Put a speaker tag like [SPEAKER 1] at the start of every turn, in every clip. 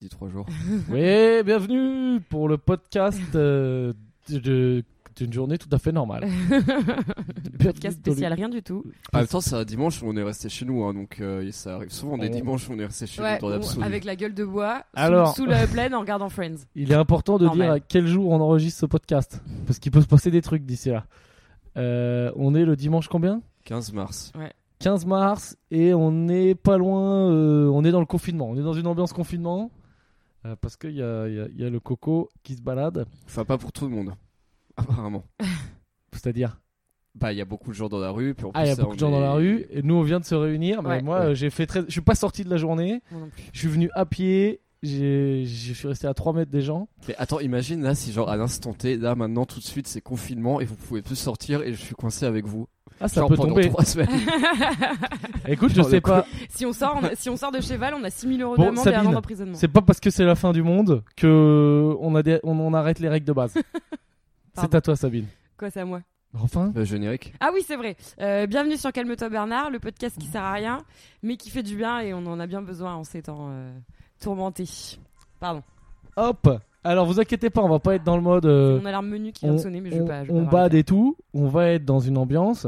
[SPEAKER 1] dit trois jours.
[SPEAKER 2] Oui, bienvenue pour le podcast euh, de- de- d'une journée tout à fait normale.
[SPEAKER 3] Podcast
[SPEAKER 2] Bienvenue
[SPEAKER 3] spécial, rien du tout.
[SPEAKER 1] En même temps, c'est un dimanche où on est resté chez nous, hein, donc euh, ça arrive souvent des
[SPEAKER 2] On-
[SPEAKER 1] dimanches où on est resté chez
[SPEAKER 3] Ouais,
[SPEAKER 1] nous dans l'absolu.
[SPEAKER 3] avec la gueule de bois, sous-
[SPEAKER 2] Alors-
[SPEAKER 3] sous, la plaine en regardant Friends.
[SPEAKER 2] Il est important de
[SPEAKER 3] Normal.
[SPEAKER 2] dire à quel jour on enregistre ce podcast, parce qu'il peut se passer des trucs d'ici là. Euh, on est le dimanche combien
[SPEAKER 1] 15 mars.
[SPEAKER 2] 15 mars et on est pas loin, euh, on est dans le confinement, on est dans une ambiance confinement, euh, parce qu'il y a, il y a- il y a le coco qui se balade,
[SPEAKER 1] Enfin, pas pour tout le monde, apparemment.
[SPEAKER 2] c'est-à-dire,
[SPEAKER 1] Bah, il y a beaucoup de gens dans la rue. Puis en
[SPEAKER 2] ah, il y a
[SPEAKER 1] plus,
[SPEAKER 2] beaucoup
[SPEAKER 1] on
[SPEAKER 2] de gens dans la
[SPEAKER 1] est-
[SPEAKER 2] rue, et nous on vient de se réunir, mais
[SPEAKER 3] Ouais.
[SPEAKER 2] moi
[SPEAKER 1] Ouais.
[SPEAKER 2] euh, j'ai fait très... je suis pas sorti de la journée,
[SPEAKER 3] Moi non plus.
[SPEAKER 2] je suis venu à pied, j'ai- je suis resté à 3 mètres des gens,
[SPEAKER 1] Mais attends, imagine là, si genre à l'instant T, là maintenant tout de suite c'est confinement et vous pouvez plus sortir et je suis coincé avec vous.
[SPEAKER 2] ah ça
[SPEAKER 1] genre
[SPEAKER 2] peut
[SPEAKER 1] pendant
[SPEAKER 2] tomber,
[SPEAKER 1] trois semaines.
[SPEAKER 2] écoute je
[SPEAKER 1] Genre, le
[SPEAKER 2] sais
[SPEAKER 1] coup-
[SPEAKER 2] pas,
[SPEAKER 3] si, on sort, on a- si on sort de chez Val, on a 6000 euros
[SPEAKER 2] Bon,
[SPEAKER 3] d'amende et un an
[SPEAKER 2] Sabine,
[SPEAKER 3] d'emprisonnement.
[SPEAKER 2] C'est pas parce que c'est la fin du monde que on, a des- on, on arrête les règles de base. c'est
[SPEAKER 3] Pardon.
[SPEAKER 2] à toi, Sabine.
[SPEAKER 3] Quoi, c'est à moi
[SPEAKER 2] Enfin,
[SPEAKER 1] Le Euh, générique.
[SPEAKER 3] Ah oui, c'est vrai. Euh, bienvenue sur Calme-toi Bernard, le podcast qui sert à rien, mais qui fait du bien et on en a bien besoin en ces temps euh, tourmentés. Pardon.
[SPEAKER 2] hop. Alors vous inquiétez pas, on va pas être dans le mode. euh,
[SPEAKER 3] on a l'alarme-menu qui vient de sonner, mais je
[SPEAKER 2] on-
[SPEAKER 3] vais pas. je vais
[SPEAKER 2] on
[SPEAKER 3] pas
[SPEAKER 2] bade
[SPEAKER 3] parler.
[SPEAKER 2] et tout. On va être dans une ambiance.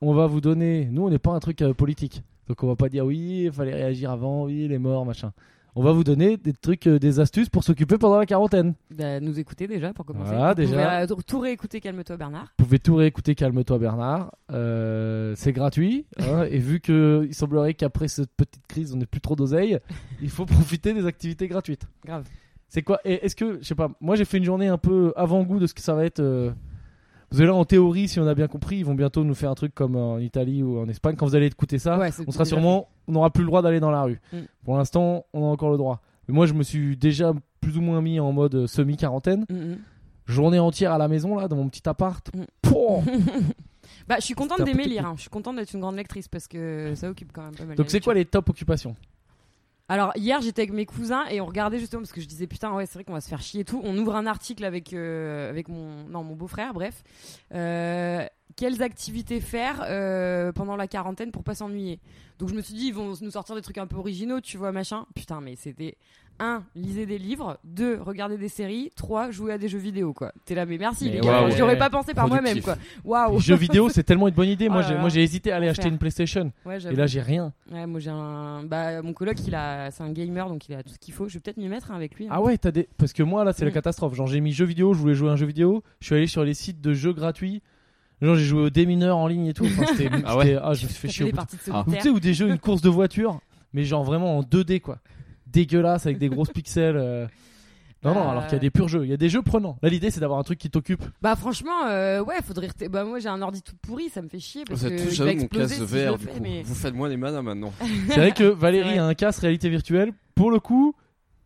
[SPEAKER 2] On va vous donner. Nous, on n'est pas un truc euh, politique, donc on va pas dire oui, il fallait réagir avant, oui, les morts, machin. On va vous donner des trucs, euh, des astuces pour s'occuper pendant la quarantaine.
[SPEAKER 3] Bah, nous écouter déjà pour commencer.
[SPEAKER 2] Voilà,
[SPEAKER 3] Vous pouvez,
[SPEAKER 2] déjà.
[SPEAKER 3] euh, tout réécouter Calme-toi Bernard.
[SPEAKER 2] Vous pouvez tout réécouter, calme-toi Bernard. Euh, c'est gratuit. hein, et vu que il semblerait qu'après cette petite crise, on n'ait plus trop d'oseille, il faut profiter des activités gratuites.
[SPEAKER 3] Grave.
[SPEAKER 2] C'est quoi et Est-ce que, je sais pas, moi j'ai fait une journée un peu avant-goût de ce que ça va être. euh, Parce que là, en théorie, si on a bien compris, ils vont bientôt nous faire un truc comme en Italie ou en Espagne. Quand vous allez écouter ça,
[SPEAKER 3] Ouais, c'est
[SPEAKER 2] Ah, on sera
[SPEAKER 3] déjà
[SPEAKER 2] sûrement, on n'aura plus le droit d'aller dans la rue.
[SPEAKER 3] Mm.
[SPEAKER 2] Pour l'instant, on a encore le droit. Mais moi, je me suis déjà plus ou moins mis en mode euh, semi-quarantaine
[SPEAKER 3] fait. Mm, mm.
[SPEAKER 2] journée entière à la maison là dans mon petit appart.
[SPEAKER 3] Mm.
[SPEAKER 2] Pouah
[SPEAKER 3] Bah, je suis contente
[SPEAKER 2] C'était un peu
[SPEAKER 3] d'aimer
[SPEAKER 2] technique.
[SPEAKER 3] lire. hein. Je suis contente d'être une grande lectrice parce que ça occupe quand même pas mal.
[SPEAKER 2] Donc
[SPEAKER 3] la
[SPEAKER 2] c'est quoi
[SPEAKER 3] lecture.
[SPEAKER 2] les top occupations
[SPEAKER 3] Alors hier j'étais avec mes cousins et on regardait justement parce que je disais putain ouais c'est vrai qu'on va se faire chier et tout. On ouvre un article avec euh, avec mon non mon beau-frère bref. Euh, quelles activités faire euh, pendant la quarantaine pour pas s'ennuyer. Donc je me suis dit ils vont nous sortir des trucs un peu originaux tu vois machin. Putain mais c'était un lisez des livres, deux regardez des séries, trois jouez à des jeux vidéo quoi. T'es là mais merci
[SPEAKER 2] Mais
[SPEAKER 3] les gars.
[SPEAKER 1] waouh.
[SPEAKER 3] J'y aurais pas pensé par moi-même
[SPEAKER 1] Productif.
[SPEAKER 3] quoi. Waouh.
[SPEAKER 2] Les Jeux vidéo, c'est tellement une bonne idée. Moi
[SPEAKER 3] Ah, Oh là
[SPEAKER 2] j'ai-
[SPEAKER 3] là.
[SPEAKER 2] moi, j'ai hésité à aller acheter
[SPEAKER 3] Enfer.
[SPEAKER 2] une PlayStation
[SPEAKER 3] Ouais,
[SPEAKER 2] et
[SPEAKER 3] j'avoue.
[SPEAKER 2] là j'ai rien.
[SPEAKER 3] Ouais, moi j'ai un. Bah, mon coloc, il a... c'est un gamer, donc il a tout ce qu'il faut. Je vais peut-être m'y mettre hein, avec lui. hein.
[SPEAKER 2] Ah ouais, t'as des parce que moi là c'est la
[SPEAKER 3] Mm.
[SPEAKER 2] catastrophe. Genre j'ai mis jeux vidéo, je voulais jouer à un jeu vidéo, je suis allé sur les sites de jeux gratuits. Genre j'ai joué au démineur en ligne et tout. Enfin, c'était-
[SPEAKER 1] Ah ouais.
[SPEAKER 2] c'était- ah, je me suis
[SPEAKER 3] Ça
[SPEAKER 2] fait
[SPEAKER 3] fait
[SPEAKER 2] chier au
[SPEAKER 3] des
[SPEAKER 2] bout
[SPEAKER 3] parties de
[SPEAKER 1] Ah.
[SPEAKER 2] Ou tu
[SPEAKER 3] solitaire.
[SPEAKER 2] sais, ou des jeux, une course de voiture, mais genre vraiment en 2D quoi. Dégueulasse avec des grosses pixels. euh. Non, non,
[SPEAKER 3] Euh.
[SPEAKER 2] alors qu'il y a des purs jeux, il y a des jeux prenants. Là, l'idée c'est d'avoir un truc qui t'occupe.
[SPEAKER 3] Bah, franchement, euh, ouais, faudrait. rete- Bah, moi j'ai un ordi tout pourri, ça me fait chier. Parce
[SPEAKER 1] Vous
[SPEAKER 3] que
[SPEAKER 1] êtes tous
[SPEAKER 3] il va
[SPEAKER 1] jaloux de mon
[SPEAKER 3] exploser
[SPEAKER 1] casque
[SPEAKER 3] si je
[SPEAKER 1] vert,
[SPEAKER 3] le
[SPEAKER 1] du
[SPEAKER 3] fais,
[SPEAKER 1] coup.
[SPEAKER 3] mais-
[SPEAKER 1] Vous faites moins les malins maintenant.
[SPEAKER 2] C'est vrai que Valérie
[SPEAKER 3] C'est vrai.
[SPEAKER 2] a un casque réalité virtuelle. Pour le coup,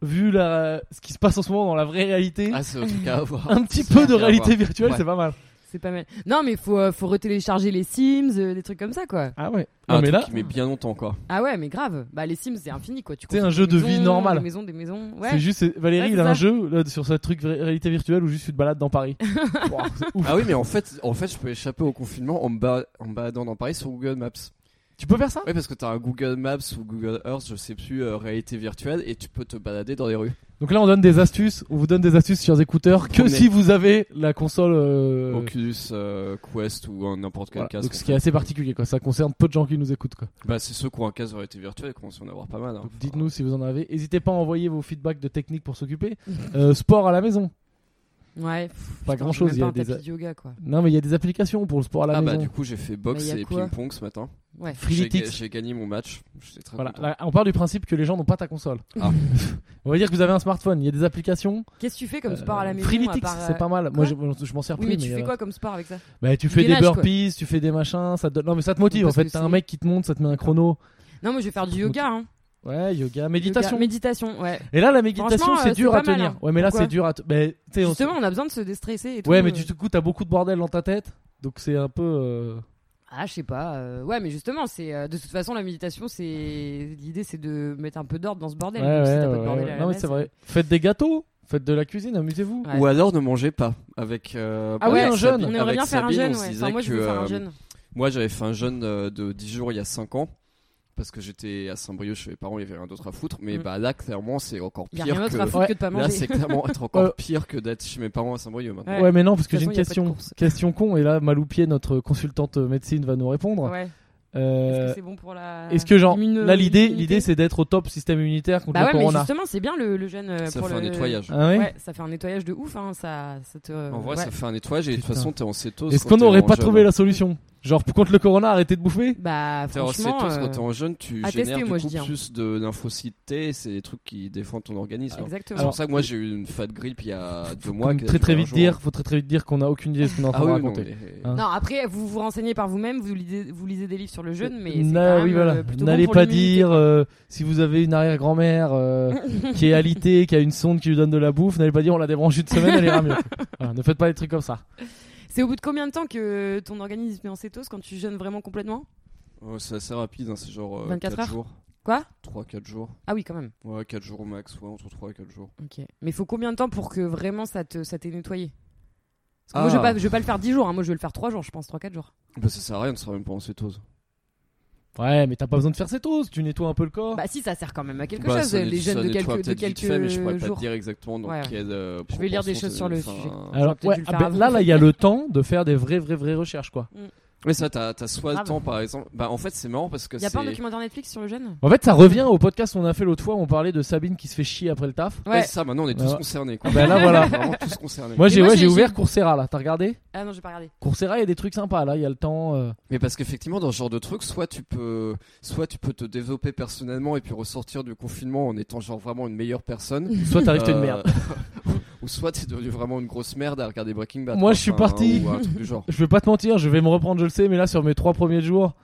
[SPEAKER 2] vu la... ce qui se passe en ce moment dans la vraie réalité,
[SPEAKER 1] Ah, c'est un truc à avoir.
[SPEAKER 2] un petit
[SPEAKER 1] c'est
[SPEAKER 2] peu de
[SPEAKER 1] bien à
[SPEAKER 2] réalité
[SPEAKER 1] voir.
[SPEAKER 2] virtuelle,
[SPEAKER 1] Ouais.
[SPEAKER 2] c'est pas mal.
[SPEAKER 3] C'est pas mal. Non, mais faut, euh, faut retélécharger les Sims, euh, des trucs comme ça, quoi.
[SPEAKER 2] Ah ouais.
[SPEAKER 1] Un
[SPEAKER 2] Non, mais
[SPEAKER 1] truc
[SPEAKER 2] là,
[SPEAKER 1] qui met bien longtemps quoi.
[SPEAKER 3] Ah ouais, mais grave. Bah, les Sims, c'est infini, quoi. Tu
[SPEAKER 2] C'est un
[SPEAKER 3] construis
[SPEAKER 2] jeu
[SPEAKER 3] des
[SPEAKER 2] de vie
[SPEAKER 3] maisons,
[SPEAKER 2] normal.
[SPEAKER 3] Des maisons, des maisons. Ouais.
[SPEAKER 2] c'est juste c'est- Valérie,
[SPEAKER 3] Ouais,
[SPEAKER 2] il
[SPEAKER 3] c'est
[SPEAKER 2] a
[SPEAKER 3] ça.
[SPEAKER 2] un jeu là, sur sa truc ré- réalité virtuelle où juste tu te balades dans Paris. Ouah, c'est ouf.
[SPEAKER 1] Ah oui, mais en fait, en fait, je peux échapper au confinement en me, ba- en me baladant dans Paris sur Google Maps.
[SPEAKER 2] Tu peux faire ça
[SPEAKER 1] Oui, parce que t'as un Google Maps ou Google Earth, je sais plus, euh, réalité virtuelle, et tu peux te balader dans les rues.
[SPEAKER 2] Donc là, on donne des astuces. On vous donne des astuces sur les écouteurs que
[SPEAKER 1] Promenez.
[SPEAKER 2] si vous avez la console. euh,
[SPEAKER 1] Oculus, euh, Quest ou un- n'importe quel
[SPEAKER 2] voilà.
[SPEAKER 1] casque.
[SPEAKER 2] Donc, ce qui est assez particulier, quoi. ça concerne peu de gens qui nous écoutent. Quoi.
[SPEAKER 1] Bah, c'est ceux qui ont un casque de réalité virtuelle, commencent à en avoir pas mal. hein.
[SPEAKER 2] Donc, dites-nous si vous en avez. N'hésitez pas à envoyer vos feedbacks de technique pour s'occuper. Euh, sport à la maison,
[SPEAKER 3] Ouais. pff,
[SPEAKER 2] pas
[SPEAKER 3] putain,
[SPEAKER 2] grand
[SPEAKER 3] j'ai
[SPEAKER 2] chose. Il y
[SPEAKER 3] même
[SPEAKER 2] a
[SPEAKER 3] pas un
[SPEAKER 2] des,
[SPEAKER 3] tapis de yoga, quoi.
[SPEAKER 2] Non, mais il y a des applications pour le sport à la
[SPEAKER 1] Ah bah
[SPEAKER 2] maison.
[SPEAKER 1] du coup j'ai fait boxe
[SPEAKER 3] Mais y a
[SPEAKER 1] et
[SPEAKER 3] quoi
[SPEAKER 1] ping-pong ce matin.
[SPEAKER 3] Ouais.
[SPEAKER 1] J'ai ga-
[SPEAKER 2] Freeletics.
[SPEAKER 1] j'ai gagné mon match. J'étais très
[SPEAKER 2] Voilà,
[SPEAKER 1] content.
[SPEAKER 2] là, on part du principe que les gens n'ont pas ta console.
[SPEAKER 1] Ah.
[SPEAKER 2] on va dire que vous avez un smartphone, il y a des applications.
[SPEAKER 3] Qu'est-ce que tu fais comme
[SPEAKER 2] Euh,
[SPEAKER 3] sport à la maison à
[SPEAKER 2] Freeletics,
[SPEAKER 3] part, euh,
[SPEAKER 2] c'est pas mal. Moi, je, je m'en sers
[SPEAKER 3] Oui,
[SPEAKER 2] plus.
[SPEAKER 3] mais tu
[SPEAKER 2] mais,
[SPEAKER 3] fais
[SPEAKER 2] euh,
[SPEAKER 3] quoi comme sport avec ça
[SPEAKER 2] bah, tu fais des
[SPEAKER 3] gainage, quoi.
[SPEAKER 2] burpees, tu fais des machins. Ça te donne- Non, mais ça te motive en
[SPEAKER 3] Parce
[SPEAKER 2] fait.
[SPEAKER 3] que
[SPEAKER 2] T'as
[SPEAKER 3] c'est-
[SPEAKER 2] un mec qui te monte, ça te met un chrono.
[SPEAKER 3] Non, moi je vais faire du yoga, hein.
[SPEAKER 2] Ouais, yoga, méditation.
[SPEAKER 3] Yoga- Méditation, ouais.
[SPEAKER 2] Et là, la méditation,
[SPEAKER 3] Franchement, euh,
[SPEAKER 2] c'est dur
[SPEAKER 3] c'est
[SPEAKER 2] à
[SPEAKER 3] pas mal,
[SPEAKER 2] tenir.
[SPEAKER 3] hein.
[SPEAKER 2] Ouais, mais là,
[SPEAKER 3] Pourquoi
[SPEAKER 2] c'est dur à. te- mais, tu sais, on-
[SPEAKER 3] Justement, on a besoin de se déstresser et tout.
[SPEAKER 2] Ouais,
[SPEAKER 3] euh.
[SPEAKER 2] mais du coup, t'as beaucoup de bordel dans ta tête. Donc, c'est un peu. euh,
[SPEAKER 3] Ah, je sais pas. euh, Ouais, mais justement, c'est euh, de toute façon la méditation, c'est l'idée, c'est de mettre un peu d'ordre dans ce bordel.
[SPEAKER 2] ouais,
[SPEAKER 3] Donc, si
[SPEAKER 2] ouais,
[SPEAKER 3] t'as pas de
[SPEAKER 2] ouais,
[SPEAKER 3] bordel
[SPEAKER 2] ouais.
[SPEAKER 3] à la
[SPEAKER 2] Non, mais
[SPEAKER 3] base,
[SPEAKER 2] c'est vrai. Faites des gâteaux, faites de la cuisine, amusez-vous.
[SPEAKER 3] Ouais.
[SPEAKER 1] Ou alors ne mangez pas avec. euh,
[SPEAKER 2] Ah
[SPEAKER 1] bah,
[SPEAKER 2] ouais,
[SPEAKER 1] avec
[SPEAKER 2] un jeûne.
[SPEAKER 1] Sabine-
[SPEAKER 3] On aimerait
[SPEAKER 1] avec
[SPEAKER 3] bien faire un
[SPEAKER 1] Sabine,
[SPEAKER 3] jeûne.
[SPEAKER 1] on se
[SPEAKER 3] Ouais.
[SPEAKER 1] disait euh,
[SPEAKER 3] Enfin, moi, je
[SPEAKER 1] que,
[SPEAKER 3] voulais faire un
[SPEAKER 1] euh,
[SPEAKER 3] jeûne.
[SPEAKER 1] Moi j'avais fait un jeûne euh, de 10 jours il y a 5 ans. parce que j'étais à Saint-Brieuc chez mes parents, il y avait rien d'autre à foutre. Mais
[SPEAKER 3] Mm.
[SPEAKER 1] bah là, clairement, c'est encore
[SPEAKER 3] Il y a
[SPEAKER 1] pire
[SPEAKER 3] rien
[SPEAKER 1] que.
[SPEAKER 3] d'autre à foutre que de pas
[SPEAKER 1] Là,
[SPEAKER 3] manger.
[SPEAKER 1] c'est clairement être
[SPEAKER 2] Euh.
[SPEAKER 1] encore pire que d'être chez mes parents à Saint-Brieuc maintenant.
[SPEAKER 2] Ouais,
[SPEAKER 3] Ouais.
[SPEAKER 2] mais non, parce que
[SPEAKER 3] De
[SPEAKER 2] j'ai
[SPEAKER 3] toute
[SPEAKER 2] une
[SPEAKER 3] façon, y a pas de
[SPEAKER 2] question,
[SPEAKER 3] course.
[SPEAKER 2] question con, et là, Maloupier, notre consultante médecine, va nous
[SPEAKER 1] hein.
[SPEAKER 2] répondre.
[SPEAKER 3] Ouais. Est-ce
[SPEAKER 2] Euh,
[SPEAKER 3] que c'est bon pour la.
[SPEAKER 2] Est-ce que genre
[SPEAKER 3] immune-
[SPEAKER 2] là l'idée
[SPEAKER 3] immunité
[SPEAKER 2] l'idée c'est d'être au top système immunitaire contre
[SPEAKER 3] Bah ouais,
[SPEAKER 2] le
[SPEAKER 3] mais
[SPEAKER 2] corona.
[SPEAKER 3] justement, c'est bien le, le gène. euh,
[SPEAKER 1] Ça
[SPEAKER 3] pour
[SPEAKER 1] fait un
[SPEAKER 3] le-
[SPEAKER 1] nettoyage.
[SPEAKER 2] Ah ouais
[SPEAKER 3] Ouais, ça fait un nettoyage de ouf. Hein, ça, ça te.
[SPEAKER 1] En vrai,
[SPEAKER 3] ouais.
[SPEAKER 1] ça fait un nettoyage et de toute
[SPEAKER 2] Putain.
[SPEAKER 1] façon, t'es en cétose.
[SPEAKER 2] Est-ce
[SPEAKER 1] quand
[SPEAKER 2] qu'on
[SPEAKER 1] t'es
[SPEAKER 2] n'aurait
[SPEAKER 1] en
[SPEAKER 2] pas
[SPEAKER 1] jeune.
[SPEAKER 2] trouver la solution Genre pour contre le corona, arrêter de bouffer
[SPEAKER 3] Bah,
[SPEAKER 1] T'es en
[SPEAKER 3] franchement.
[SPEAKER 1] cétose quand
[SPEAKER 3] euh,
[SPEAKER 1] t'es en jeune, tu
[SPEAKER 3] à
[SPEAKER 1] génères
[SPEAKER 3] tester,
[SPEAKER 1] du
[SPEAKER 3] moi,
[SPEAKER 1] coup
[SPEAKER 3] je dis, hein.
[SPEAKER 1] plus de lymphocytes T, c'est des trucs qui défendent ton organisme. hein.
[SPEAKER 3] Exactement.
[SPEAKER 1] C'est
[SPEAKER 2] Alors-
[SPEAKER 1] pour ça que moi j'ai eu une fat grippe il y a deux mois.
[SPEAKER 2] Comme
[SPEAKER 1] qui a
[SPEAKER 2] très
[SPEAKER 1] duré
[SPEAKER 2] très
[SPEAKER 1] un
[SPEAKER 2] vite
[SPEAKER 1] jour.
[SPEAKER 2] dire, faut très très vite dire qu'on a aucune idée de ce qu'on est en train
[SPEAKER 1] Ah
[SPEAKER 2] de
[SPEAKER 1] oui, non,
[SPEAKER 2] raconter.
[SPEAKER 1] mais-
[SPEAKER 2] Hein.
[SPEAKER 3] Non, après, vous vous renseignez par vous-même, vous lisez, vous lisez des livres sur le jeûne, mais. c'est
[SPEAKER 2] Na- ah
[SPEAKER 3] quand
[SPEAKER 2] oui,
[SPEAKER 3] même,
[SPEAKER 2] voilà.
[SPEAKER 3] euh, plutôt bon
[SPEAKER 2] N'allez
[SPEAKER 3] pour
[SPEAKER 2] pas
[SPEAKER 3] l'immunité,
[SPEAKER 2] dire
[SPEAKER 3] quoi.
[SPEAKER 2] euh, si vous avez une arrière-grand-mère euh, qui est alitée, qui a une sonde qui lui donne de la bouffe, n'allez pas dire on la débranche une semaine, elle ira mieux. Voilà, ne faites pas des trucs comme ça.
[SPEAKER 3] C'est au bout de combien de temps que ton organisme est en cétose quand tu jeûnes vraiment complètement
[SPEAKER 1] Oh, c'est assez rapide, hein, c'est genre
[SPEAKER 3] 24
[SPEAKER 1] 24
[SPEAKER 3] heures
[SPEAKER 1] jours.
[SPEAKER 3] Quoi
[SPEAKER 1] 3-4 jours.
[SPEAKER 3] Ah oui, quand même.
[SPEAKER 1] Ouais, 4 jours au max, ouais, entre 3 et 4 jours.
[SPEAKER 3] Ok. Mais il faut combien de temps pour que vraiment ça te ça t'ait nettoyé Parce que moi,
[SPEAKER 1] Ah.
[SPEAKER 3] je vais, pas, je vais pas le faire 10 jours, hein, moi je vais le faire 3 jours, je pense, 3-4 jours.
[SPEAKER 1] Bah ça sert à rien de sera même pas en cétose.
[SPEAKER 2] Ouais, mais t'as pas besoin de faire cétose, tu nettoies un peu le corps.
[SPEAKER 3] Bah, si, ça sert quand même à quelque
[SPEAKER 1] Oh. Bah,
[SPEAKER 3] chose, euh,
[SPEAKER 1] ça
[SPEAKER 3] les
[SPEAKER 1] net- ça
[SPEAKER 3] jeunes de
[SPEAKER 1] nettoie
[SPEAKER 3] quelques, de
[SPEAKER 1] peut-être vite
[SPEAKER 3] quelques
[SPEAKER 1] fait, mais je pourrais pas te
[SPEAKER 3] jours.
[SPEAKER 1] dire exactement dans
[SPEAKER 3] Ouais.
[SPEAKER 1] quelle, euh,
[SPEAKER 3] Je vais lire des
[SPEAKER 1] proportion
[SPEAKER 3] choses sur le
[SPEAKER 1] c'est-
[SPEAKER 3] sujet.
[SPEAKER 1] enfin,
[SPEAKER 2] Alors,
[SPEAKER 3] peut-être
[SPEAKER 2] ouais,
[SPEAKER 3] dû le
[SPEAKER 2] ah
[SPEAKER 3] faire
[SPEAKER 2] ben,
[SPEAKER 3] avant.
[SPEAKER 2] là, là, il y a le temps de faire des vraies, vraies, vraies recherches, quoi.
[SPEAKER 1] Mais ça, t'as t'as soit le
[SPEAKER 3] Grave.
[SPEAKER 1] temps par exemple. Bah en fait, c'est marrant parce que
[SPEAKER 3] Il y a
[SPEAKER 1] c'est.
[SPEAKER 3] pas un documentaire Netflix sur le jeûne
[SPEAKER 2] En fait, ça revient au podcast qu'on a fait l'autre fois où on parlait de Sabine qui se fait chier après le taf.
[SPEAKER 1] Ouais, c'est ça, maintenant on est tous
[SPEAKER 2] Ouais.
[SPEAKER 1] concernés. Quoi.
[SPEAKER 2] Ah bah là, voilà.
[SPEAKER 1] Vraiment tous concernés.
[SPEAKER 2] Moi,
[SPEAKER 3] Et
[SPEAKER 2] j'ai
[SPEAKER 3] moi,
[SPEAKER 2] ouais,
[SPEAKER 3] j'ai-
[SPEAKER 2] j'ai ouvert
[SPEAKER 3] j'ai-
[SPEAKER 2] Coursera, là. T'as regardé
[SPEAKER 3] Ah non, j'ai pas regardé.
[SPEAKER 2] Coursera, il y a des trucs sympas, là. Il y a le temps. euh.
[SPEAKER 1] Mais parce qu'effectivement, dans ce genre de truc, soit tu peux, soit tu peux te développer personnellement et puis ressortir du confinement en étant genre vraiment une meilleure personne.
[SPEAKER 2] Soit t'arrives, t'es une
[SPEAKER 1] Euh,
[SPEAKER 2] merde.
[SPEAKER 1] ou soit t'es devenu vraiment une grosse merde à regarder Breaking Bad.
[SPEAKER 2] Moi,
[SPEAKER 1] quoi.
[SPEAKER 2] je suis
[SPEAKER 1] Enfin,
[SPEAKER 2] parti.
[SPEAKER 1] Ou un truc du genre.
[SPEAKER 2] Je vais pas te mentir, je vais me reprendre, je le sais, mais là, sur mes trois premiers jours,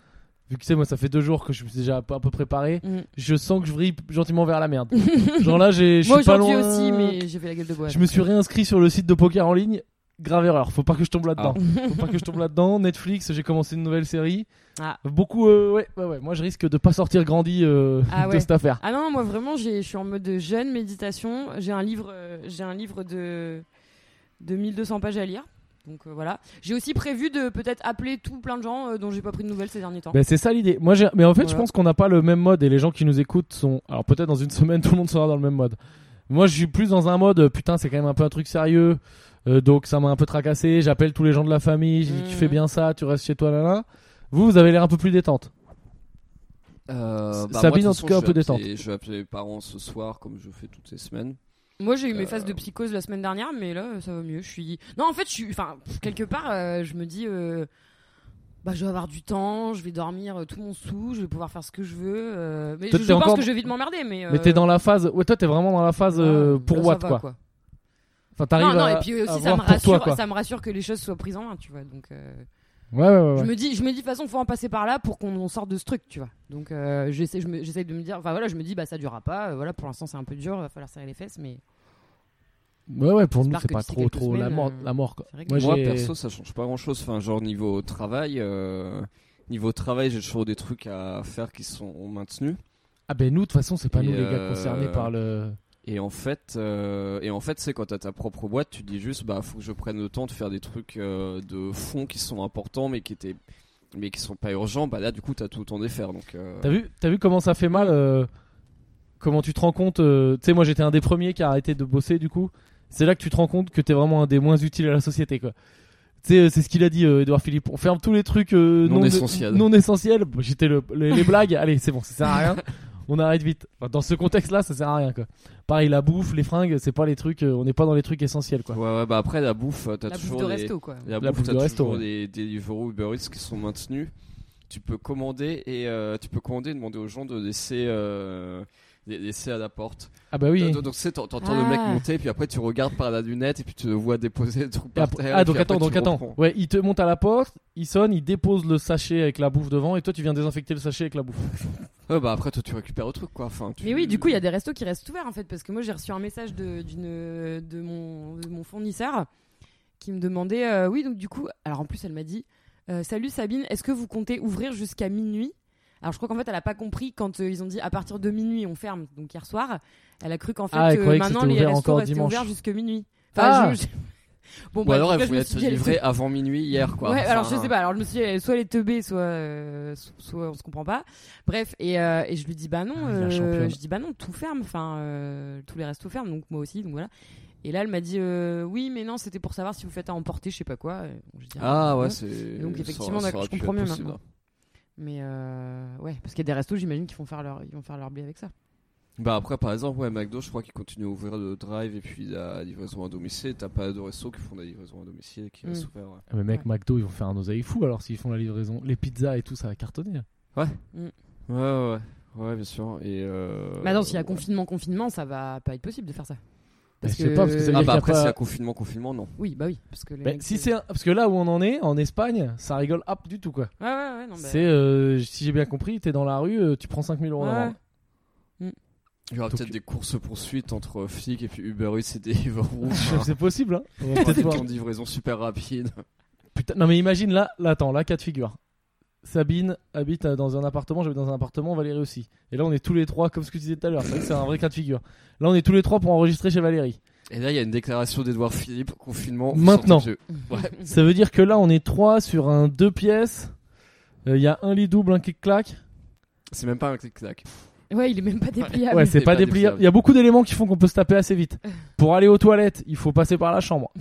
[SPEAKER 2] vu que tu sais, moi, ça fait deux jours que je suis déjà un peu un peu préparé,
[SPEAKER 3] Mm.
[SPEAKER 2] je sens que je vrille gentiment vers la merde. Genre là, j'ai- je
[SPEAKER 3] Moi
[SPEAKER 2] suis pas
[SPEAKER 3] aujourd'hui
[SPEAKER 2] loin.
[SPEAKER 3] aussi, mais j'ai fait la gueule de bois.
[SPEAKER 2] Je me suis réinscrit sur le site de poker en ligne. Grave erreur, faut pas que je tombe là-dedans. Faut pas que je tombe là-dedans. Netflix, j'ai commencé une nouvelle série.
[SPEAKER 3] Ah.
[SPEAKER 2] Beaucoup, euh, ouais, ouais, ouais. Moi, je risque de pas sortir grandi euh,
[SPEAKER 3] Ah
[SPEAKER 2] de
[SPEAKER 3] ouais.
[SPEAKER 2] cette affaire.
[SPEAKER 3] Ah non, non, moi vraiment, j'ai- je suis en mode de jeûne méditation. J'ai un livre, euh, j'ai un livre de, de 1200 pages à lire. Donc euh, voilà. J'ai aussi prévu de peut-être appeler tout plein de gens euh, dont j'ai pas pris de nouvelles ces derniers temps.
[SPEAKER 2] Ben, c'est ça l'idée. Moi, j'ai- mais en fait, je
[SPEAKER 3] Voilà.
[SPEAKER 2] pense qu'on n'a pas le même mode et les gens qui nous écoutent sont. Alors peut-être dans une semaine, tout le monde sera dans le même mode. Moi, je suis plus dans un mode. euh, Putain, c'est quand même un peu un truc sérieux. euh, donc ça m'a un peu tracassé. J'appelle tous les gens de la famille. Je dis, tu
[SPEAKER 3] Mhm.
[SPEAKER 2] fais bien ça, tu restes chez toi, là, là. Vous, vous avez l'air un peu plus détente.
[SPEAKER 1] Euh,
[SPEAKER 2] S-
[SPEAKER 1] bah,
[SPEAKER 2] Sabine,
[SPEAKER 1] moi,
[SPEAKER 2] en
[SPEAKER 1] de
[SPEAKER 2] tout
[SPEAKER 1] toute
[SPEAKER 2] cas,
[SPEAKER 1] façon,
[SPEAKER 2] un
[SPEAKER 1] je
[SPEAKER 2] peu
[SPEAKER 1] vais
[SPEAKER 2] détente.
[SPEAKER 1] appeler- Je vais appeler mes parents ce soir, comme je fais toutes les semaines.
[SPEAKER 3] Moi, j'ai eu mes
[SPEAKER 1] Euh,
[SPEAKER 3] phases de psychose la semaine dernière, mais là, ça va mieux. Je suis. Non, en fait, je suis. Enfin, pff, quelque part, euh, je me dis. euh, Bah, je vais avoir du temps, je vais dormir euh, tout mon sou, je vais pouvoir faire ce que je veux. euh, mais je,
[SPEAKER 2] Toi,
[SPEAKER 3] je
[SPEAKER 2] t'es
[SPEAKER 3] pense
[SPEAKER 2] encore-
[SPEAKER 3] que je vais vite m'emmerder, mais. euh,
[SPEAKER 2] Mais t'es dans la phase. Ouais, toi, t'es vraiment dans la phase euh, pour what,
[SPEAKER 3] Watt
[SPEAKER 2] quoi. Enfin, t'arrives
[SPEAKER 3] Non, non,
[SPEAKER 2] à-
[SPEAKER 3] et puis
[SPEAKER 2] à
[SPEAKER 3] aussi, ça
[SPEAKER 2] voir
[SPEAKER 3] me,
[SPEAKER 2] pour toi,
[SPEAKER 3] rassure,
[SPEAKER 2] quoi.
[SPEAKER 3] ça me rassure que les choses soient prises en main, tu vois. Donc, euh,
[SPEAKER 2] Ouais, ouais, ouais. ouais.
[SPEAKER 3] je me dis, je me dis, de toute façon, faut en passer par là pour qu'on on sorte de ce truc, tu vois. Donc, euh, j'essaie, je me- j'essaie de me dire, enfin voilà, je me dis, bah ça durera pas. euh, voilà, pour l'instant, c'est un peu dur, va falloir serrer les fesses, mais
[SPEAKER 2] Ouais, ouais, pour nous,
[SPEAKER 3] J'espère
[SPEAKER 2] c'est
[SPEAKER 3] que
[SPEAKER 2] pas
[SPEAKER 3] d'ici
[SPEAKER 2] trop,
[SPEAKER 3] quelques
[SPEAKER 2] trop la
[SPEAKER 3] semaines,
[SPEAKER 2] mort,
[SPEAKER 3] euh,
[SPEAKER 2] la mort, quoi.
[SPEAKER 3] c'est vrai que-
[SPEAKER 2] Moi,
[SPEAKER 1] Moi,
[SPEAKER 2] j'ai-
[SPEAKER 1] perso, ça change pas grand chose. Enfin, genre, niveau travail, euh, niveau travail, j'ai toujours des trucs à faire qui sont maintenus.
[SPEAKER 2] Ah, ben, nous, de toute façon, c'est pas
[SPEAKER 1] Et
[SPEAKER 2] nous, les gars,
[SPEAKER 1] euh,
[SPEAKER 2] concernés par le.
[SPEAKER 1] Et en fait, euh, et en fait, c'est quand t'as ta propre boîte, tu te dis juste, bah, faut que je prenne le temps de faire des trucs euh, de fond qui sont importants, mais qui étaient, mais qui sont pas urgents. Bah là, du coup, t'as tout le temps de les faire. Donc, euh,
[SPEAKER 2] T'as vu, t'as vu comment ça fait mal euh, Comment tu te rends compte euh, Tu sais, moi j'étais un des premiers qui a arrêté de bosser, du coup. C'est là que tu te rends compte que t'es vraiment un des moins utiles à la société, quoi. Tu sais, euh, c'est ce qu'il a dit, euh, Edouard Philippe. On ferme tous les trucs euh,
[SPEAKER 1] Non
[SPEAKER 2] de-
[SPEAKER 1] essentiels.
[SPEAKER 2] Non essentiels. Bah, J'étais le- les, les blagues. Allez, c'est bon, ça sert à rien. On arrête vite. Enfin, dans ce contexte-là, ça sert à rien, quoi. Pareil, la bouffe, les fringues, c'est pas les trucs. euh, on n'est pas dans les trucs essentiels, quoi.
[SPEAKER 1] ouais, ouais, bah après, la bouffe, euh, t'as
[SPEAKER 3] la bouffe
[SPEAKER 1] toujours
[SPEAKER 3] de
[SPEAKER 1] les-
[SPEAKER 3] resto, quoi.
[SPEAKER 1] La,
[SPEAKER 2] La
[SPEAKER 1] bouffe,
[SPEAKER 2] bouffe
[SPEAKER 1] t'as
[SPEAKER 2] de
[SPEAKER 1] toujours
[SPEAKER 2] resto, ouais.
[SPEAKER 1] des Deliveroo, Uber Eats qui sont maintenus. Tu peux commander et euh, tu peux commander et demander aux gens de laisser, euh, les- laisser à la porte.
[SPEAKER 2] Ah bah oui.
[SPEAKER 1] Donc, donc, tu sais, t'en- t'entends le
[SPEAKER 3] Ah.
[SPEAKER 1] mec monter, puis après, tu regardes par la lunette et puis tu le vois déposer le truc
[SPEAKER 2] Et
[SPEAKER 1] par
[SPEAKER 2] après-
[SPEAKER 1] terre.
[SPEAKER 2] ah
[SPEAKER 1] et
[SPEAKER 2] donc
[SPEAKER 1] puis après,
[SPEAKER 2] attends,
[SPEAKER 1] tu
[SPEAKER 2] donc attends.
[SPEAKER 1] reprends.
[SPEAKER 2] Ouais, il te monte à la porte, il sonne, il dépose le sachet avec la bouffe devant, et toi tu viens désinfecter le sachet avec la bouffe.
[SPEAKER 1] Ouais, bah après, toi, tu récupères le truc, quoi. Enfin, hein, tu-
[SPEAKER 3] Mais oui, du coup, il y a des restos qui restent ouverts en fait, parce que moi j'ai reçu un message de, d'une, de, mon, de mon fournisseur qui me demandait, euh, oui, donc du coup, alors en plus elle m'a dit, euh, salut Sabine, est-ce que vous comptez ouvrir jusqu'à minuit Alors je crois qu'en fait elle a pas compris quand euh, ils ont dit à partir de minuit on ferme, donc hier soir, elle a cru qu'en fait
[SPEAKER 2] Ah, elle
[SPEAKER 3] euh,
[SPEAKER 2] croyait que
[SPEAKER 3] maintenant
[SPEAKER 2] c'était
[SPEAKER 3] les
[SPEAKER 2] ouvert
[SPEAKER 3] restos
[SPEAKER 2] encore
[SPEAKER 3] restaient
[SPEAKER 2] dimanche.
[SPEAKER 3] ouverts jusqu'à minuit.
[SPEAKER 2] Ah.
[SPEAKER 3] je- je- Bon,
[SPEAKER 1] Ou
[SPEAKER 3] bref,
[SPEAKER 1] alors
[SPEAKER 3] en tout
[SPEAKER 1] elle
[SPEAKER 3] cas, je me
[SPEAKER 1] voulait
[SPEAKER 3] suis
[SPEAKER 1] être
[SPEAKER 3] dit, elle est
[SPEAKER 1] livrée avant minuit hier, quoi.
[SPEAKER 3] Ouais, alors
[SPEAKER 1] Enfin,
[SPEAKER 3] je
[SPEAKER 2] hein.
[SPEAKER 3] sais pas. Alors je me suis dit, eh, soit elle est teubée, soit, euh, so- soit on se comprend pas. Bref, et, euh, et je lui dis bah non,
[SPEAKER 2] Ah, la
[SPEAKER 3] euh,
[SPEAKER 2] championne.
[SPEAKER 3] je dis bah non, tout ferme, enfin euh, tous les restos ferment, donc moi aussi, donc voilà. Et là, elle m'a dit euh, oui, mais non, c'était pour savoir si vous faites à emporter, je sais pas quoi. Et bon, j'ai dit,
[SPEAKER 1] Ah
[SPEAKER 3] bon.
[SPEAKER 1] ouais, c'est.
[SPEAKER 3] Hein donc,
[SPEAKER 1] ça aurait-
[SPEAKER 3] effectivement,
[SPEAKER 1] ça
[SPEAKER 3] d'accord,
[SPEAKER 1] aurait
[SPEAKER 3] je
[SPEAKER 1] pu être
[SPEAKER 3] comprends mieux
[SPEAKER 1] possible. hein.
[SPEAKER 3] maintenant. Mais euh, ouais, parce qu'il y a des restos, j'imagine, qui vont faire leur, ils vont faire leur blé avec ça.
[SPEAKER 1] Bah après, par exemple, ouais, McDo, je crois qu'ils continuent à ouvrir le drive et puis la livraison à domicile. T'as pas de resto qui font de la livraison à domicile et qui
[SPEAKER 3] Mm.
[SPEAKER 1] restent ouverts. ouais.
[SPEAKER 2] Ah, Mais mec, McDo, ils vont faire un oseille fou alors s'ils font la livraison. Les pizzas et tout, ça va cartonner.
[SPEAKER 1] Ouais, ouais, ouais, ouais, bien sûr. Et. Euh...
[SPEAKER 3] mais attends, Bah, s'il y a
[SPEAKER 1] ouais.
[SPEAKER 3] confinement, confinement, ça va pas être possible de faire ça.
[SPEAKER 2] Mais je sais pas, parce que ça veut
[SPEAKER 1] Ah
[SPEAKER 2] dire
[SPEAKER 1] bah
[SPEAKER 2] qu'il y a
[SPEAKER 1] après,
[SPEAKER 2] pas-
[SPEAKER 1] s'il y a confinement, confinement, non.
[SPEAKER 3] Oui, bah oui, parce que les
[SPEAKER 2] Mais
[SPEAKER 3] mecs,
[SPEAKER 2] si
[SPEAKER 3] c'est-
[SPEAKER 2] c'est un- parce que là où on en est, en Espagne, ça rigole hop du tout quoi.
[SPEAKER 3] ouais, ouais, ouais, non, bah...
[SPEAKER 2] C'est euh, si j'ai bien compris, t'es dans la rue, euh, tu prends 5000 euros
[SPEAKER 3] Ouais.
[SPEAKER 2] d'amende.
[SPEAKER 1] Il y aura
[SPEAKER 2] Donc-
[SPEAKER 1] peut-être des courses-poursuites entre flics et puis Uber Eats et Deliveroo.
[SPEAKER 2] C'est possible. Hein. On va
[SPEAKER 1] Peut-être
[SPEAKER 2] peut-être voir.
[SPEAKER 1] une livraison super rapide.
[SPEAKER 2] Putain, non mais imagine là, là attends, là cas de figure. Sabine habite euh, dans un appartement, j'habite dans un appartement, Valérie aussi. Et là on est tous les trois comme ce que tu disais tout à l'heure, c'est vrai que c'est un vrai cas de figure. Là on est tous les trois pour enregistrer chez Valérie.
[SPEAKER 1] Et là, il y a une déclaration d'Edouard Philippe, confinement. vous
[SPEAKER 2] Maintenant.
[SPEAKER 1] sortez de jeu. Ouais.
[SPEAKER 2] Ça veut dire que là on est trois sur un deux pièces. Euh, Il y a un lit double, un clic clac.
[SPEAKER 1] C'est même pas un clic-clac.
[SPEAKER 3] ouais, il est même Ah pas dépliable.
[SPEAKER 2] Ouais, c'est
[SPEAKER 1] Et
[SPEAKER 2] pas
[SPEAKER 1] pas
[SPEAKER 2] dépliable.
[SPEAKER 1] dépliable.
[SPEAKER 2] Il y a beaucoup d'éléments qui font qu'on peut se taper assez vite. Pour aller aux toilettes, il faut passer par la chambre.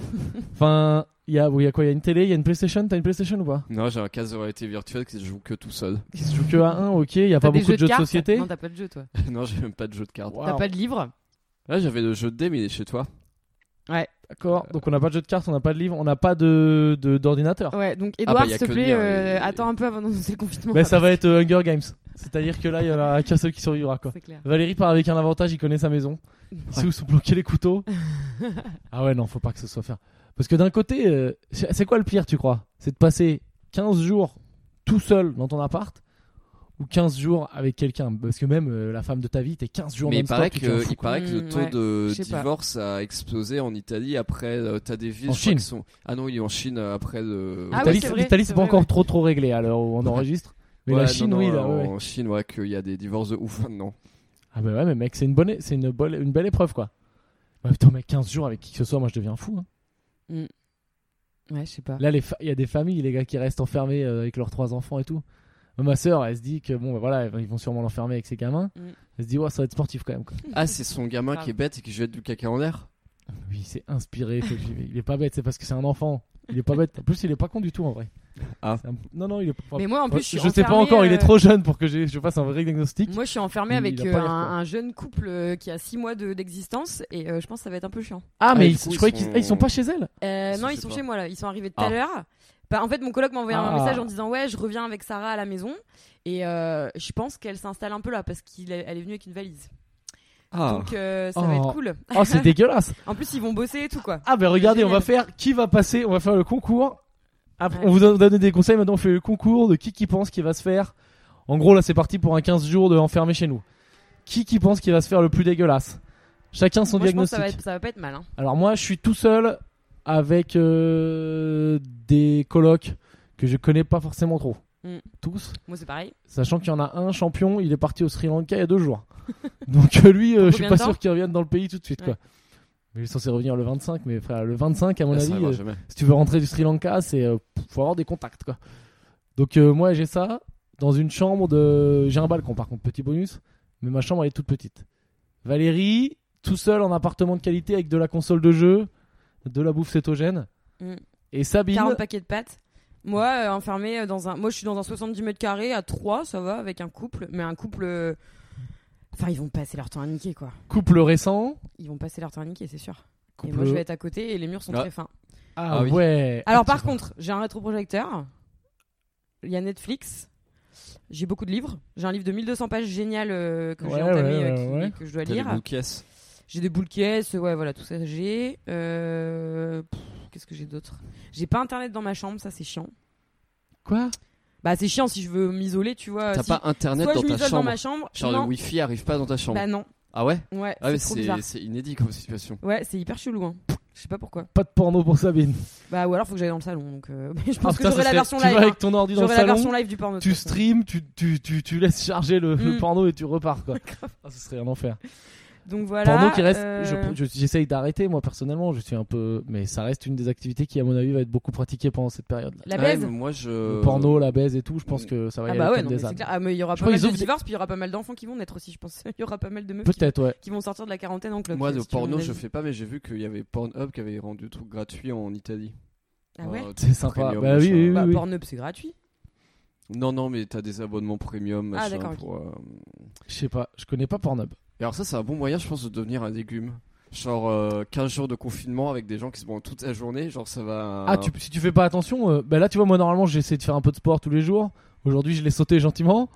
[SPEAKER 2] Enfin, il y a, il y a quoi Il y a une télé, il y a une PlayStation. T'as une PlayStation ou pas
[SPEAKER 1] Non, j'ai un casque de réalité virtuelle qui se joue que tout seul.
[SPEAKER 2] Qui se joue que à 1, ok. Il y a
[SPEAKER 3] T'as
[SPEAKER 2] pas
[SPEAKER 3] des
[SPEAKER 2] beaucoup de jeux de
[SPEAKER 3] cartes
[SPEAKER 2] société.
[SPEAKER 3] Non, t'as pas de jeu, toi.
[SPEAKER 1] non, j'ai même pas de jeu de cartes.
[SPEAKER 3] T'as
[SPEAKER 2] Waouh,
[SPEAKER 3] pas de livre.
[SPEAKER 1] Là, j'avais le jeu de dés, mais il est chez toi.
[SPEAKER 2] D'accord. Euh, Donc on n'a pas de jeu de cartes, on n'a pas de livre, on n'a pas de de- d'ordinateur.
[SPEAKER 3] Ouais, donc
[SPEAKER 1] bah, y
[SPEAKER 3] Edouard,
[SPEAKER 1] a
[SPEAKER 3] s'il te
[SPEAKER 1] que
[SPEAKER 3] plaît,
[SPEAKER 1] le mien,
[SPEAKER 3] euh,
[SPEAKER 1] il-
[SPEAKER 3] attends un peu avant d'annoncer le confinement.
[SPEAKER 2] Mais ça va être euh, Hunger Games. C'est-à-dire que là, il y en a qu'un seul qui survivra quoi.
[SPEAKER 3] C'est clair.
[SPEAKER 2] Valérie part avec un avantage, il connaît sa maison. Ici où sont bloqués les couteaux. ah ouais, non, faut pas que ce soit fait. Parce que d'un côté, euh, c'est c'est quoi le pire, tu crois C'est de passer 15 jours tout seul dans ton appart ou 15 jours avec quelqu'un Parce que même euh, la femme de ta vie, t'es 15 jours
[SPEAKER 1] Mais il
[SPEAKER 2] non-stop,
[SPEAKER 1] paraît,
[SPEAKER 2] tu
[SPEAKER 1] que,
[SPEAKER 2] t'en fous,
[SPEAKER 1] il
[SPEAKER 2] quoi.
[SPEAKER 1] paraît que
[SPEAKER 3] Hmm,
[SPEAKER 1] le taux
[SPEAKER 3] ouais.
[SPEAKER 1] de
[SPEAKER 3] Je sais pas.
[SPEAKER 1] divorce a explosé en Italie après. euh, T'as des villes
[SPEAKER 2] En
[SPEAKER 1] je crois,
[SPEAKER 2] Chine.
[SPEAKER 1] qui sont. Ah non, il est en Chine euh, après le.
[SPEAKER 3] Ah oui,
[SPEAKER 2] L'Italie,
[SPEAKER 3] c'est
[SPEAKER 2] c'est-
[SPEAKER 3] vrai,
[SPEAKER 2] l'Italie,
[SPEAKER 3] c'est
[SPEAKER 2] c'est pas
[SPEAKER 3] vrai,
[SPEAKER 2] encore
[SPEAKER 3] ouais.
[SPEAKER 2] trop trop réglé à l'heure où on enregistre. Mais
[SPEAKER 1] Ouais,
[SPEAKER 2] la
[SPEAKER 1] non,
[SPEAKER 2] Chine,
[SPEAKER 1] non, euh,
[SPEAKER 2] oui, là,
[SPEAKER 1] alors,
[SPEAKER 2] ouais, ouais.
[SPEAKER 1] En Chine, ouais, qu'il y a des divorces de ouf maintenant.
[SPEAKER 2] Ah bah ouais, mais mec, c'est une bonne, c'est une bonne, une belle épreuve quoi. Ouais, putain, mec, 15 jours avec qui que ce soit, moi je deviens fou. hein.
[SPEAKER 3] Ouais, je sais pas.
[SPEAKER 2] Là, les fa- il y a des familles, les gars, qui restent enfermés euh, avec leurs trois enfants et tout. Ma sœur, elle se dit que bon, bah, voilà, ils vont sûrement l'enfermer avec ses gamins.
[SPEAKER 3] Mm.
[SPEAKER 2] Elle se dit, ouais, ça va être sportif quand même. quoi. Ah,
[SPEAKER 1] Ah, c'est son gamin qui est bête et qui jette du caca en l'air
[SPEAKER 2] Oui, c'est inspiré. faut que j'y vais. il est pas bête, c'est parce que c'est un enfant. Il est pas bête. En plus, il est pas con du tout en vrai.
[SPEAKER 1] Ah.
[SPEAKER 2] C'est un- Non, non, il est pas.
[SPEAKER 3] Mais moi, en plus, je suis
[SPEAKER 2] sais pas
[SPEAKER 3] enfermée,
[SPEAKER 2] encore, il
[SPEAKER 3] euh,
[SPEAKER 2] est trop jeune pour que j'ai- je fasse un vrai diagnostic.
[SPEAKER 3] Moi, je suis enfermée
[SPEAKER 2] Il-
[SPEAKER 3] avec
[SPEAKER 2] il a
[SPEAKER 3] euh,
[SPEAKER 2] pas l'air,
[SPEAKER 3] un,
[SPEAKER 2] quoi.
[SPEAKER 3] un jeune couple euh, qui a 6 mois de- d'existence et euh, je pense que ça va être un peu chiant.
[SPEAKER 2] Ah,
[SPEAKER 1] Ah,
[SPEAKER 2] mais
[SPEAKER 1] du
[SPEAKER 2] ils-
[SPEAKER 1] coup,
[SPEAKER 2] je
[SPEAKER 1] ils
[SPEAKER 2] croyais qu'ils
[SPEAKER 1] sont-
[SPEAKER 2] ah, ils sont pas chez elle.
[SPEAKER 3] Euh,
[SPEAKER 1] Ça,
[SPEAKER 3] non,
[SPEAKER 1] je
[SPEAKER 3] ils
[SPEAKER 1] sais
[SPEAKER 3] sont
[SPEAKER 1] pas.
[SPEAKER 3] chez moi là, ils sont arrivés tout à
[SPEAKER 1] Ah.
[SPEAKER 3] l'heure. Bah, en fait, mon coloc m'a envoyé
[SPEAKER 2] Ah.
[SPEAKER 3] un message en disant Ouais, je reviens avec Sarah à la maison. Et euh, je pense qu'elle s'installe un peu là parce qu'elle est venue avec une valise.
[SPEAKER 1] Ah.
[SPEAKER 3] Donc euh, ça va
[SPEAKER 2] Oh.
[SPEAKER 3] être cool.
[SPEAKER 2] Oh, c'est dégueulasse.
[SPEAKER 3] En plus, ils vont bosser et tout quoi.
[SPEAKER 2] Ah, ben regardez, on va
[SPEAKER 3] Génial.
[SPEAKER 2] faire qui va passer. On va faire le concours. Après,
[SPEAKER 3] Ouais.
[SPEAKER 2] On vous a donné des conseils. Maintenant, on fait le concours de qui qui pense qu'il va se faire. En gros, là, c'est parti pour un 15 jours de enfermé chez nous. Qui qui pense qu'il va se faire le plus dégueulasse Chacun son
[SPEAKER 3] Moi, je
[SPEAKER 2] diagnostic.
[SPEAKER 3] pense que ça va, être- ça va pas être mal. hein.
[SPEAKER 2] Alors, moi, je suis tout seul avec euh, des colocs que je connais pas forcément trop.
[SPEAKER 3] Mm.
[SPEAKER 2] Tous.
[SPEAKER 3] Moi, c'est pareil.
[SPEAKER 2] Sachant qu'il y en a un champion, il est parti au Sri Lanka il y a deux jours. Donc euh, lui, euh, je suis
[SPEAKER 3] combien
[SPEAKER 2] pas
[SPEAKER 3] de temps
[SPEAKER 2] sûr qu'il revienne dans le pays tout de suite.
[SPEAKER 3] Ouais.
[SPEAKER 2] Quoi. Mais il est censé revenir le 25, mais frère, le 25, à mon
[SPEAKER 1] Ah,
[SPEAKER 2] avis,
[SPEAKER 1] ça arrivera
[SPEAKER 2] euh,
[SPEAKER 1] jamais.
[SPEAKER 2] si tu veux rentrer du Sri Lanka, c'est euh, faut avoir des contacts. Quoi. Donc euh, moi, j'ai ça dans une chambre de... J'ai un balcon par contre, petit bonus, mais ma chambre elle est toute petite. Valérie, tout seul en appartement de qualité avec de la console de jeu, de la bouffe cétogène.
[SPEAKER 3] Mm.
[SPEAKER 2] Et Sabine,
[SPEAKER 3] 40 paquets de pâtes. Moi, euh, enfermée dans un. Moi, je suis dans un 70 mètres carrés à 3, ça va, avec un couple. Mais un couple. euh, Enfin, ils vont passer leur temps à niquer, quoi.
[SPEAKER 2] couple récent.
[SPEAKER 3] Ils vont passer leur temps à niquer, c'est sûr.
[SPEAKER 2] Couple...
[SPEAKER 3] Et moi, je vais être à côté et les murs sont
[SPEAKER 1] Ah.
[SPEAKER 3] très fins.
[SPEAKER 2] Ah,
[SPEAKER 1] Ah oui.
[SPEAKER 2] ouais.
[SPEAKER 3] Alors,
[SPEAKER 2] Ah, tu
[SPEAKER 3] par
[SPEAKER 2] vois.
[SPEAKER 3] contre, j'ai un rétroprojecteur. Il y a Netflix. J'ai beaucoup de livres. J'ai un livre de 1200 pages génial euh, que
[SPEAKER 2] Ouais,
[SPEAKER 3] j'ai entamé,
[SPEAKER 2] ouais,
[SPEAKER 3] euh,
[SPEAKER 2] ouais,
[SPEAKER 3] qui-
[SPEAKER 2] ouais.
[SPEAKER 3] que je dois
[SPEAKER 1] T'as des
[SPEAKER 3] lire.
[SPEAKER 1] boules caisses.
[SPEAKER 3] J'ai des boules caisses, ouais, voilà, tout ça. J'ai. euh, pff, Qu'est-ce que j'ai d'autre J'ai pas internet dans ma chambre, ça c'est chiant.
[SPEAKER 2] Quoi
[SPEAKER 3] Bah, c'est chiant si je veux m'isoler, tu vois.
[SPEAKER 1] T'as
[SPEAKER 3] Euh, si-
[SPEAKER 1] pas internet
[SPEAKER 3] Soit
[SPEAKER 1] dans
[SPEAKER 3] je
[SPEAKER 1] ta
[SPEAKER 3] m'isole
[SPEAKER 1] chambre.
[SPEAKER 3] dans ma chambre.
[SPEAKER 1] Genre
[SPEAKER 3] non,
[SPEAKER 1] le wifi arrive pas dans ta chambre.
[SPEAKER 3] Bah non.
[SPEAKER 1] Ah ouais
[SPEAKER 3] Ouais,
[SPEAKER 1] Ah ouais,
[SPEAKER 3] c'est trop bizarre.
[SPEAKER 1] c'est c'est inédit comme situation.
[SPEAKER 3] Ouais, c'est hyper chelou. Hein. Je sais pas pourquoi.
[SPEAKER 2] Pas de porno pour Sabine.
[SPEAKER 3] Bah ou alors faut que j'aille dans le salon. Donc euh, mais je pense
[SPEAKER 2] Ah,
[SPEAKER 3] que
[SPEAKER 2] putain,
[SPEAKER 3] j'aurai
[SPEAKER 2] ça
[SPEAKER 3] la
[SPEAKER 2] serait-
[SPEAKER 3] version
[SPEAKER 2] tu
[SPEAKER 3] live.
[SPEAKER 2] vas
[SPEAKER 3] hein.
[SPEAKER 2] avec ton ordi dans le
[SPEAKER 3] J'aurai la
[SPEAKER 2] salon,
[SPEAKER 3] version live du porno. de
[SPEAKER 2] tu
[SPEAKER 3] toute façon.
[SPEAKER 2] streams, tu, tu, tu, tu laisses charger le, le
[SPEAKER 3] Mm.
[SPEAKER 2] porno et tu repars quoi. Ah, ce serait un enfer.
[SPEAKER 3] Donc voilà.
[SPEAKER 2] Pendant qu'il reste,
[SPEAKER 3] euh,
[SPEAKER 2] je- je- j'essaye d'arrêter moi personnellement, je suis un peu, mais ça reste une des activités qui à mon avis va être beaucoup pratiquée pendant cette période. là
[SPEAKER 3] La baise.
[SPEAKER 1] Ah moi, je...
[SPEAKER 2] Le porno, la baise et tout, je pense que ça va y
[SPEAKER 3] Ah
[SPEAKER 2] aller
[SPEAKER 3] bah ouais,
[SPEAKER 2] comme
[SPEAKER 3] non, mais
[SPEAKER 2] des
[SPEAKER 3] c'est
[SPEAKER 2] ânes.
[SPEAKER 3] clair. Ah, mais il y aura
[SPEAKER 2] Je
[SPEAKER 3] pas
[SPEAKER 2] crois
[SPEAKER 3] mal
[SPEAKER 2] qu'ils
[SPEAKER 3] de
[SPEAKER 2] ouvrent des-
[SPEAKER 3] divorces, puis il y aura pas mal d'enfants qui vont naître aussi, je pense. Il y aura pas mal de meufs qui,
[SPEAKER 2] Peut-être ouais.
[SPEAKER 3] qui vont sortir de la quarantaine en club. Euh,
[SPEAKER 1] Moi, le
[SPEAKER 3] si tu veux mon
[SPEAKER 1] porno, je
[SPEAKER 3] avis.
[SPEAKER 1] fais pas, mais j'ai vu qu'il y avait Pornhub qui avait rendu tout gratuit en Italie.
[SPEAKER 3] Ah ouais
[SPEAKER 1] Euh,
[SPEAKER 2] C'est sympa.
[SPEAKER 1] premium,
[SPEAKER 2] Bah oui,
[SPEAKER 1] machin.
[SPEAKER 2] oui, oui.
[SPEAKER 3] Bah, Pornhub, c'est gratuit.
[SPEAKER 1] Non, non, mais t'as des abonnements premium.
[SPEAKER 3] Ah,
[SPEAKER 1] machin,
[SPEAKER 3] d'accord, ok.
[SPEAKER 1] pour, euh,
[SPEAKER 2] Je sais pas, je connais pas Pornhub.
[SPEAKER 1] Et alors ça, c'est un bon moyen, je pense, de devenir un légume. Genre euh, 15 jours de confinement avec des gens qui se branlent toute la journée, genre ça va...
[SPEAKER 2] Ah, tu- si tu fais pas attention, euh, bah là tu vois, moi normalement j'essaie de faire un peu de sport tous les jours. Aujourd'hui je l'ai sauté gentiment.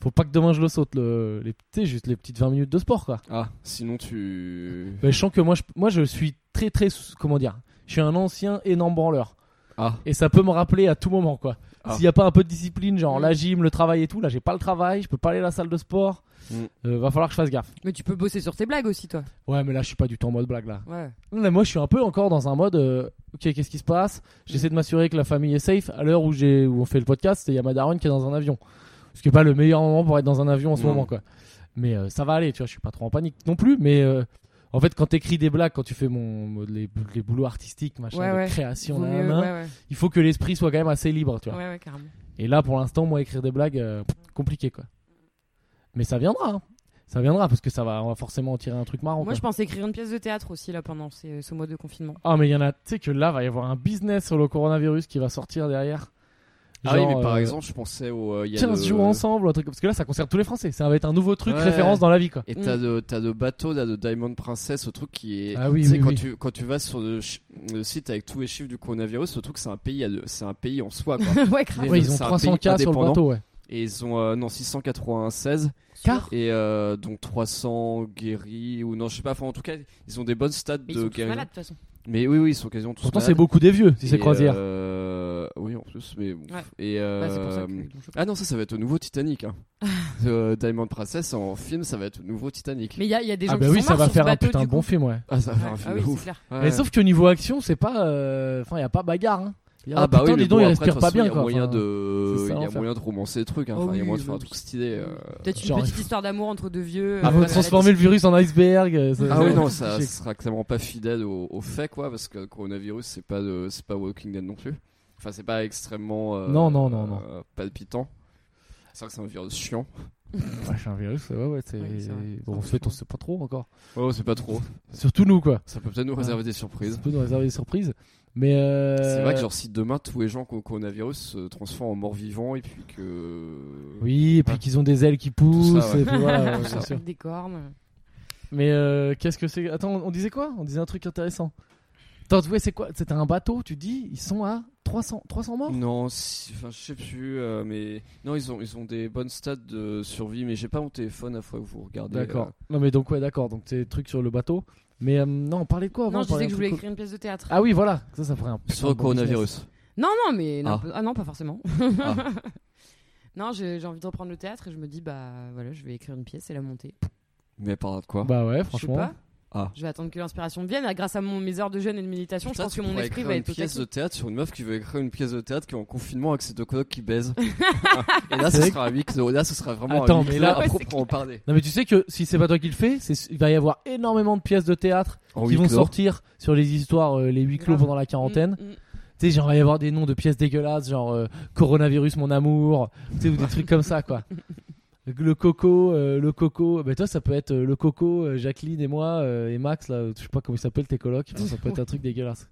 [SPEAKER 2] Faut pas que demain je le saute, le, les, tu sais, juste les petites 20 minutes de sport quoi.
[SPEAKER 1] Ah, sinon tu...
[SPEAKER 2] Bah, je sens que moi je, moi je suis très très, comment dire, je suis un ancien énorme branleur.
[SPEAKER 1] Ah,
[SPEAKER 2] Et ça peut me rappeler à tout moment quoi.
[SPEAKER 1] Ah.
[SPEAKER 2] S'il y a pas un peu de discipline, genre
[SPEAKER 3] Mm.
[SPEAKER 2] la gym, le travail et tout, là j'ai pas le travail, je peux pas aller à la salle de sport.
[SPEAKER 1] Mm.
[SPEAKER 2] Euh, va falloir que je fasse gaffe.
[SPEAKER 3] Mais tu peux bosser sur tes blagues aussi, toi.
[SPEAKER 2] Ouais, mais là je suis pas du tout en mode blague là.
[SPEAKER 3] Ouais.
[SPEAKER 2] Non, mais moi, je suis un peu encore dans un mode. euh, ok, qu'est-ce qui se passe J'essaie de m'assurer que la famille est safe. À l'heure où j'ai où on fait le podcast, il y a ma daronne qui est dans un avion. Ce qui est pas le meilleur moment pour être dans un avion en ce
[SPEAKER 1] Non.
[SPEAKER 2] moment, quoi. Mais euh, ça va aller, tu vois. Je suis pas trop en panique non plus. Mais euh, en fait, quand t'écris des blagues, quand tu fais mon les, les boulots artistiques, machin,
[SPEAKER 3] Ouais,
[SPEAKER 2] de
[SPEAKER 3] ouais.
[SPEAKER 2] création,
[SPEAKER 3] Vaut mieux,
[SPEAKER 2] nanana,
[SPEAKER 3] ouais, ouais.
[SPEAKER 2] il faut que l'esprit soit quand même assez libre, tu vois.
[SPEAKER 3] Ouais, ouais, carrément.
[SPEAKER 2] Et là, pour l'instant, moi, écrire des blagues, euh, compliqué, quoi. Mais ça viendra. hein. Ça viendra parce que ça va, on va forcément en tirer un truc marrant.
[SPEAKER 3] Moi,
[SPEAKER 2] quoi.
[SPEAKER 3] je pense écrire une pièce de théâtre aussi, là, pendant ces- ce mois de confinement.
[SPEAKER 2] Ah mais il y en a, tu sais que là va y avoir un business sur le coronavirus qui va sortir derrière.
[SPEAKER 1] Ah oui,
[SPEAKER 2] Genre,
[SPEAKER 1] mais par
[SPEAKER 2] euh,
[SPEAKER 1] exemple, je pensais au... euh, il y a
[SPEAKER 2] 15
[SPEAKER 1] le-
[SPEAKER 2] jours ensemble, un truc parce que là ça concerne tous les Français, ça va être un nouveau truc
[SPEAKER 1] Ouais.
[SPEAKER 2] référence dans la vie quoi.
[SPEAKER 1] Et
[SPEAKER 3] Mm.
[SPEAKER 1] t'as le, t'as le bateau là, de Diamond Princess, ce truc qui est...
[SPEAKER 2] Ah oui,
[SPEAKER 1] tu sais,
[SPEAKER 2] oui,
[SPEAKER 1] quand,
[SPEAKER 2] oui.
[SPEAKER 1] Tu, quand tu vas sur le, ch- le site avec tous les chiffres du coronavirus, ce truc c'est un pays, à deux- c'est un pays en soi. Quoi.
[SPEAKER 3] ouais, grave.
[SPEAKER 1] Les-
[SPEAKER 2] Ouais, ils ont
[SPEAKER 1] c'est un
[SPEAKER 2] 300
[SPEAKER 1] pays
[SPEAKER 2] cas sur le
[SPEAKER 1] indépendant.
[SPEAKER 2] bateau ouais.
[SPEAKER 1] Et ils ont, euh, non, 696.
[SPEAKER 2] Car
[SPEAKER 1] Et euh, donc 300 guéris, ou non, je sais pas, enfin en tout cas, ils ont des bonnes stats
[SPEAKER 3] Mais ils
[SPEAKER 1] de
[SPEAKER 3] sont tous
[SPEAKER 1] guéris.
[SPEAKER 3] malades, de toute façon.
[SPEAKER 1] Mais oui, oui, ils sont quasiment tous
[SPEAKER 2] pourtant
[SPEAKER 1] malades.
[SPEAKER 2] c'est beaucoup des vieux si c'est
[SPEAKER 1] Et,
[SPEAKER 2] croisière.
[SPEAKER 1] euh, Oui, en plus, mais bon.
[SPEAKER 3] Ouais.
[SPEAKER 1] Et euh,
[SPEAKER 3] Ouais, c'est pour ça que-
[SPEAKER 1] Ah non, ça, ça va être au nouveau Titanic. Hein. Euh, Diamond Princess en film, ça va être au nouveau Titanic.
[SPEAKER 3] Mais il y, a- il y a des gens
[SPEAKER 2] Ah bah
[SPEAKER 3] qui
[SPEAKER 2] oui,
[SPEAKER 3] sont
[SPEAKER 2] ça
[SPEAKER 3] morts
[SPEAKER 2] va
[SPEAKER 3] sur ce
[SPEAKER 2] faire un
[SPEAKER 3] bateau,
[SPEAKER 2] putain
[SPEAKER 3] du
[SPEAKER 2] de bon
[SPEAKER 3] coup.
[SPEAKER 2] film ouais.
[SPEAKER 1] Ah, ça va
[SPEAKER 3] Ouais.
[SPEAKER 1] faire un film
[SPEAKER 3] Ah
[SPEAKER 1] de
[SPEAKER 3] oui, c'est
[SPEAKER 1] ouf.
[SPEAKER 3] clair.
[SPEAKER 1] Ouais.
[SPEAKER 2] Mais sauf que niveau action, c'est pas euh, enfin il y a pas bagarre hein. Il y a
[SPEAKER 1] Ah
[SPEAKER 2] ah,
[SPEAKER 1] bah
[SPEAKER 2] putain,
[SPEAKER 1] oui, mais
[SPEAKER 2] les dons
[SPEAKER 1] bon,
[SPEAKER 2] ils
[SPEAKER 1] après,
[SPEAKER 2] respirent
[SPEAKER 1] de
[SPEAKER 2] pas
[SPEAKER 1] toute façon,
[SPEAKER 2] bien
[SPEAKER 1] Il y a
[SPEAKER 2] quoi.
[SPEAKER 1] moyen
[SPEAKER 2] Enfin,
[SPEAKER 1] de,
[SPEAKER 2] c'est ça,
[SPEAKER 1] il y a
[SPEAKER 2] l'enfer.
[SPEAKER 1] moyen de romancer le truc. hein.
[SPEAKER 3] Oh
[SPEAKER 1] Enfin, il y a
[SPEAKER 3] oui,
[SPEAKER 1] moyen de faire
[SPEAKER 3] oui,
[SPEAKER 1] un truc stylé. euh.
[SPEAKER 3] Peut-être une
[SPEAKER 2] Genre,
[SPEAKER 3] petite
[SPEAKER 2] il-
[SPEAKER 3] histoire d'amour entre deux vieux.
[SPEAKER 2] Ah,
[SPEAKER 3] euh,
[SPEAKER 2] faut
[SPEAKER 3] à la
[SPEAKER 2] transformer le virus en iceberg. euh, ça-
[SPEAKER 1] Ah
[SPEAKER 2] ça-
[SPEAKER 1] oui, non,
[SPEAKER 2] c'est
[SPEAKER 1] ça
[SPEAKER 2] chic.
[SPEAKER 1] sera clairement pas fidèle au, au fait, quoi, parce que le coronavirus, c'est pas, de- c'est pas Walking Dead non plus. Enfin, c'est pas extrêmement. euh,
[SPEAKER 2] Non, non, non, non.
[SPEAKER 1] euh, palpitant. C'est vrai que c'est un virus chiant.
[SPEAKER 2] Ouais, c'est un virus, ouais, ouais, c'est.
[SPEAKER 3] Ouais, c'est vrai.
[SPEAKER 2] Bon, en fait, on sait pas trop encore.
[SPEAKER 1] Oh, c'est pas trop.
[SPEAKER 2] Surtout nous, quoi.
[SPEAKER 1] Ça peut peut-être nous réserver des surprises.
[SPEAKER 2] Ça peut nous réserver des surprises. Mais. euh,
[SPEAKER 1] C'est vrai que genre si demain tous les gens qui ont le coronavirus se transforment en morts vivants et puis que
[SPEAKER 2] Oui, et puis
[SPEAKER 1] Ouais.
[SPEAKER 2] qu'ils ont des ailes qui poussent.
[SPEAKER 1] Ah. ouais.
[SPEAKER 2] et puis voilà, ouais,
[SPEAKER 3] Tout
[SPEAKER 2] bien
[SPEAKER 3] ça.
[SPEAKER 2] sûr.
[SPEAKER 3] Des cornes.
[SPEAKER 2] Mais euh, qu'est-ce que c'est Attends, on disait quoi On disait un truc intéressant. Attends, ouais, c'est quoi C'était un bateau, tu dis Ils sont à 300, 300 morts
[SPEAKER 1] non, si- enfin je sais plus euh, mais non ils ont ils ont des bonnes stats de survie mais j'ai pas mon téléphone à fois que vous euh, regardez.
[SPEAKER 2] D'accord. Non, mais donc, ouais, d'accord. Donc, c'est des trucs sur le bateau. Mais euh, non, on parlait de quoi avant
[SPEAKER 3] Non,
[SPEAKER 2] On
[SPEAKER 3] je disais
[SPEAKER 2] parlait
[SPEAKER 3] que je
[SPEAKER 2] d'un
[SPEAKER 3] voulais
[SPEAKER 2] truc-
[SPEAKER 3] écrire une pièce de théâtre.
[SPEAKER 2] Ah oui, voilà. Ça, ça ferait un.
[SPEAKER 1] euh, sur le
[SPEAKER 2] un bon business.
[SPEAKER 1] coronavirus.
[SPEAKER 3] Non, non, mais non,
[SPEAKER 1] Ah.
[SPEAKER 3] peu- ah non, pas forcément.
[SPEAKER 1] Ah.
[SPEAKER 3] Non, j'ai j'ai envie de reprendre le théâtre et je me dis, bah voilà, je vais écrire une pièce et la monter.
[SPEAKER 1] Mais par quoi
[SPEAKER 2] Bah ouais,
[SPEAKER 3] Je sais
[SPEAKER 2] franchement.
[SPEAKER 3] pas.
[SPEAKER 1] Ah.
[SPEAKER 3] Je vais attendre que l'inspiration vienne. Ah, Grâce à mon, mes heures de jeûne et de méditation, je
[SPEAKER 1] Putain,
[SPEAKER 3] pense
[SPEAKER 1] tu
[SPEAKER 3] que mon
[SPEAKER 1] pourrais
[SPEAKER 3] esprit
[SPEAKER 1] écrire
[SPEAKER 3] va
[SPEAKER 1] une
[SPEAKER 3] être au
[SPEAKER 1] pièce
[SPEAKER 3] taquet.
[SPEAKER 1] de théâtre sur une meuf qui veut écrire une pièce de théâtre qui est en confinement avec ses deux colocs qui baisent. et là ce
[SPEAKER 2] vrai
[SPEAKER 1] sera à huis clos. Là ce sera vraiment
[SPEAKER 2] Attends,
[SPEAKER 1] à huis
[SPEAKER 2] mais
[SPEAKER 1] clos
[SPEAKER 2] là-
[SPEAKER 1] à
[SPEAKER 3] Ouais, c'est
[SPEAKER 1] proprement parler.
[SPEAKER 2] Non mais tu sais que si c'est pas toi qui le fais, c'est- il va y avoir énormément de pièces de théâtre
[SPEAKER 1] En
[SPEAKER 2] qui
[SPEAKER 1] huis
[SPEAKER 2] vont
[SPEAKER 1] clos.
[SPEAKER 2] sortir sur les histoires, euh, les huis clos
[SPEAKER 3] Grave.
[SPEAKER 2] pendant la quarantaine.
[SPEAKER 3] Mm, mm.
[SPEAKER 2] Tu sais, genre, il va y avoir des noms de pièces dégueulasses, genre euh, Coronavirus, mon amour, tu sais, ou des trucs comme ça, quoi. Le coco, euh, le coco, bah toi ça peut être euh, le coco, euh, Jacqueline et moi euh, et Max, là, je sais pas comment ils s'appellent tes colocs, Enfin, ça peut être un truc dégueulasse.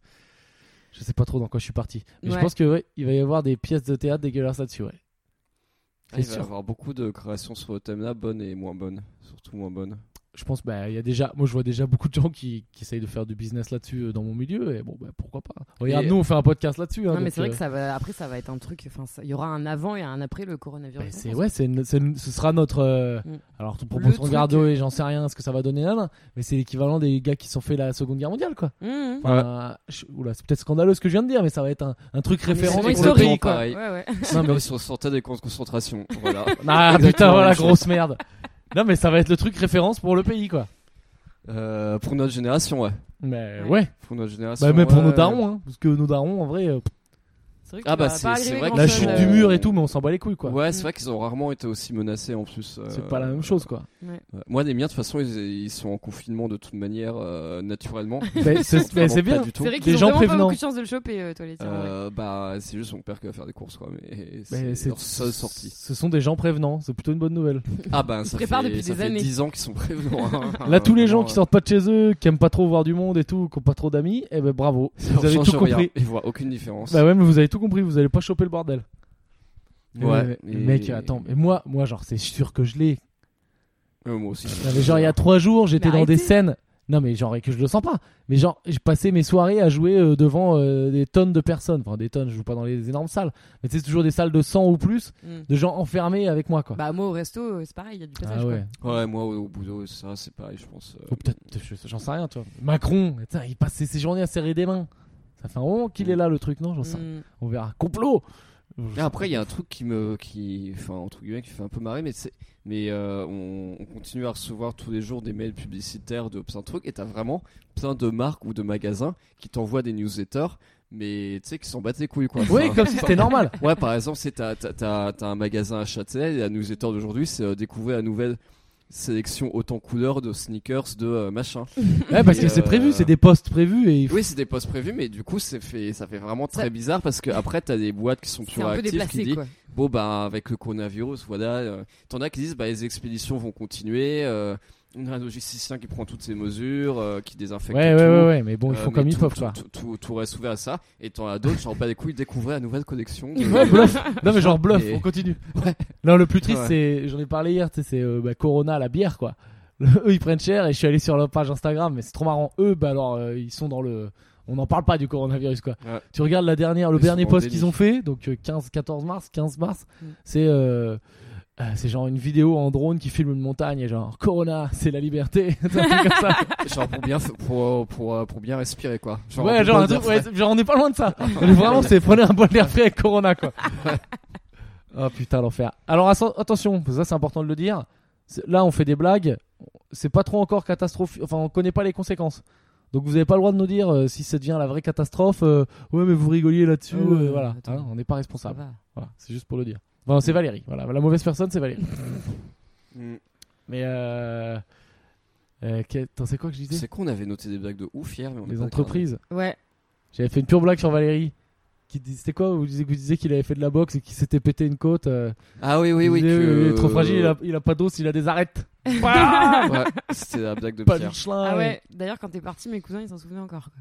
[SPEAKER 2] Je sais pas trop dans quoi je suis parti. Mais je
[SPEAKER 3] Ouais.
[SPEAKER 2] pense que ouais, il va y avoir des pièces de théâtre dégueulasses là-dessus, ouais.
[SPEAKER 1] Ah,
[SPEAKER 2] C'est
[SPEAKER 1] il va y
[SPEAKER 2] sûr.
[SPEAKER 1] avoir beaucoup de créations sur le thème là, bonnes et moins bonnes. Surtout moins bonnes.
[SPEAKER 2] je pense bah il y a déjà moi je vois déjà beaucoup de gens qui, qui essayent de faire du business là-dessus euh, dans mon milieu et bon bah pourquoi pas regarde
[SPEAKER 1] Et-
[SPEAKER 2] nous on fait un podcast là-dessus hein,
[SPEAKER 3] Non, mais
[SPEAKER 2] donc,
[SPEAKER 3] c'est vrai que
[SPEAKER 2] euh,
[SPEAKER 3] ça va, après, ça va être un truc. Enfin, ça- il y aura un avant et un après le coronavirus.
[SPEAKER 2] bah,
[SPEAKER 3] en
[SPEAKER 2] c'est
[SPEAKER 3] France.
[SPEAKER 2] ouais c'est une- c'est une- ce sera notre euh,
[SPEAKER 3] Mm.
[SPEAKER 2] alors tout
[SPEAKER 3] Le
[SPEAKER 2] propose
[SPEAKER 3] truc,
[SPEAKER 2] regardo
[SPEAKER 3] euh.
[SPEAKER 2] et j'en sais rien ce que ça va donner nan, nan, mais c'est l'équivalent des gars qui sont fait la Seconde Guerre mondiale quoi
[SPEAKER 3] Mm, mm.
[SPEAKER 2] Enfin, je- oula c'est peut-être scandaleux ce que je viens de dire mais ça va être un, un truc
[SPEAKER 3] Ah, Mais
[SPEAKER 1] référence
[SPEAKER 3] c'est
[SPEAKER 2] référent
[SPEAKER 1] vraiment
[SPEAKER 2] pour le
[SPEAKER 1] historique.
[SPEAKER 2] pays.
[SPEAKER 1] quoi.
[SPEAKER 3] Ouais, ouais.
[SPEAKER 1] C'est comme si on sortait des camps de concentration. Voilà.
[SPEAKER 2] ah
[SPEAKER 1] Exactement
[SPEAKER 2] putain
[SPEAKER 1] la
[SPEAKER 2] voilà
[SPEAKER 1] même chose.
[SPEAKER 2] grosse merde non mais ça va être le truc référence pour le pays quoi
[SPEAKER 1] Euh, pour notre génération, ouais.
[SPEAKER 2] mais
[SPEAKER 3] Ouais.
[SPEAKER 2] ouais
[SPEAKER 1] Pour notre génération.
[SPEAKER 2] bah même pour
[SPEAKER 1] ouais.
[SPEAKER 2] nos darons hein, parce que nos darons en vrai euh,
[SPEAKER 3] C'est vrai que
[SPEAKER 1] Ah
[SPEAKER 3] tu vas
[SPEAKER 1] bah,
[SPEAKER 3] pas
[SPEAKER 1] c'est-
[SPEAKER 3] agréer
[SPEAKER 1] c'est vrai que
[SPEAKER 2] La
[SPEAKER 1] Franchement,
[SPEAKER 2] chute
[SPEAKER 1] euh,
[SPEAKER 2] du mur et tout, mais on s'en bat les couilles quoi.
[SPEAKER 1] Ouais, c'est vrai qu'ils ont rarement été aussi menacés en plus. euh,
[SPEAKER 2] C'est pas la même chose quoi.
[SPEAKER 1] ouais. Moi, les miens, de toute façon, ils, ils sont en confinement de toute manière, euh, naturellement.
[SPEAKER 2] Mais c'est mais
[SPEAKER 1] Vraiment
[SPEAKER 2] c'est
[SPEAKER 1] pas
[SPEAKER 2] bien.
[SPEAKER 1] du tout.
[SPEAKER 3] C'est vrai
[SPEAKER 2] Des
[SPEAKER 3] qu'ils ont
[SPEAKER 2] gens
[SPEAKER 3] vraiment pas
[SPEAKER 2] prévenants.
[SPEAKER 3] beaucoup de chance de le choper, euh, toi, les tiens, ouais.
[SPEAKER 1] Euh, bah, c'est juste mon père qui va faire des courses, quoi. Mais
[SPEAKER 2] Mais
[SPEAKER 1] c'est leur seule sortie.
[SPEAKER 2] Ce sont des gens prévenants, c'est plutôt une bonne nouvelle.
[SPEAKER 1] Ah bah, ça
[SPEAKER 3] préparent
[SPEAKER 1] fait,
[SPEAKER 3] depuis
[SPEAKER 1] ça
[SPEAKER 3] des
[SPEAKER 1] fait
[SPEAKER 3] années.
[SPEAKER 1] 10 ans qu'ils sont prévenants. hein.
[SPEAKER 2] Là, tous les gens qui
[SPEAKER 1] Vraiment,
[SPEAKER 2] sortent pas de chez eux, qui aiment pas trop voir du monde et tout, qui ont pas trop d'amis, eh ben bravo.
[SPEAKER 1] euh, ça leur
[SPEAKER 2] Vous avez
[SPEAKER 1] change
[SPEAKER 2] tout
[SPEAKER 1] rien.
[SPEAKER 2] compris.
[SPEAKER 1] Ils voient aucune différence.
[SPEAKER 2] Bah ouais, mais vous avez tout compris, vous allez pas choper le bordel.
[SPEAKER 1] Ouais,
[SPEAKER 2] Mais,
[SPEAKER 1] et-
[SPEAKER 2] Mec, attends, mais moi, moi genre, c'est sûr que je l'ai.
[SPEAKER 1] Euh, moi aussi.
[SPEAKER 2] Non, mais genre, il y a trois jours, j'étais
[SPEAKER 3] Mais
[SPEAKER 2] dans des
[SPEAKER 3] Bah, arrêtez.
[SPEAKER 2] scènes. Non, mais genre, et que je le sens pas. Mais genre, j'ai passé mes soirées à jouer euh, devant euh, des tonnes de personnes. Enfin, des tonnes, je joue pas dans les énormes salles. Mais tu sais, c'est toujours des salles de 100 ou plus,
[SPEAKER 3] Mm.
[SPEAKER 2] de gens enfermés avec moi, quoi.
[SPEAKER 3] Bah, moi, au resto, euh, c'est pareil, il y a du passage.
[SPEAKER 2] ah ouais.
[SPEAKER 1] Ouais, moi au, au boulot, ça c'est pareil, je pense. euh,
[SPEAKER 2] Ou peut-être, je- j'en sais rien, tu vois. Macron, putain, il passe ses- ses journées à serrer des mains. Ça fait un moment qu'il est là, le truc, non J'en
[SPEAKER 3] quoi.
[SPEAKER 2] sais rien.
[SPEAKER 3] Mm.
[SPEAKER 2] On verra. Complot
[SPEAKER 1] Et après, il y a un truc qui me, qui, enfin, entre guillemets, qui fait un peu marrer, mais c'est, mais euh, on, on continue à recevoir tous les jours des mails publicitaires de plein de trucs, et t'as vraiment plein de marques ou de magasins qui t'envoient des newsletters, mais tu sais, qui s'en battent les couilles, quoi.
[SPEAKER 2] Oui,
[SPEAKER 1] Enfin,
[SPEAKER 2] comme si c'était normal.
[SPEAKER 1] Ouais, par exemple, c'est t'as, t'as, t'as- t'as un magasin à Châtelet, et la newsletter d'aujourd'hui, c'est euh, découvrir la nouvelle sélection autant couleur de sneakers de euh, machin.
[SPEAKER 2] Ouais, parce
[SPEAKER 1] Et,
[SPEAKER 2] que c'est
[SPEAKER 1] euh,
[SPEAKER 2] prévu, c'est des postes prévus et il faut-
[SPEAKER 1] Oui, c'est des postes prévus, mais du coup, c'est fait, ça fait vraiment très
[SPEAKER 3] Ça-
[SPEAKER 1] bizarre parce que après, t'as des boîtes qui sont
[SPEAKER 3] C'est un peu
[SPEAKER 1] suractives qui
[SPEAKER 3] déplacé,
[SPEAKER 1] disent
[SPEAKER 3] quoi.
[SPEAKER 1] bon bah avec le coronavirus voilà euh, t'en as qui disent bah les expéditions vont continuer euh, on a un logisticien qui prend toutes ces mesures euh, qui désinfecte
[SPEAKER 2] Ouais, ouais,
[SPEAKER 1] tout
[SPEAKER 2] ouais, ouais, mais bon, ils
[SPEAKER 1] Euh,
[SPEAKER 2] font
[SPEAKER 1] mais
[SPEAKER 2] comme ils
[SPEAKER 1] tout-
[SPEAKER 2] peuvent,
[SPEAKER 1] tout,
[SPEAKER 2] quoi.
[SPEAKER 1] tout, tout- tout reste ouvert à ça et t'en as d'autres genre pas les couilles découvrez la nouvelle collection de-
[SPEAKER 2] Ouais, bluff. Non, mais genre bluff,
[SPEAKER 1] Mais-
[SPEAKER 2] on continue.
[SPEAKER 1] Ouais.
[SPEAKER 2] Non, le plus triste,
[SPEAKER 1] Ouais.
[SPEAKER 2] c'est. J'en ai parlé hier, tu sais, c'est euh, bah, Corona, la bière, quoi. Eux, ils prennent cher et je suis allé sur leur page Instagram, mais c'est trop marrant. Eux, bah alors, euh, ils sont dans le. On n'en parle pas du coronavirus, quoi.
[SPEAKER 1] Ouais.
[SPEAKER 2] Tu regardes la dernière, le
[SPEAKER 1] Ils sont
[SPEAKER 2] dernier
[SPEAKER 1] dans
[SPEAKER 2] post
[SPEAKER 1] le
[SPEAKER 2] qu'ils
[SPEAKER 1] déni.
[SPEAKER 2] ont fait, donc euh, 15, 14 mars, 15 mars,
[SPEAKER 3] Mm.
[SPEAKER 2] c'est. euh, euh, c'est genre une vidéo en drone qui filme une montagne et genre Corona, c'est la liberté. Un truc comme ça.
[SPEAKER 1] genre pour bien f- pour, pour, euh, pour bien respirer quoi genre, un
[SPEAKER 2] ouais,
[SPEAKER 1] peu
[SPEAKER 2] genre,
[SPEAKER 1] de
[SPEAKER 2] un truc-
[SPEAKER 1] d'air frais.
[SPEAKER 2] ouais, genre on est pas loin de ça. Mais vraiment, c'est prenez un bol d'air frais avec Corona, quoi. oh putain, l'enfer. Alors atten- attention, parce que ça c'est important de le dire. C'est- Là, on fait des blagues. C'est pas trop encore catastrophique. Enfin, on connaît pas les conséquences. Donc vous avez pas le droit de nous dire euh, si ça devient la vraie catastrophe. euh, ouais, mais vous rigoliez là-dessus.
[SPEAKER 3] Ah ouais,
[SPEAKER 2] euh, voilà,
[SPEAKER 3] attends.
[SPEAKER 2] Hein, on n'est pas
[SPEAKER 3] Ça
[SPEAKER 2] responsable.
[SPEAKER 3] va.
[SPEAKER 2] Voilà, c'est juste pour le dire. Enfin, c'est Valérie. Voilà, la mauvaise personne, c'est Valérie.
[SPEAKER 1] Mm.
[SPEAKER 2] mais euh... euh, que- attends, c'est quoi que je disais
[SPEAKER 1] c'est con on avait noté des blagues de ouf hier mais on est
[SPEAKER 2] Les
[SPEAKER 1] pas
[SPEAKER 2] entreprises.
[SPEAKER 3] Ouais.
[SPEAKER 2] J'avais fait une pure blague sur Valérie. Qui dis- c'était quoi Vous disiez, vous disiez qu'il avait fait de la boxe et qu'il s'était pété une côte. euh,
[SPEAKER 1] d'accord. ah oui oui
[SPEAKER 2] vous
[SPEAKER 1] oui
[SPEAKER 2] disiez,
[SPEAKER 1] que-
[SPEAKER 2] Il est trop fragile, il a, il a pas d'os, il a des arêtes.
[SPEAKER 1] ouais, c'était la blague de
[SPEAKER 2] Pas de
[SPEAKER 1] Pierre
[SPEAKER 2] Michelin.
[SPEAKER 3] Ah
[SPEAKER 2] euh.
[SPEAKER 3] ouais, d'ailleurs, quand t'es parti, mes cousins, ils s'en souvenaient encore. quoi.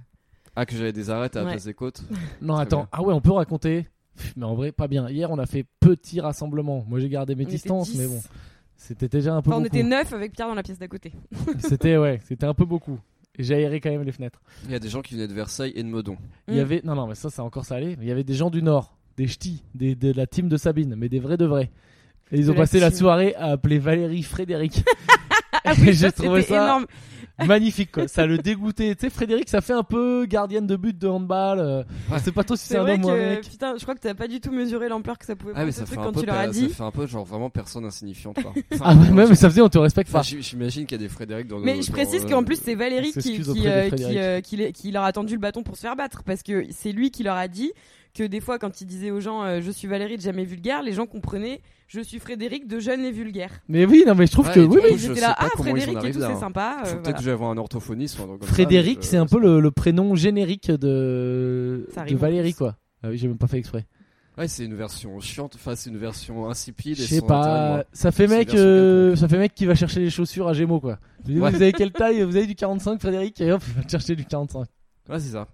[SPEAKER 1] ah que j'avais des arêtes à la
[SPEAKER 3] Ouais.
[SPEAKER 1] place des côtes
[SPEAKER 2] Non,
[SPEAKER 1] Très
[SPEAKER 2] attends.
[SPEAKER 1] bien.
[SPEAKER 2] Ah ouais, on peut raconter. Pff, Mais en vrai, pas bien. Hier, on a fait petit rassemblement. Moi, j'ai gardé mes
[SPEAKER 3] On était
[SPEAKER 2] distances,
[SPEAKER 3] 10.
[SPEAKER 2] mais bon. C'était déjà un peu
[SPEAKER 3] Enfin, on
[SPEAKER 2] beaucoup.
[SPEAKER 3] était neuf avec Pierre dans la pièce d'à côté.
[SPEAKER 2] C'était ouais, c'était un peu beaucoup. Et J'ai aéré quand même les fenêtres.
[SPEAKER 1] il y a des gens qui venaient de Versailles et de Meudon
[SPEAKER 2] Il y
[SPEAKER 3] Mm.
[SPEAKER 2] avait non non mais ça c'est encore ça allait. Il y avait des gens du nord, des ch'tis, des, de la team de Sabine, mais des vrais de vrais. Et ils
[SPEAKER 3] De
[SPEAKER 2] ont
[SPEAKER 3] la
[SPEAKER 2] passé la
[SPEAKER 3] team.
[SPEAKER 2] soirée à appeler Valérie Frédéric.
[SPEAKER 3] Ah
[SPEAKER 2] Et
[SPEAKER 3] oui,
[SPEAKER 2] j'ai trouvé
[SPEAKER 3] c'était
[SPEAKER 2] ça
[SPEAKER 3] énorme.
[SPEAKER 2] magnifique quoi. Ça le dégoûtait. Tu sais Frédéric, ça fait un peu gardienne de but de handball. euh, On sait pas trop si c'est
[SPEAKER 3] C'est
[SPEAKER 2] un
[SPEAKER 3] vrai
[SPEAKER 2] homme ou un
[SPEAKER 3] que
[SPEAKER 2] mec.
[SPEAKER 3] putain, je crois que t'as pas du tout mesuré l'ampleur que ça pouvait
[SPEAKER 1] Ah
[SPEAKER 3] prendre
[SPEAKER 1] mais
[SPEAKER 3] ce
[SPEAKER 1] ça fait,
[SPEAKER 3] truc
[SPEAKER 1] un
[SPEAKER 3] quand
[SPEAKER 1] peu,
[SPEAKER 3] tu leur as
[SPEAKER 1] per-
[SPEAKER 3] dit.
[SPEAKER 1] ça fait un peu genre vraiment personne insignifiante quoi.
[SPEAKER 2] Ah ouais, ouais, mais ça faisait on te respecte
[SPEAKER 1] Enfin,
[SPEAKER 2] pas.
[SPEAKER 1] j'im- j'imagine qu'il y a des Frédéric dans
[SPEAKER 3] Mais
[SPEAKER 1] nos-
[SPEAKER 3] je précise
[SPEAKER 1] dans,
[SPEAKER 3] qu'en
[SPEAKER 1] euh,
[SPEAKER 3] plus c'est Valérie
[SPEAKER 2] on
[SPEAKER 3] qui
[SPEAKER 2] s'excuse
[SPEAKER 3] qui,
[SPEAKER 2] auprès de
[SPEAKER 3] euh,
[SPEAKER 2] Frédéric.
[SPEAKER 3] qui, euh, qui les- qui leur a tendu le bâton pour se faire battre parce que c'est lui qui leur a dit que des fois quand il disait aux gens euh, je suis Valérie de jamais vulgaire, les gens comprenaient je suis Frédéric de jeune et vulgaire.
[SPEAKER 2] Mais oui, non mais je trouve
[SPEAKER 1] Ouais,
[SPEAKER 2] que
[SPEAKER 1] et
[SPEAKER 2] oui,
[SPEAKER 1] du
[SPEAKER 2] oui.
[SPEAKER 1] coup,
[SPEAKER 3] Ils
[SPEAKER 1] je
[SPEAKER 3] étaient
[SPEAKER 1] sais pas
[SPEAKER 3] là ah
[SPEAKER 1] comment ils en
[SPEAKER 3] Frédéric et
[SPEAKER 1] arrivent
[SPEAKER 3] tout
[SPEAKER 1] là,
[SPEAKER 3] c'est
[SPEAKER 1] hein.
[SPEAKER 3] sympa.
[SPEAKER 1] Faut
[SPEAKER 3] euh,
[SPEAKER 1] peut-être
[SPEAKER 3] voilà.
[SPEAKER 1] que je vais avoir un orthophoniste ou un truc comme ça,
[SPEAKER 2] Frédéric,
[SPEAKER 1] mais je-
[SPEAKER 2] c'est un peu le, le prénom générique de
[SPEAKER 3] Ça
[SPEAKER 2] de
[SPEAKER 3] arrive en
[SPEAKER 2] Valérie
[SPEAKER 3] plus.
[SPEAKER 2] quoi. Ah oui, j'ai même pas fait exprès.
[SPEAKER 1] Ouais, c'est une version chiante, enfin c'est une version insipide
[SPEAKER 2] Je
[SPEAKER 1] et
[SPEAKER 2] sais
[SPEAKER 1] sans intérêt,
[SPEAKER 2] pas,
[SPEAKER 1] moi.
[SPEAKER 2] ça fait
[SPEAKER 1] C'est
[SPEAKER 2] mec,
[SPEAKER 1] version
[SPEAKER 2] euh,
[SPEAKER 1] quelconque.
[SPEAKER 2] ça fait mec qui va chercher les chaussures à Gémeaux quoi. Je lui dis,
[SPEAKER 1] Ouais.
[SPEAKER 2] Vous avez quelle taille Vous avez du 45 Frédéric Et hop, il va te chercher du 45.
[SPEAKER 1] Ouais, c'est ça.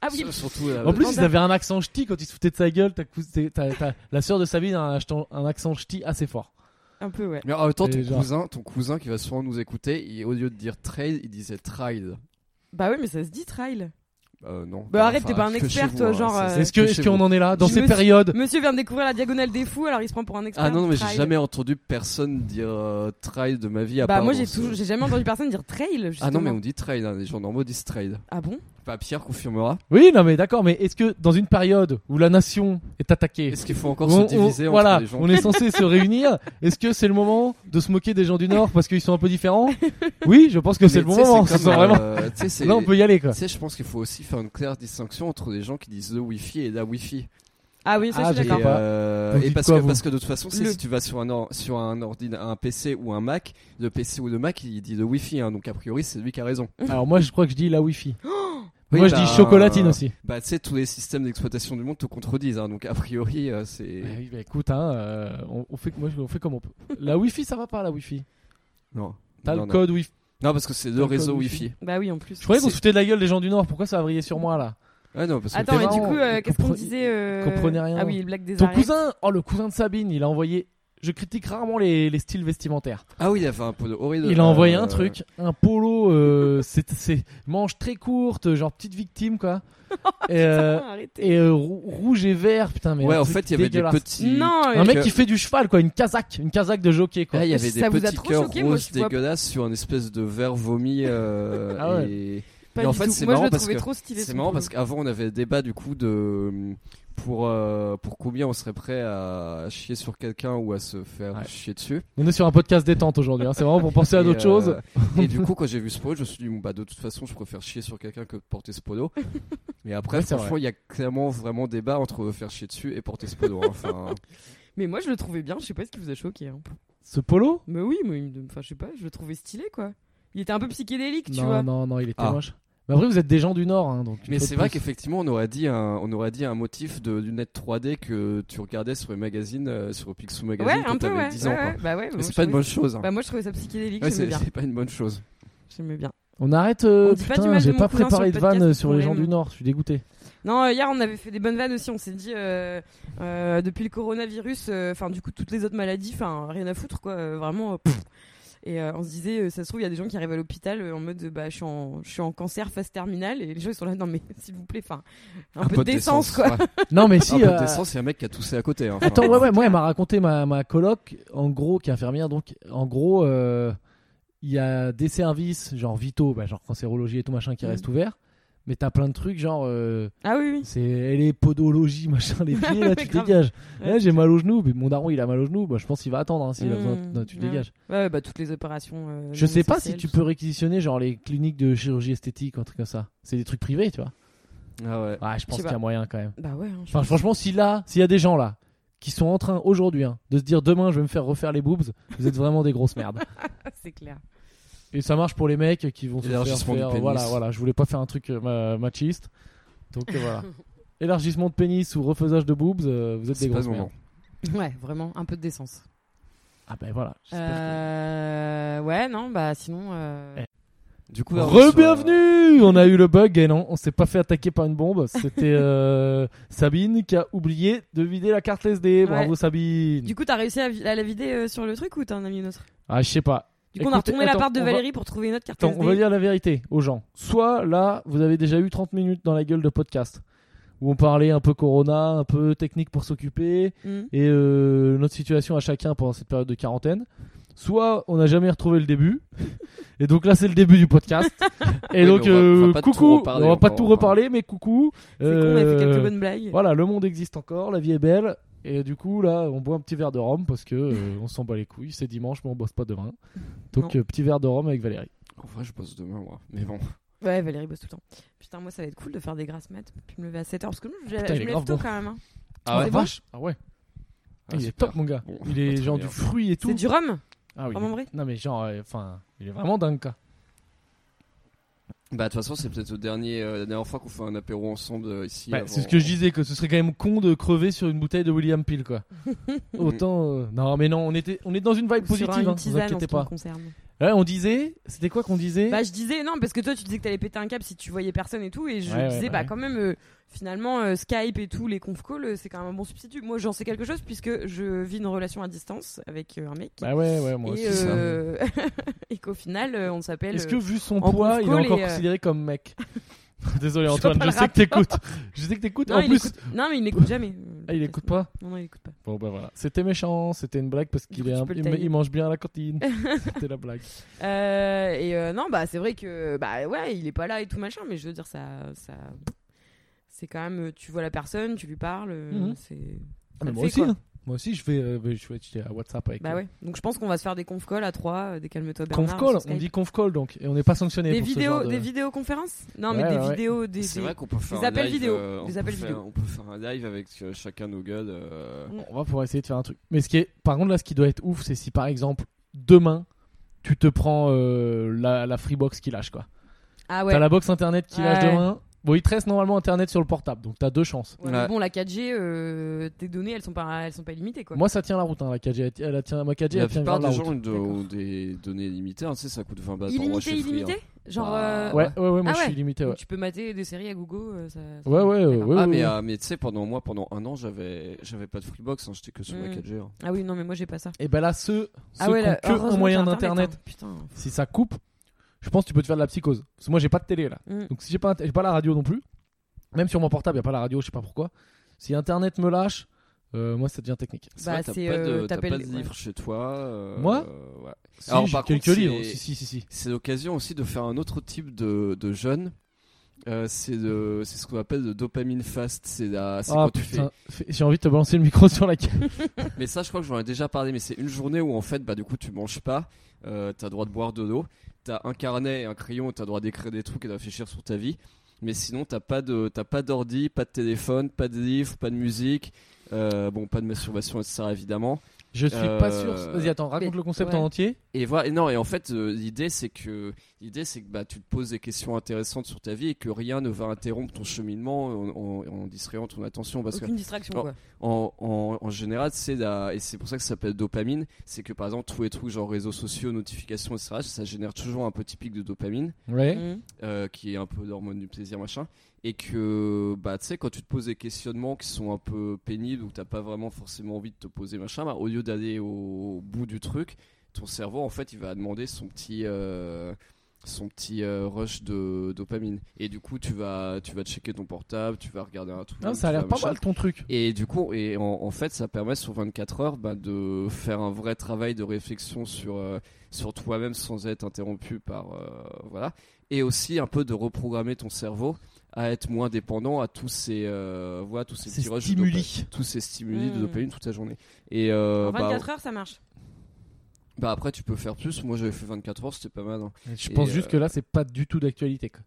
[SPEAKER 3] Ah oui.
[SPEAKER 1] S- Surtout euh,
[SPEAKER 2] en plus,
[SPEAKER 3] Vendeur.
[SPEAKER 2] ils avaient un accent ch'ti quand ils se foutaient de sa gueule. t'as cou- t'es- t'as- t'as- la sœur de Sabine a un, accent- un accent ch'ti assez fort.
[SPEAKER 3] Un peu ouais.
[SPEAKER 1] mais en même temps,
[SPEAKER 2] Et
[SPEAKER 1] ton
[SPEAKER 2] genre-
[SPEAKER 1] cousin, ton cousin qui va souvent nous écouter, il- au lieu de dire trail, il disait trail.
[SPEAKER 3] Bah oui mais ça se dit trail.
[SPEAKER 1] Euh, non.
[SPEAKER 3] Bah, arrête,
[SPEAKER 1] enfin,
[SPEAKER 3] t'es pas un
[SPEAKER 1] que
[SPEAKER 3] expert,
[SPEAKER 1] chez
[SPEAKER 3] toi,
[SPEAKER 1] vous, hein,
[SPEAKER 3] genre,
[SPEAKER 1] c'est-
[SPEAKER 3] euh,
[SPEAKER 2] Est-ce que,
[SPEAKER 1] que
[SPEAKER 2] est-ce
[SPEAKER 1] chez
[SPEAKER 2] qu'on
[SPEAKER 1] vous.
[SPEAKER 2] en est là dans
[SPEAKER 3] Je
[SPEAKER 2] ces
[SPEAKER 3] me suis-
[SPEAKER 2] périodes
[SPEAKER 3] Monsieur vient de découvrir la diagonale des fous alors il se prend pour un expert.
[SPEAKER 1] Ah non, mais
[SPEAKER 3] Trail.
[SPEAKER 1] j'ai jamais entendu personne dire euh, trail de ma vie à
[SPEAKER 3] Bah
[SPEAKER 1] part
[SPEAKER 3] moi
[SPEAKER 1] dans
[SPEAKER 3] j'ai
[SPEAKER 1] ce-
[SPEAKER 3] toujours j'ai jamais entendu personne dire trail.
[SPEAKER 1] Ah non, mais
[SPEAKER 3] justement.
[SPEAKER 1] on dit trail, hein, les gens normaux disent trail.
[SPEAKER 3] ah bon
[SPEAKER 1] pas Pierre confirmera.
[SPEAKER 2] Oui, non, mais d'accord, mais est-ce que dans une période où la nation est attaquée,
[SPEAKER 1] Est-ce qu'il faut encore
[SPEAKER 2] on,
[SPEAKER 1] se diviser
[SPEAKER 2] on-
[SPEAKER 1] entre
[SPEAKER 2] voilà,
[SPEAKER 1] les gens
[SPEAKER 2] on est censé se réunir, est-ce que c'est le moment de se moquer des gens du Nord parce qu'ils sont un peu différents Oui, je pense que
[SPEAKER 1] Mais
[SPEAKER 2] c'est le
[SPEAKER 1] tu
[SPEAKER 2] bon
[SPEAKER 1] sais,
[SPEAKER 2] moment.
[SPEAKER 1] c'est
[SPEAKER 2] ce
[SPEAKER 1] comme,
[SPEAKER 2] sont vraiment...
[SPEAKER 1] euh, tu sais, c'est-
[SPEAKER 2] Là, on peut y aller, quoi.
[SPEAKER 1] Tu sais, je pense qu'il faut aussi faire une claire distinction entre les gens qui disent le Wi-Fi et la Wi-Fi.
[SPEAKER 3] Ah oui, ça
[SPEAKER 2] Ah,
[SPEAKER 3] je suis
[SPEAKER 1] et
[SPEAKER 2] j'ai
[SPEAKER 3] d'accord.
[SPEAKER 2] pas.
[SPEAKER 1] euh,
[SPEAKER 2] Vous
[SPEAKER 1] et
[SPEAKER 2] dites
[SPEAKER 1] parce,
[SPEAKER 2] quoi,
[SPEAKER 1] que,
[SPEAKER 2] vous
[SPEAKER 1] parce que de toute façon, c'est
[SPEAKER 3] Le-
[SPEAKER 1] si tu vas sur un, or- sur un, ordina- un PC ou un Mac, le PC ou le Mac, il dit le Wi-Fi. hein, donc a priori, c'est lui qui a raison.
[SPEAKER 2] Alors moi, je crois que je dis la Wi-Fi.
[SPEAKER 1] Oui,
[SPEAKER 2] moi, je
[SPEAKER 1] bah,
[SPEAKER 2] dis chocolatine aussi.
[SPEAKER 1] Bah, tu sais, tous les systèmes d'exploitation du monde te contredisent. hein, donc a priori, euh, c'est.
[SPEAKER 2] Ouais, oui, bah, écoute, hein, euh, on, on fait, moi, je- on fait comme on peut. La Wi-Fi, ça va pas, la Wi-Fi.
[SPEAKER 1] Non.
[SPEAKER 2] T'as
[SPEAKER 1] non,
[SPEAKER 2] le
[SPEAKER 1] non.
[SPEAKER 2] code Wi-Fi.
[SPEAKER 1] Non, parce que c'est
[SPEAKER 2] T'as
[SPEAKER 1] le
[SPEAKER 2] le
[SPEAKER 1] réseau
[SPEAKER 2] code
[SPEAKER 1] Wi-Fi.
[SPEAKER 3] Bah oui, en plus.
[SPEAKER 2] Je croyais qu'on
[SPEAKER 1] C'est-
[SPEAKER 2] se foutait de la gueule des gens du Nord. Pourquoi ça a vrillé sur moi, là
[SPEAKER 1] Ah non, parce que
[SPEAKER 3] Attends,
[SPEAKER 2] t'es
[SPEAKER 3] mais du
[SPEAKER 2] marrant,
[SPEAKER 3] coup, euh,
[SPEAKER 2] il
[SPEAKER 3] qu'est-ce qu'on
[SPEAKER 2] compre-
[SPEAKER 3] disait euh,
[SPEAKER 2] il comprenait rien.
[SPEAKER 3] Ah oui, le blague des
[SPEAKER 2] Ton
[SPEAKER 3] arrêts.
[SPEAKER 2] cousin Oh, le cousin de Sabine, il a envoyé... Je critique rarement les, les styles vestimentaires.
[SPEAKER 1] Ah oui, il a fait un peu de horrible.
[SPEAKER 2] Il a envoyé
[SPEAKER 1] euh,
[SPEAKER 2] un truc, un polo, euh, c'est c'est- manches très courtes, genre petite victime, quoi. et euh,
[SPEAKER 3] Ah, arrêtez.
[SPEAKER 2] et, euh, rou- rouge et vert, putain, mais.
[SPEAKER 1] Ouais,
[SPEAKER 2] un
[SPEAKER 1] en
[SPEAKER 2] truc
[SPEAKER 1] fait, il y avait des
[SPEAKER 2] dégueulasse.
[SPEAKER 1] petits.
[SPEAKER 3] Non, euh,
[SPEAKER 2] Un mec
[SPEAKER 1] que-
[SPEAKER 2] qui fait du cheval, quoi, une casaque, une casaque de jockey, quoi.
[SPEAKER 1] Ah, il y
[SPEAKER 3] Mais
[SPEAKER 1] avait
[SPEAKER 3] ça
[SPEAKER 1] des
[SPEAKER 3] vous a
[SPEAKER 1] petits
[SPEAKER 3] trop
[SPEAKER 1] cœurs
[SPEAKER 3] choqué, moi,
[SPEAKER 1] roses
[SPEAKER 3] je vois-
[SPEAKER 1] dégueulasses sur une espèce de verre vomi. euh,
[SPEAKER 2] Ah ouais.
[SPEAKER 1] et-
[SPEAKER 3] pas
[SPEAKER 1] mais en
[SPEAKER 3] du
[SPEAKER 1] fait,
[SPEAKER 3] tout.
[SPEAKER 1] c'est
[SPEAKER 3] Moi, je
[SPEAKER 1] marrant
[SPEAKER 3] le
[SPEAKER 1] parce
[SPEAKER 3] trouvais
[SPEAKER 1] que-
[SPEAKER 3] trop stylé.
[SPEAKER 1] C'est marrant parce qu'avant on avait le débat du coup de pour euh, pour combien on serait prêt à chier sur quelqu'un ou à se faire
[SPEAKER 2] Ouais.
[SPEAKER 1] chier dessus.
[SPEAKER 2] On est sur un podcast détente aujourd'hui, hein, c'est vraiment pour penser à
[SPEAKER 1] Et,
[SPEAKER 2] d'autres
[SPEAKER 1] euh,
[SPEAKER 2] choses.
[SPEAKER 1] Et du coup quand j'ai vu ce polo, je me suis dit bon, bah de toute façon je préfère chier sur quelqu'un que porter ce polo. Mais après
[SPEAKER 2] Ouais, c'est
[SPEAKER 1] franchement il y a clairement vraiment débat entre faire chier dessus et porter ce polo. hein. Enfin,
[SPEAKER 3] Mais moi, je le trouvais bien. Je sais pas ce qui vous a choqué. hein.
[SPEAKER 2] Ce polo
[SPEAKER 3] Mais oui, mais il me- enfin, je sais pas. Je le trouvais stylé, quoi. Il était un peu psychédélique, tu
[SPEAKER 2] Non,
[SPEAKER 3] vois.
[SPEAKER 2] non, non, il était
[SPEAKER 1] Ah.
[SPEAKER 2] moche. Mais après, vous êtes des gens du Nord, hein, donc. une
[SPEAKER 1] mais
[SPEAKER 2] fois
[SPEAKER 1] c'est
[SPEAKER 2] de
[SPEAKER 1] vrai
[SPEAKER 2] plus.
[SPEAKER 1] qu'effectivement on aurait dit un on aurait dit un motif de lunettes 3D que tu regardais sur les magazines euh, sur le Picsou magazine
[SPEAKER 3] Ouais,
[SPEAKER 1] quand
[SPEAKER 3] un peu,
[SPEAKER 1] t'avais
[SPEAKER 3] ouais.
[SPEAKER 1] 10 ans.
[SPEAKER 3] ouais,
[SPEAKER 1] quoi.
[SPEAKER 3] ouais, Bah ouais.
[SPEAKER 1] Mais
[SPEAKER 3] moi,
[SPEAKER 1] c'est
[SPEAKER 3] je
[SPEAKER 1] pas une
[SPEAKER 3] trouvais-
[SPEAKER 1] bonne chose. hein.
[SPEAKER 3] Bah moi, je trouvais ça psychédélique.
[SPEAKER 1] Ouais,
[SPEAKER 3] J'aimais
[SPEAKER 1] c'est
[SPEAKER 3] bien.
[SPEAKER 1] c'est pas une bonne chose.
[SPEAKER 3] J'aimais bien.
[SPEAKER 2] On arrête. euh,
[SPEAKER 3] On dit pas du
[SPEAKER 2] putain,
[SPEAKER 3] mal de
[SPEAKER 2] j'ai
[SPEAKER 3] mon
[SPEAKER 2] pas
[SPEAKER 3] cousin
[SPEAKER 2] préparé
[SPEAKER 3] sur
[SPEAKER 2] de
[SPEAKER 3] le podcast,
[SPEAKER 2] vanne euh, sur les
[SPEAKER 3] on
[SPEAKER 2] gens
[SPEAKER 3] l'aime.
[SPEAKER 2] du Nord, je suis dégoûté.
[SPEAKER 3] Non, euh, hier on avait fait des bonnes vannes aussi. On s'est dit, euh, euh, depuis le coronavirus, euh, enfin du coup toutes les autres maladies, enfin rien à foutre quoi, euh, vraiment. euh, pff. et euh, on se disait, euh, ça se trouve il y a des gens qui arrivent à l'hôpital euh, en mode, euh, bah je suis en, je suis en cancer phase terminale et les gens ils sont là, non mais s'il vous plaît, enfin un, peu, de décence quoi.
[SPEAKER 1] ouais.
[SPEAKER 2] Non, mais
[SPEAKER 1] un
[SPEAKER 2] si.
[SPEAKER 1] peu
[SPEAKER 2] euh,
[SPEAKER 1] de décence, il y a un mec qui a toussé à côté. hein. Enfin,
[SPEAKER 2] Attends, ouais, ouais, moi, elle m'a raconté ma, ma coloc, en gros, qui est infirmière. Donc, en gros, euh, il y a des services, genre vitaux, bah, genre cancérologie et tout machin, qui
[SPEAKER 3] Mhm.
[SPEAKER 2] restent ouverts. Mais t'as plein de trucs, genre, euh,
[SPEAKER 3] Ah oui oui.
[SPEAKER 2] c'est elle est podologie, machin, les pieds, là, tu te
[SPEAKER 3] Grave.
[SPEAKER 2] dégages.
[SPEAKER 3] Ouais.
[SPEAKER 2] Là, j'ai mal au genou, mais mon daron, il a mal au genou, bah, je pense qu'il va attendre, hein, s'il a
[SPEAKER 3] Mhm.
[SPEAKER 2] besoin, non, tu te
[SPEAKER 3] Ouais.
[SPEAKER 2] dégages.
[SPEAKER 3] Ouais, ouais, bah toutes les opérations. euh,
[SPEAKER 2] Je
[SPEAKER 3] non
[SPEAKER 2] sais pas si
[SPEAKER 3] essentielles,
[SPEAKER 2] tu
[SPEAKER 3] tout
[SPEAKER 2] peux réquisitionner, genre, les cliniques de chirurgie esthétique, ou un truc comme ça. C'est des trucs privés, tu vois.
[SPEAKER 1] Ah ouais.
[SPEAKER 2] Ouais, je pense
[SPEAKER 3] sais
[SPEAKER 2] qu'il y a
[SPEAKER 3] pas.
[SPEAKER 2] moyen quand même.
[SPEAKER 3] ça. Bah ouais. hein, je
[SPEAKER 2] Enfin,
[SPEAKER 3] pense.
[SPEAKER 2] franchement, si là, s'il y a des gens là qui sont en train aujourd'hui hein, de se dire demain je vais me faire refaire les boobs, vous êtes vraiment des grosses merdes.
[SPEAKER 3] c'est clair.
[SPEAKER 2] Et ça marche pour les mecs qui vont se faire
[SPEAKER 1] Élargissement du
[SPEAKER 2] faire-
[SPEAKER 1] pénis.
[SPEAKER 2] Voilà, voilà, je voulais pas faire un truc euh, ma- machiste. Donc euh, voilà. Élargissement de pénis ou refaisage de boobs, euh, vous êtes des
[SPEAKER 1] C'est pas
[SPEAKER 2] grosses
[SPEAKER 1] son
[SPEAKER 2] merdes.
[SPEAKER 1] nom.
[SPEAKER 3] Ouais, vraiment un peu de décence.
[SPEAKER 2] Ah ben voilà. j'espère que-
[SPEAKER 3] Euh, Ouais non bah sinon. euh,
[SPEAKER 2] Eh.
[SPEAKER 1] Du coup,
[SPEAKER 2] Re-bienvenue On a eu le bug et non, on s'est pas fait attaquer par une bombe. C'était euh, Sabine qui a oublié de vider la carte SD. Bravo
[SPEAKER 3] Ouais.
[SPEAKER 2] Sabine
[SPEAKER 3] Du coup t'as réussi à, vi- à la vider euh, sur le truc ou t'en as mis une autre?
[SPEAKER 2] Ah je sais pas,
[SPEAKER 3] Du coup, on a
[SPEAKER 2] Écoutez,
[SPEAKER 3] retourné
[SPEAKER 2] attends,
[SPEAKER 3] l'appart de
[SPEAKER 2] on va-
[SPEAKER 3] Valérie pour trouver une autre carte
[SPEAKER 2] Attends, on va
[SPEAKER 3] SD.
[SPEAKER 2] dire la vérité aux gens. Soit là, vous avez déjà eu 30 minutes dans la gueule de podcast où on parlait un peu corona, un peu technique pour s'occuper
[SPEAKER 3] Mhm.
[SPEAKER 2] et euh, notre situation à chacun pendant cette période de quarantaine. Soit on n'a jamais retrouvé le début. Et donc là, c'est le début du podcast. et
[SPEAKER 1] Oui,
[SPEAKER 2] donc,
[SPEAKER 1] mais on va-
[SPEAKER 2] euh,
[SPEAKER 1] on va pas tout
[SPEAKER 2] coucou,
[SPEAKER 1] reparler
[SPEAKER 2] on va pas
[SPEAKER 1] encore, hein.
[SPEAKER 2] tout
[SPEAKER 1] enfin.
[SPEAKER 2] reparler, mais coucou.
[SPEAKER 3] C'est con, on a fait
[SPEAKER 2] Euh,
[SPEAKER 3] quelques bonnes blagues.
[SPEAKER 2] Voilà, le monde existe encore, la vie est belle. Et du coup, là, on boit un petit verre de rhum parce que euh, on s'en bat les couilles. C'est dimanche, mais on bosse pas demain. Donc, euh, petit verre de rhum avec Valérie.
[SPEAKER 1] euh, En vrai, je bosse demain, moi. Mais bon.
[SPEAKER 3] Ouais, Valérie bosse tout le temps. Putain, moi, ça va être cool de faire des grasses maths puis me lever à 7h parce que nous, je,
[SPEAKER 2] Putain,
[SPEAKER 3] je
[SPEAKER 2] il est
[SPEAKER 3] me
[SPEAKER 2] grave
[SPEAKER 3] lève tôt
[SPEAKER 2] bon.
[SPEAKER 3] quand même. hein.
[SPEAKER 1] Ah
[SPEAKER 2] la
[SPEAKER 1] ouais
[SPEAKER 2] vache Ah ouais.
[SPEAKER 1] Ah,
[SPEAKER 2] il est
[SPEAKER 1] super.
[SPEAKER 2] top mon gars.
[SPEAKER 1] Bon,
[SPEAKER 2] il est
[SPEAKER 1] pas
[SPEAKER 2] genre
[SPEAKER 1] très
[SPEAKER 2] du
[SPEAKER 1] bien.
[SPEAKER 2] fruit et tout.
[SPEAKER 3] C'est du rhum
[SPEAKER 2] Ah oui.
[SPEAKER 3] vraiment vrai
[SPEAKER 2] Non mais genre, euh, enfin, il est vraiment dingue quoi.
[SPEAKER 1] Bah, de toute façon, c'est peut-être le dernier, euh, la dernière fois qu'on fait un apéro ensemble euh, ici.
[SPEAKER 2] Bah,
[SPEAKER 1] avant-
[SPEAKER 2] c'est ce que je disais que ce serait quand même con de crever sur une bouteille de William Peel quoi. Autant euh, non mais non, on était on est dans une vibe
[SPEAKER 3] Sur
[SPEAKER 2] positive,
[SPEAKER 3] une
[SPEAKER 2] hein, vous
[SPEAKER 3] tisane en ce
[SPEAKER 2] inquiétez
[SPEAKER 3] qui me
[SPEAKER 2] pas.
[SPEAKER 3] concerne.
[SPEAKER 2] Ouais, on disait, c'était quoi qu'on disait
[SPEAKER 3] Bah, je disais, non, parce que toi, tu disais que t'allais péter un câble si tu voyais personne et tout. Et je
[SPEAKER 2] Ouais, ouais,
[SPEAKER 3] disais,
[SPEAKER 2] ouais,
[SPEAKER 3] bah,
[SPEAKER 2] ouais.
[SPEAKER 3] quand même, euh, finalement, euh, Skype et tout, les conf calls, euh, c'est quand même un bon substitut. Moi, j'en sais quelque chose puisque je vis une relation à distance avec euh, un mec.
[SPEAKER 2] Bah ouais ouais moi
[SPEAKER 3] et
[SPEAKER 2] aussi ça.
[SPEAKER 3] euh, et qu'au final, euh, on s'appelle.
[SPEAKER 2] Est-ce que vu son
[SPEAKER 3] en
[SPEAKER 2] poids,
[SPEAKER 3] conf
[SPEAKER 2] il est
[SPEAKER 3] call
[SPEAKER 2] encore
[SPEAKER 3] et, euh,
[SPEAKER 2] considéré comme mec Désolé
[SPEAKER 3] Je vois
[SPEAKER 2] Antoine,
[SPEAKER 3] pas
[SPEAKER 2] je
[SPEAKER 3] le
[SPEAKER 2] sais que t'écoutes. Je sais que t'écoutes.
[SPEAKER 3] Non,
[SPEAKER 2] En
[SPEAKER 3] il
[SPEAKER 2] plus,
[SPEAKER 3] écoute- non, mais il n'écoute jamais. euh,
[SPEAKER 2] Ah, il
[SPEAKER 3] le
[SPEAKER 2] écoute
[SPEAKER 3] podcast.
[SPEAKER 2] pas
[SPEAKER 3] Non, non, il écoute pas.
[SPEAKER 2] bon bah voilà. C'était méchant, c'était une blague parce qu'il
[SPEAKER 3] Tu
[SPEAKER 2] est, un-
[SPEAKER 3] peux le
[SPEAKER 2] il,
[SPEAKER 3] tailler.
[SPEAKER 2] il mange bien à la cantine. c'était la blague.
[SPEAKER 3] Euh, et euh, non, bah c'est vrai que bah ouais, il est pas là et tout machin, mais je veux dire ça, ça, c'est quand même, euh, tu vois la personne, tu lui parles, euh,
[SPEAKER 2] Mhm.
[SPEAKER 3] c'est,
[SPEAKER 2] Ah, mais
[SPEAKER 3] le
[SPEAKER 2] moi
[SPEAKER 3] fait,
[SPEAKER 2] aussi,
[SPEAKER 3] quoi.
[SPEAKER 2] hein. moi aussi, je vais, euh, je vais acheter à WhatsApp avec.
[SPEAKER 3] bah
[SPEAKER 2] euh,
[SPEAKER 3] ouais. Donc je pense qu'on va se faire des conf calls à trois, euh, des calme-toi Bernard.
[SPEAKER 2] Conf call,
[SPEAKER 3] sur Skype.
[SPEAKER 2] on dit conf call donc, et on n'est pas sanctionné
[SPEAKER 3] des
[SPEAKER 2] pour ce genre
[SPEAKER 3] vidéos,
[SPEAKER 2] de-
[SPEAKER 3] des vidéoconférences Non,
[SPEAKER 2] Ouais,
[SPEAKER 3] mais des
[SPEAKER 2] ouais, ouais.
[SPEAKER 3] vidéos, des.
[SPEAKER 1] C'est
[SPEAKER 3] des-
[SPEAKER 1] vrai qu'on peut faire
[SPEAKER 3] des
[SPEAKER 1] un
[SPEAKER 3] appels
[SPEAKER 1] live,
[SPEAKER 3] vidéo,
[SPEAKER 1] euh, on
[SPEAKER 3] des
[SPEAKER 1] peut
[SPEAKER 3] appels
[SPEAKER 1] faire-
[SPEAKER 3] vidéo.
[SPEAKER 1] On peut faire un live avec euh, chacun nos gueules. euh,
[SPEAKER 2] On va pouvoir essayer de faire un truc. Mais ce qui est, par contre là, ce qui doit être ouf, c'est si par exemple demain tu te prends euh, la, la Freebox qui lâche quoi.
[SPEAKER 3] Ah ouais.
[SPEAKER 2] T'as la box internet qui lâche
[SPEAKER 3] Ouais.
[SPEAKER 2] demain. Bon, il te reste normalement internet sur le portable, donc t'as deux chances.
[SPEAKER 3] Ouais, mais
[SPEAKER 1] Ouais.
[SPEAKER 3] Bon, la 4G, euh, tes données, elles sont pas, elles sont pas illimitées quoi.
[SPEAKER 2] Moi, ça tient la route, hein, la 4G. Elle, elle tient, ma 4G,
[SPEAKER 1] La
[SPEAKER 2] elle tient
[SPEAKER 1] plupart
[SPEAKER 2] grave la
[SPEAKER 1] des
[SPEAKER 2] route.
[SPEAKER 1] gens ont de-
[SPEAKER 3] D'accord.
[SPEAKER 1] ont des données limitées, hein, tu sais, ça coûte 20 balles par mois
[SPEAKER 3] illimité,
[SPEAKER 1] chez Free.
[SPEAKER 3] illimité Genre.
[SPEAKER 1] Bah,
[SPEAKER 3] euh,
[SPEAKER 2] Ouais, ouais, ouais, moi
[SPEAKER 3] Ah
[SPEAKER 2] je
[SPEAKER 3] ouais.
[SPEAKER 2] suis limité, ouais.
[SPEAKER 3] Tu peux mater des séries à Google. euh, ça- ça-
[SPEAKER 2] Ouais, ouais,
[SPEAKER 3] D'accord.
[SPEAKER 2] ouais,
[SPEAKER 1] Ah,
[SPEAKER 2] ouais,
[SPEAKER 1] mais,
[SPEAKER 2] ouais.
[SPEAKER 1] euh, mais tu sais, pendant moi, pendant un an, j'avais j'avais pas de Freebox, hein, j'étais que sur la
[SPEAKER 3] Mm.
[SPEAKER 1] 4G. hein.
[SPEAKER 3] Ah oui, non, mais moi j'ai pas ça.
[SPEAKER 2] Et ben là, ceux, ceux
[SPEAKER 3] ah ouais,
[SPEAKER 2] qui ont
[SPEAKER 3] là,
[SPEAKER 2] que
[SPEAKER 3] heureusement
[SPEAKER 2] un moyen
[SPEAKER 3] qu'il y a Internet,
[SPEAKER 2] d'internet,
[SPEAKER 3] hein. Putain.
[SPEAKER 2] si ça coupe, je pense que tu peux te faire de la psychose. Parce que moi, j'ai pas de télé là.
[SPEAKER 3] Mm.
[SPEAKER 2] Donc si j'ai pas, int- j'ai pas la radio non plus, même sur mon portable, y a pas la radio, je sais pas pourquoi. Si internet me lâche, euh, moi ça devient technique.
[SPEAKER 1] C'est
[SPEAKER 3] Bah,
[SPEAKER 1] vrai, t'as
[SPEAKER 3] c'est,
[SPEAKER 1] pas de,
[SPEAKER 3] euh,
[SPEAKER 1] t'as
[SPEAKER 3] t'appelles-
[SPEAKER 1] pas de livre chez toi. euh,
[SPEAKER 2] Moi
[SPEAKER 1] euh, ouais.
[SPEAKER 2] Si,
[SPEAKER 1] Alors,
[SPEAKER 2] j'ai
[SPEAKER 1] par
[SPEAKER 2] quelques
[SPEAKER 1] contre, c'est-
[SPEAKER 2] livres, si, si, si, si.
[SPEAKER 1] C'est l'occasion aussi de faire un autre type de, de jeûne. Euh, c'est de- c'est ce qu'on appelle le dopamine fast. C'est la- c'est
[SPEAKER 2] Ah,
[SPEAKER 1] quand tu fais
[SPEAKER 2] putain, fais- j'ai envie de te balancer le micro sur la gueule.
[SPEAKER 1] Mais ça, je crois que j'en ai déjà parlé, mais c'est une journée où en fait, bah du coup, tu manges pas, euh, t'as le droit de boire de l'eau, t'as un carnet et un crayon, t'as le droit d'écrire des trucs et de réfléchir sur ta vie. Mais sinon, t'as pas de, t'as pas d'ordi, pas de téléphone, pas de livre, pas de musique, euh, bon, pas de masturbation, etc. Évidemment.
[SPEAKER 2] Je suis
[SPEAKER 1] Euh,
[SPEAKER 2] pas sûr. Vas-y, attends, raconte
[SPEAKER 3] mais-
[SPEAKER 2] le concept
[SPEAKER 3] ouais.
[SPEAKER 2] en entier.
[SPEAKER 1] Et voilà. Et non. Et en fait, euh, l'idée, c'est que, l'idée, c'est que bah tu te poses des questions intéressantes sur ta vie et que rien ne va interrompre ton cheminement en, en, en distrayant ton attention, parce que
[SPEAKER 3] Aucune distraction
[SPEAKER 1] Oh.
[SPEAKER 3] quoi.
[SPEAKER 1] en, en- en général, c'est la, et c'est pour ça que ça s'appelle dopamine, c'est que par exemple, tous les trucs genre réseaux sociaux, notifications, etc., ça génère toujours un peu typique de dopamine,
[SPEAKER 2] Ouais.
[SPEAKER 3] Mm.
[SPEAKER 1] euh, qui est un peu l'hormone du plaisir, machin, et que, bah, tu sais, quand tu te poses des questionnements qui sont un peu pénibles ou que t'as pas vraiment forcément envie de te poser, machin, bah, au lieu d'aller au, au bout du truc, ton cerveau, en fait, il va demander son petit. euh, son petit euh, rush de dopamine et du coup tu vas tu vas checker ton portable tu vas regarder un truc
[SPEAKER 2] Non, ça a
[SPEAKER 1] tu
[SPEAKER 2] l'air
[SPEAKER 1] vas
[SPEAKER 2] pas
[SPEAKER 1] machin.
[SPEAKER 2] mal ton truc.
[SPEAKER 1] Et du coup, et en, en fait, ça permet sur 24 heures bah, de faire un vrai travail de réflexion sur, euh, sur toi-même sans être interrompu par. euh, voilà. Et aussi un peu de reprogrammer ton cerveau à être moins dépendant à tous ces, euh, voilà, tous ces
[SPEAKER 2] C'est
[SPEAKER 1] petits rushs de
[SPEAKER 2] stimuli. Hmm.
[SPEAKER 1] dopa- tous ces stimuli de
[SPEAKER 3] Mm.
[SPEAKER 1] dopamine toute la journée. Et euh,
[SPEAKER 3] En
[SPEAKER 1] bah,
[SPEAKER 3] 24 heures, ça marche.
[SPEAKER 1] bah, après, tu peux faire plus. Moi, j'avais fait 24 heures, c'était pas mal. hein.
[SPEAKER 2] Je
[SPEAKER 1] Et,
[SPEAKER 2] pense juste
[SPEAKER 1] euh,
[SPEAKER 2] que là, c'est pas du tout d'actualité. quoi.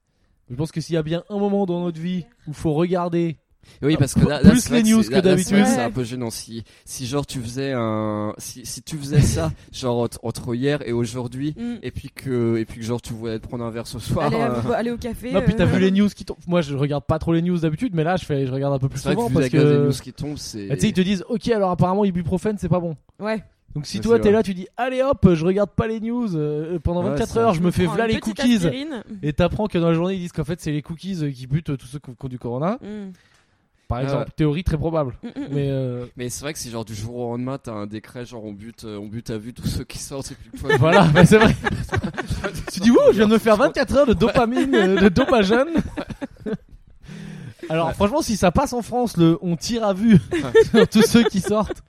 [SPEAKER 2] Je pense que s'il y a bien un moment dans notre vie où faut regarder,
[SPEAKER 1] Et Oui,
[SPEAKER 2] Ah,
[SPEAKER 1] parce que
[SPEAKER 2] pl-
[SPEAKER 1] là, là,
[SPEAKER 2] plus
[SPEAKER 1] c'est vrai
[SPEAKER 2] les
[SPEAKER 1] c'est-
[SPEAKER 2] news que
[SPEAKER 1] là- là, c'est vrai
[SPEAKER 3] d'habitude.
[SPEAKER 1] C'est un peu gênant si, si genre tu faisais un, si, si tu faisais ça, genre entre- entre hier et aujourd'hui,
[SPEAKER 3] Mm.
[SPEAKER 1] et puis que et puis que genre tu voulais te prendre un verre ce soir
[SPEAKER 3] Aller,
[SPEAKER 1] euh,
[SPEAKER 3] à- aller au café.
[SPEAKER 2] non, puis t'as
[SPEAKER 3] euh,
[SPEAKER 2] vu les news qui tombent. Moi, je regarde pas trop les news d'habitude, mais là, je fais, je regarde un peu plus
[SPEAKER 1] c'est vrai
[SPEAKER 2] souvent
[SPEAKER 1] que vu
[SPEAKER 2] parce
[SPEAKER 1] la gueule des
[SPEAKER 2] que.
[SPEAKER 1] news qui tombent c'est
[SPEAKER 2] Ah, Tu sais, ils te disent, ok, alors apparemment, ibuprofène, c'est pas bon.
[SPEAKER 3] Ouais.
[SPEAKER 2] Donc si
[SPEAKER 1] Ça,
[SPEAKER 2] toi
[SPEAKER 1] c'est
[SPEAKER 2] t'es
[SPEAKER 1] vrai.
[SPEAKER 2] là, tu dis allez hop, je regarde pas les news euh, pendant
[SPEAKER 1] Ouais,
[SPEAKER 2] 24
[SPEAKER 1] ça.
[SPEAKER 2] heures, je me fais
[SPEAKER 3] Prends
[SPEAKER 2] v'là
[SPEAKER 3] une
[SPEAKER 2] les
[SPEAKER 3] petite
[SPEAKER 2] cookies.
[SPEAKER 3] aspirine.
[SPEAKER 2] Et t'apprends que dans la journée ils disent qu'en fait c'est les cookies euh, qui butent euh, tous ceux qui ont qui ont du corona.
[SPEAKER 3] Mm.
[SPEAKER 2] Par
[SPEAKER 1] Ah
[SPEAKER 2] exemple,
[SPEAKER 1] ouais.
[SPEAKER 2] théorie très probable.
[SPEAKER 3] Mm, mm, mm.
[SPEAKER 2] Mais euh,
[SPEAKER 1] mais c'est vrai que si genre du jour au lendemain t'as un décret genre on bute euh, on bute à vue tous ceux qui sortent et puis que toi
[SPEAKER 2] voilà, bah, c'est vrai. tu dis ouh, je viens de me faire 24 heures de dopamine, euh, de dopagène. Alors franchement, si ça passe en France, le on tire à vue sur tous ceux qui sortent.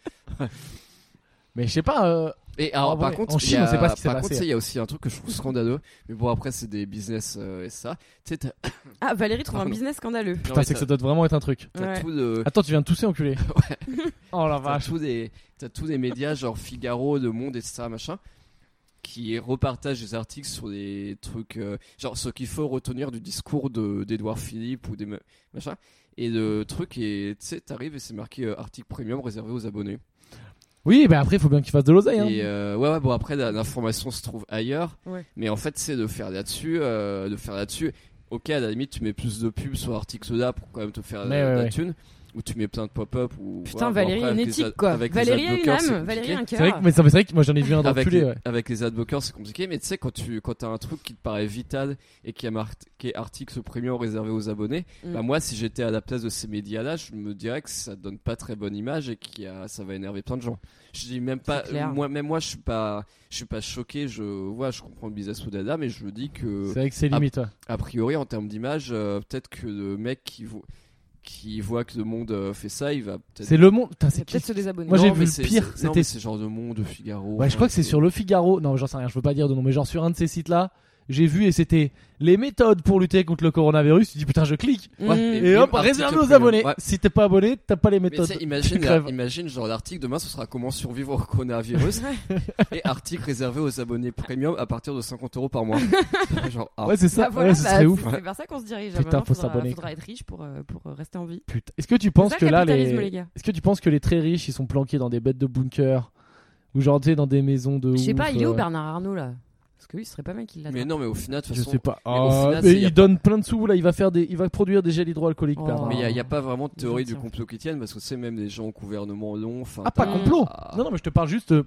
[SPEAKER 2] Mais je sais pas. euh,
[SPEAKER 1] et alors
[SPEAKER 2] Ah,
[SPEAKER 1] par
[SPEAKER 2] ouais.
[SPEAKER 1] contre
[SPEAKER 2] En
[SPEAKER 1] il y
[SPEAKER 2] Chine, on
[SPEAKER 1] a-
[SPEAKER 2] sait pas ce qui s'est
[SPEAKER 1] par
[SPEAKER 2] passé.
[SPEAKER 1] contre tu sais, il y a aussi un truc que je trouve scandaleux mais bon après c'est des business euh, et ça tu sais t'as
[SPEAKER 3] Ah, Valérie trouve un
[SPEAKER 1] Pardon.
[SPEAKER 3] business scandaleux.
[SPEAKER 1] genre,
[SPEAKER 2] putain, c'est que ça
[SPEAKER 1] t'as-
[SPEAKER 2] doit vraiment être un truc.
[SPEAKER 1] t'as
[SPEAKER 3] Ouais.
[SPEAKER 1] tout de
[SPEAKER 2] Attends, tu viens de tousser, enculé. Oh la
[SPEAKER 1] T'as
[SPEAKER 2] vache.
[SPEAKER 1] tous des, t'as tous des médias genre Figaro, Le Monde, etc. machin, qui repartagent des articles sur des trucs, euh, genre ce qu'il faut retenir du discours de, d'Edouard Philippe ou des me- machins. Et le truc, et tu sais, t'arrives et c'est marqué euh, article premium réservé aux abonnés.
[SPEAKER 2] Oui, bah après, il faut bien qu'il fasse de l'oseille. Hein.
[SPEAKER 1] Et euh, ouais, ouais, bon après la- l'information se trouve ailleurs,
[SPEAKER 3] Ouais.
[SPEAKER 1] mais en fait c'est de faire là-dessus, euh, de faire là-dessus. Ok, à la limite tu mets plus de pubs sur article soda pour quand même te faire
[SPEAKER 2] Mais
[SPEAKER 1] euh,
[SPEAKER 2] ouais,
[SPEAKER 1] de la
[SPEAKER 2] ouais.
[SPEAKER 1] thune. où tu mets plein de pop-up. ou-
[SPEAKER 3] Putain,
[SPEAKER 1] voilà,
[SPEAKER 3] Valérie
[SPEAKER 1] bon, après,
[SPEAKER 3] est une
[SPEAKER 1] avec les
[SPEAKER 3] éthique
[SPEAKER 1] ad-
[SPEAKER 3] quoi.
[SPEAKER 1] avec les
[SPEAKER 3] Valérie a une
[SPEAKER 1] adblockers, c'est
[SPEAKER 3] âme,
[SPEAKER 1] compliqué.
[SPEAKER 3] Valérie a un
[SPEAKER 2] C'est vrai,
[SPEAKER 3] cœur.
[SPEAKER 2] que- mais c'est vrai que moi j'en ai vu un
[SPEAKER 1] avec,
[SPEAKER 2] d'enculé,
[SPEAKER 1] les,
[SPEAKER 2] ouais.
[SPEAKER 1] avec les adblockers, c'est compliqué, mais tu sais, quand tu quand as un truc qui te paraît vital et qui, a mar- qui est article premium réservé aux abonnés,
[SPEAKER 3] Mm.
[SPEAKER 1] bah moi, si j'étais à la place de ces médias-là, je me dirais que ça donne pas très bonne image et que ça va énerver plein de gens. Je dis même pas,
[SPEAKER 3] C'est clair.
[SPEAKER 1] moi, même moi, je suis pas, je suis pas choqué, je vois, je comprends le business Dada, mais je me dis que,
[SPEAKER 2] C'est vrai que
[SPEAKER 1] Ah,
[SPEAKER 2] c'est limite, ouais.
[SPEAKER 1] a priori, en termes d'image, euh, peut-être que le mec qui voit, qui voit que le monde euh, fait ça, il va peut-être.
[SPEAKER 2] C'est le monde. Putain, c'est
[SPEAKER 3] C'est
[SPEAKER 2] qui
[SPEAKER 3] peut-être se désabonner.
[SPEAKER 2] Moi,
[SPEAKER 1] Non,
[SPEAKER 2] j'ai
[SPEAKER 1] mais
[SPEAKER 2] vu le
[SPEAKER 1] c'est-
[SPEAKER 2] pire,
[SPEAKER 1] c'est- non,
[SPEAKER 2] c'était-
[SPEAKER 1] mais c'est genre de monde, de Figaro. euh,
[SPEAKER 2] Ouais, je crois
[SPEAKER 1] enfin,
[SPEAKER 2] que c'est sur le Figaro. Non, j'en sais rien, je veux pas dire de nom, mais genre sur un de ces sites-là, j'ai vu et c'était les méthodes pour lutter contre le coronavirus. Tu dis putain, je clique.
[SPEAKER 1] Ouais,
[SPEAKER 3] Mm.
[SPEAKER 2] Et hop,
[SPEAKER 1] article
[SPEAKER 2] réservé aux
[SPEAKER 1] premium.
[SPEAKER 2] abonnés.
[SPEAKER 1] Ouais.
[SPEAKER 2] Si t'es pas abonné, t'as pas les
[SPEAKER 1] Mais tu
[SPEAKER 2] méthodes.
[SPEAKER 1] sais, imagine,
[SPEAKER 2] Tu
[SPEAKER 1] la-
[SPEAKER 2] crèves.
[SPEAKER 1] imagine genre l'article demain ce sera comment survivre au coronavirus et article réservé aux abonnés premium à partir de 50 euros par mois. genre, ah,
[SPEAKER 2] Ouais, c'est
[SPEAKER 3] Bah
[SPEAKER 2] ça.
[SPEAKER 3] voilà,
[SPEAKER 2] ouais, ce
[SPEAKER 3] bah,
[SPEAKER 2] serait ouf.
[SPEAKER 3] c'est- C'est vers ça qu'on se dirige.
[SPEAKER 2] Putain,
[SPEAKER 3] Maintenant,
[SPEAKER 2] faut
[SPEAKER 3] faudra-
[SPEAKER 2] s'abonner,
[SPEAKER 3] Faudra être riche pour euh, pour euh, rester en vie.
[SPEAKER 2] Putain. Est-ce que tu
[SPEAKER 3] C'est
[SPEAKER 2] penses
[SPEAKER 3] ça,
[SPEAKER 2] que là,
[SPEAKER 3] capitalisme, les
[SPEAKER 2] les.
[SPEAKER 3] gars.
[SPEAKER 2] Est-ce que tu penses que les très riches, ils sont planqués dans des bêtes de bunkers ou genre tu sais, dans des maisons de.
[SPEAKER 3] Je sais
[SPEAKER 2] ouf,
[SPEAKER 3] pas, il est où
[SPEAKER 2] euh,
[SPEAKER 3] Bernard Arnault là Parce que lui, ce serait pas mal qu'il l'adore.
[SPEAKER 1] mais non, mais au final, de toute
[SPEAKER 2] Je
[SPEAKER 1] façon,
[SPEAKER 2] sais pas.
[SPEAKER 1] au
[SPEAKER 2] Ah,
[SPEAKER 1] final,
[SPEAKER 2] mais
[SPEAKER 1] c'est- y a-
[SPEAKER 2] il donne plein de sous là. Il va faire des, il va produire des gels hydroalcooliques.
[SPEAKER 3] Oh.
[SPEAKER 2] Bernard.
[SPEAKER 1] mais il n'y a, pas vraiment de
[SPEAKER 3] Ils
[SPEAKER 1] théorie
[SPEAKER 3] ont
[SPEAKER 1] du
[SPEAKER 3] ça.
[SPEAKER 1] complot qui tienne parce que c'est même les gens au gouvernement long.
[SPEAKER 2] Ah, pas
[SPEAKER 3] Mm.
[SPEAKER 2] complot. Non, non, mais je te parle juste. euh,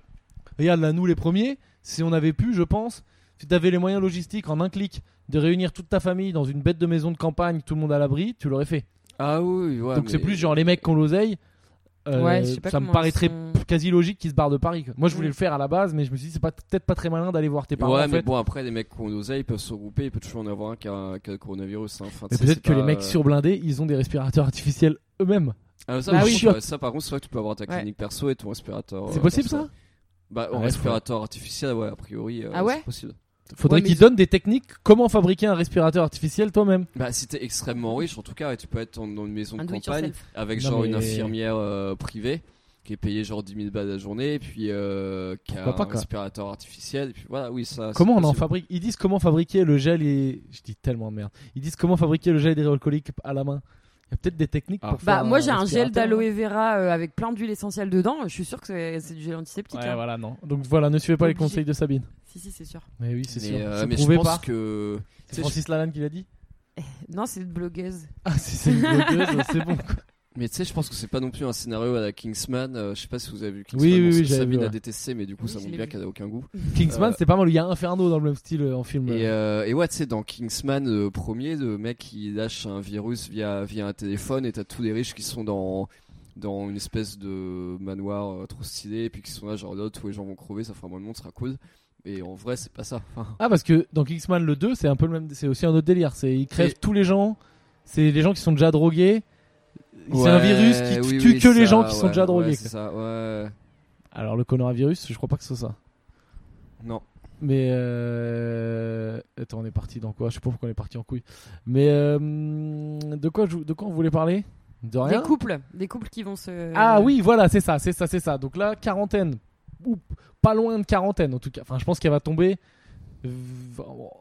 [SPEAKER 2] regarde, là, nous les premiers, si on avait pu, je pense, si t'avais les moyens logistiques en un clic de réunir toute ta famille dans une bête de maison de campagne, tout le monde à l'abri, tu l'aurais fait.
[SPEAKER 1] Ah oui, ouais.
[SPEAKER 2] Donc c'est
[SPEAKER 1] mais-
[SPEAKER 2] plus genre les mecs qu'on l'oseille. euh,
[SPEAKER 3] Ouais, je sais pas
[SPEAKER 2] ça me
[SPEAKER 3] comment
[SPEAKER 2] paraît
[SPEAKER 3] ils
[SPEAKER 2] très
[SPEAKER 3] sont.
[SPEAKER 2] p- quasi logique qu'ils se barrent de Paris. quoi. Moi, je voulais
[SPEAKER 3] Mm.
[SPEAKER 2] le faire à la base, mais je me suis dit, c'est pas- peut-être pas très malin d'aller voir tes parents.
[SPEAKER 1] Ouais,
[SPEAKER 2] en
[SPEAKER 1] mais
[SPEAKER 2] fait.
[SPEAKER 1] bon, après, les mecs qui ont osé, ils peuvent se regrouper, il peut toujours en avoir un qui a, qui a le coronavirus. hein. Enfin,
[SPEAKER 2] Mais
[SPEAKER 1] tu sais,
[SPEAKER 2] peut-être
[SPEAKER 1] c'est
[SPEAKER 2] que les
[SPEAKER 1] pas,
[SPEAKER 2] mecs
[SPEAKER 1] euh,
[SPEAKER 2] surblindés, ils ont des respirateurs artificiels eux-mêmes.
[SPEAKER 1] Ah, ça,
[SPEAKER 3] Bah
[SPEAKER 1] par
[SPEAKER 3] oui.
[SPEAKER 1] contre, ouais, ça, par contre, c'est vrai que tu peux avoir ta
[SPEAKER 3] Ouais.
[SPEAKER 1] clinique perso et ton respirateur.
[SPEAKER 2] C'est
[SPEAKER 1] euh,
[SPEAKER 2] possible
[SPEAKER 1] perso.
[SPEAKER 2] ça Ah
[SPEAKER 1] Bah, en
[SPEAKER 2] Ouais,
[SPEAKER 1] respirateur artificiel, ouais, a priori, euh,
[SPEAKER 3] Ah ouais
[SPEAKER 1] c'est possible.
[SPEAKER 2] Faudrait
[SPEAKER 3] Ouais, mais
[SPEAKER 2] qu'ils
[SPEAKER 3] ils-
[SPEAKER 2] donnent des techniques comment fabriquer un respirateur artificiel toi-même.
[SPEAKER 1] Bah, si t'es extrêmement riche, en tout cas, ouais, tu peux être dans, dans une maison
[SPEAKER 3] Un
[SPEAKER 1] de
[SPEAKER 3] do it
[SPEAKER 1] campagne
[SPEAKER 3] yourself.
[SPEAKER 1] avec
[SPEAKER 2] Non,
[SPEAKER 1] genre
[SPEAKER 2] mais-
[SPEAKER 1] une infirmière euh, privée qui est payée genre 10 000 balles la journée et puis euh, qui a
[SPEAKER 2] Pourquoi pas,
[SPEAKER 1] un
[SPEAKER 2] quoi.
[SPEAKER 1] respirateur artificiel. Et puis voilà, oui, ça. c'est
[SPEAKER 2] Comment on en
[SPEAKER 1] possible.
[SPEAKER 2] fabrique Ils disent comment fabriquer le gel et je dis tellement de merde. Ils disent comment fabriquer le gel hydroalcoolique à la main. Il y a peut-être des techniques
[SPEAKER 1] Ah.
[SPEAKER 2] pour
[SPEAKER 3] Bah,
[SPEAKER 2] faire
[SPEAKER 3] moi j'ai un gel
[SPEAKER 2] respirateur, hein.
[SPEAKER 3] d'aloe vera euh, avec plein d'huile essentielle dedans. Je suis sûr que c'est c'est du gel antiseptique.
[SPEAKER 2] Ouais,
[SPEAKER 3] hein.
[SPEAKER 2] voilà, non. Donc voilà, ne suivez pas les
[SPEAKER 3] Obligé.
[SPEAKER 2] conseils de Sabine.
[SPEAKER 3] Si, si, c'est sûr.
[SPEAKER 2] Mais oui, c'est
[SPEAKER 1] Mais,
[SPEAKER 2] sûr.
[SPEAKER 1] euh,
[SPEAKER 2] c'est
[SPEAKER 1] mais je
[SPEAKER 2] prouvé
[SPEAKER 1] pense
[SPEAKER 2] par.
[SPEAKER 1] que. tu sais,
[SPEAKER 2] C'est Francis Lalanne qui l'a dit
[SPEAKER 3] Non, c'est de blogueuse.
[SPEAKER 2] Ah, si c'est une blogueuse, c'est bon. quoi.
[SPEAKER 1] je- Mais tu sais, je pense que c'est pas non plus un scénario à la Kingsman. euh, je sais pas si vous avez vu Kingsman.
[SPEAKER 2] Oui, oui,
[SPEAKER 1] bon,
[SPEAKER 2] oui,
[SPEAKER 1] c'est-
[SPEAKER 2] j'avais vu,
[SPEAKER 1] Sabine a
[SPEAKER 2] ouais.
[SPEAKER 1] détesté, mais du coup,
[SPEAKER 3] Oui,
[SPEAKER 1] ça
[SPEAKER 3] je
[SPEAKER 1] montre
[SPEAKER 3] l'ai
[SPEAKER 1] bien
[SPEAKER 3] vu.
[SPEAKER 1] qu'elle a aucun goût.
[SPEAKER 2] Kingsman,
[SPEAKER 1] Euh,
[SPEAKER 2] c'est pas mal. Il y a Inferno dans le même style euh, en film.
[SPEAKER 1] Et,
[SPEAKER 2] euh.
[SPEAKER 1] euh, et ouais, tu sais, dans Kingsman, le premier, le mec, il lâche un virus via, via un téléphone et t'as tous les riches qui sont dans, dans une espèce de manoir euh, trop stylé et puis qui sont là, genre, là, tous les gens vont crever, ça fera moins de monde, ça sera cool. Et en vrai, c'est pas ça. Enfin,
[SPEAKER 2] Ah, parce que dans Kingsman le 2, c'est un peu le même. C'est aussi un autre délire. C'est ils crèvent
[SPEAKER 1] Et-
[SPEAKER 2] tous les gens. C'est les gens qui sont déjà drogués.
[SPEAKER 1] ouais,
[SPEAKER 2] c'est un virus qui
[SPEAKER 1] oui,
[SPEAKER 2] tue
[SPEAKER 1] oui,
[SPEAKER 2] que
[SPEAKER 1] ça,
[SPEAKER 2] les gens qui sont
[SPEAKER 1] ouais,
[SPEAKER 2] déjà
[SPEAKER 1] ouais,
[SPEAKER 2] drogués.
[SPEAKER 1] c'est ça, ouais.
[SPEAKER 2] Alors le coronavirus, je crois pas que ce soit ça.
[SPEAKER 1] Non.
[SPEAKER 2] Mais euh... attends, on est parti dans quoi Je sais pas pourquoi on est parti en couille. Mais euh, de quoi je- de quoi on voulait parler De rien.
[SPEAKER 3] Des couples, des couples qui vont se.
[SPEAKER 2] Ah oui, voilà, c'est ça, c'est ça, c'est ça. Donc là, quarantaine, ou pas loin de quarantaine en tout cas. Enfin, je pense qu'elle va tomber. euh,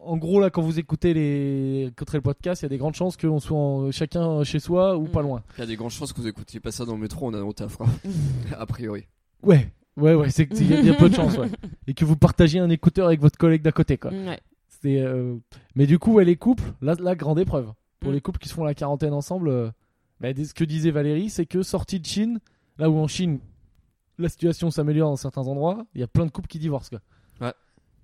[SPEAKER 2] En gros, là, quand vous écoutez les, écouterez le podcast, il y a des grandes chances qu'on soit en- chacun chez soi ou pas
[SPEAKER 3] Mm.
[SPEAKER 2] loin.
[SPEAKER 1] Il y a des grandes chances que vous écoutiez pas ça dans le métro, on a nos taf, quoi. A priori.
[SPEAKER 2] Ouais, ouais, ouais, c'est il y, a- il y a peu de chances, ouais. Et que vous partagiez un écouteur avec votre collègue d'à côté, quoi.
[SPEAKER 3] Ouais.
[SPEAKER 2] C'est, euh, Mais du coup, ouais, les couples, là, la grande épreuve. Pour
[SPEAKER 3] Mm.
[SPEAKER 2] les couples qui se font la quarantaine ensemble, euh, bah, des- ce que disait Valérie, c'est que sortie de Chine, là où en Chine, la situation s'améliore dans certains endroits, il y a plein de couples qui divorcent. Quoi.
[SPEAKER 1] Ouais.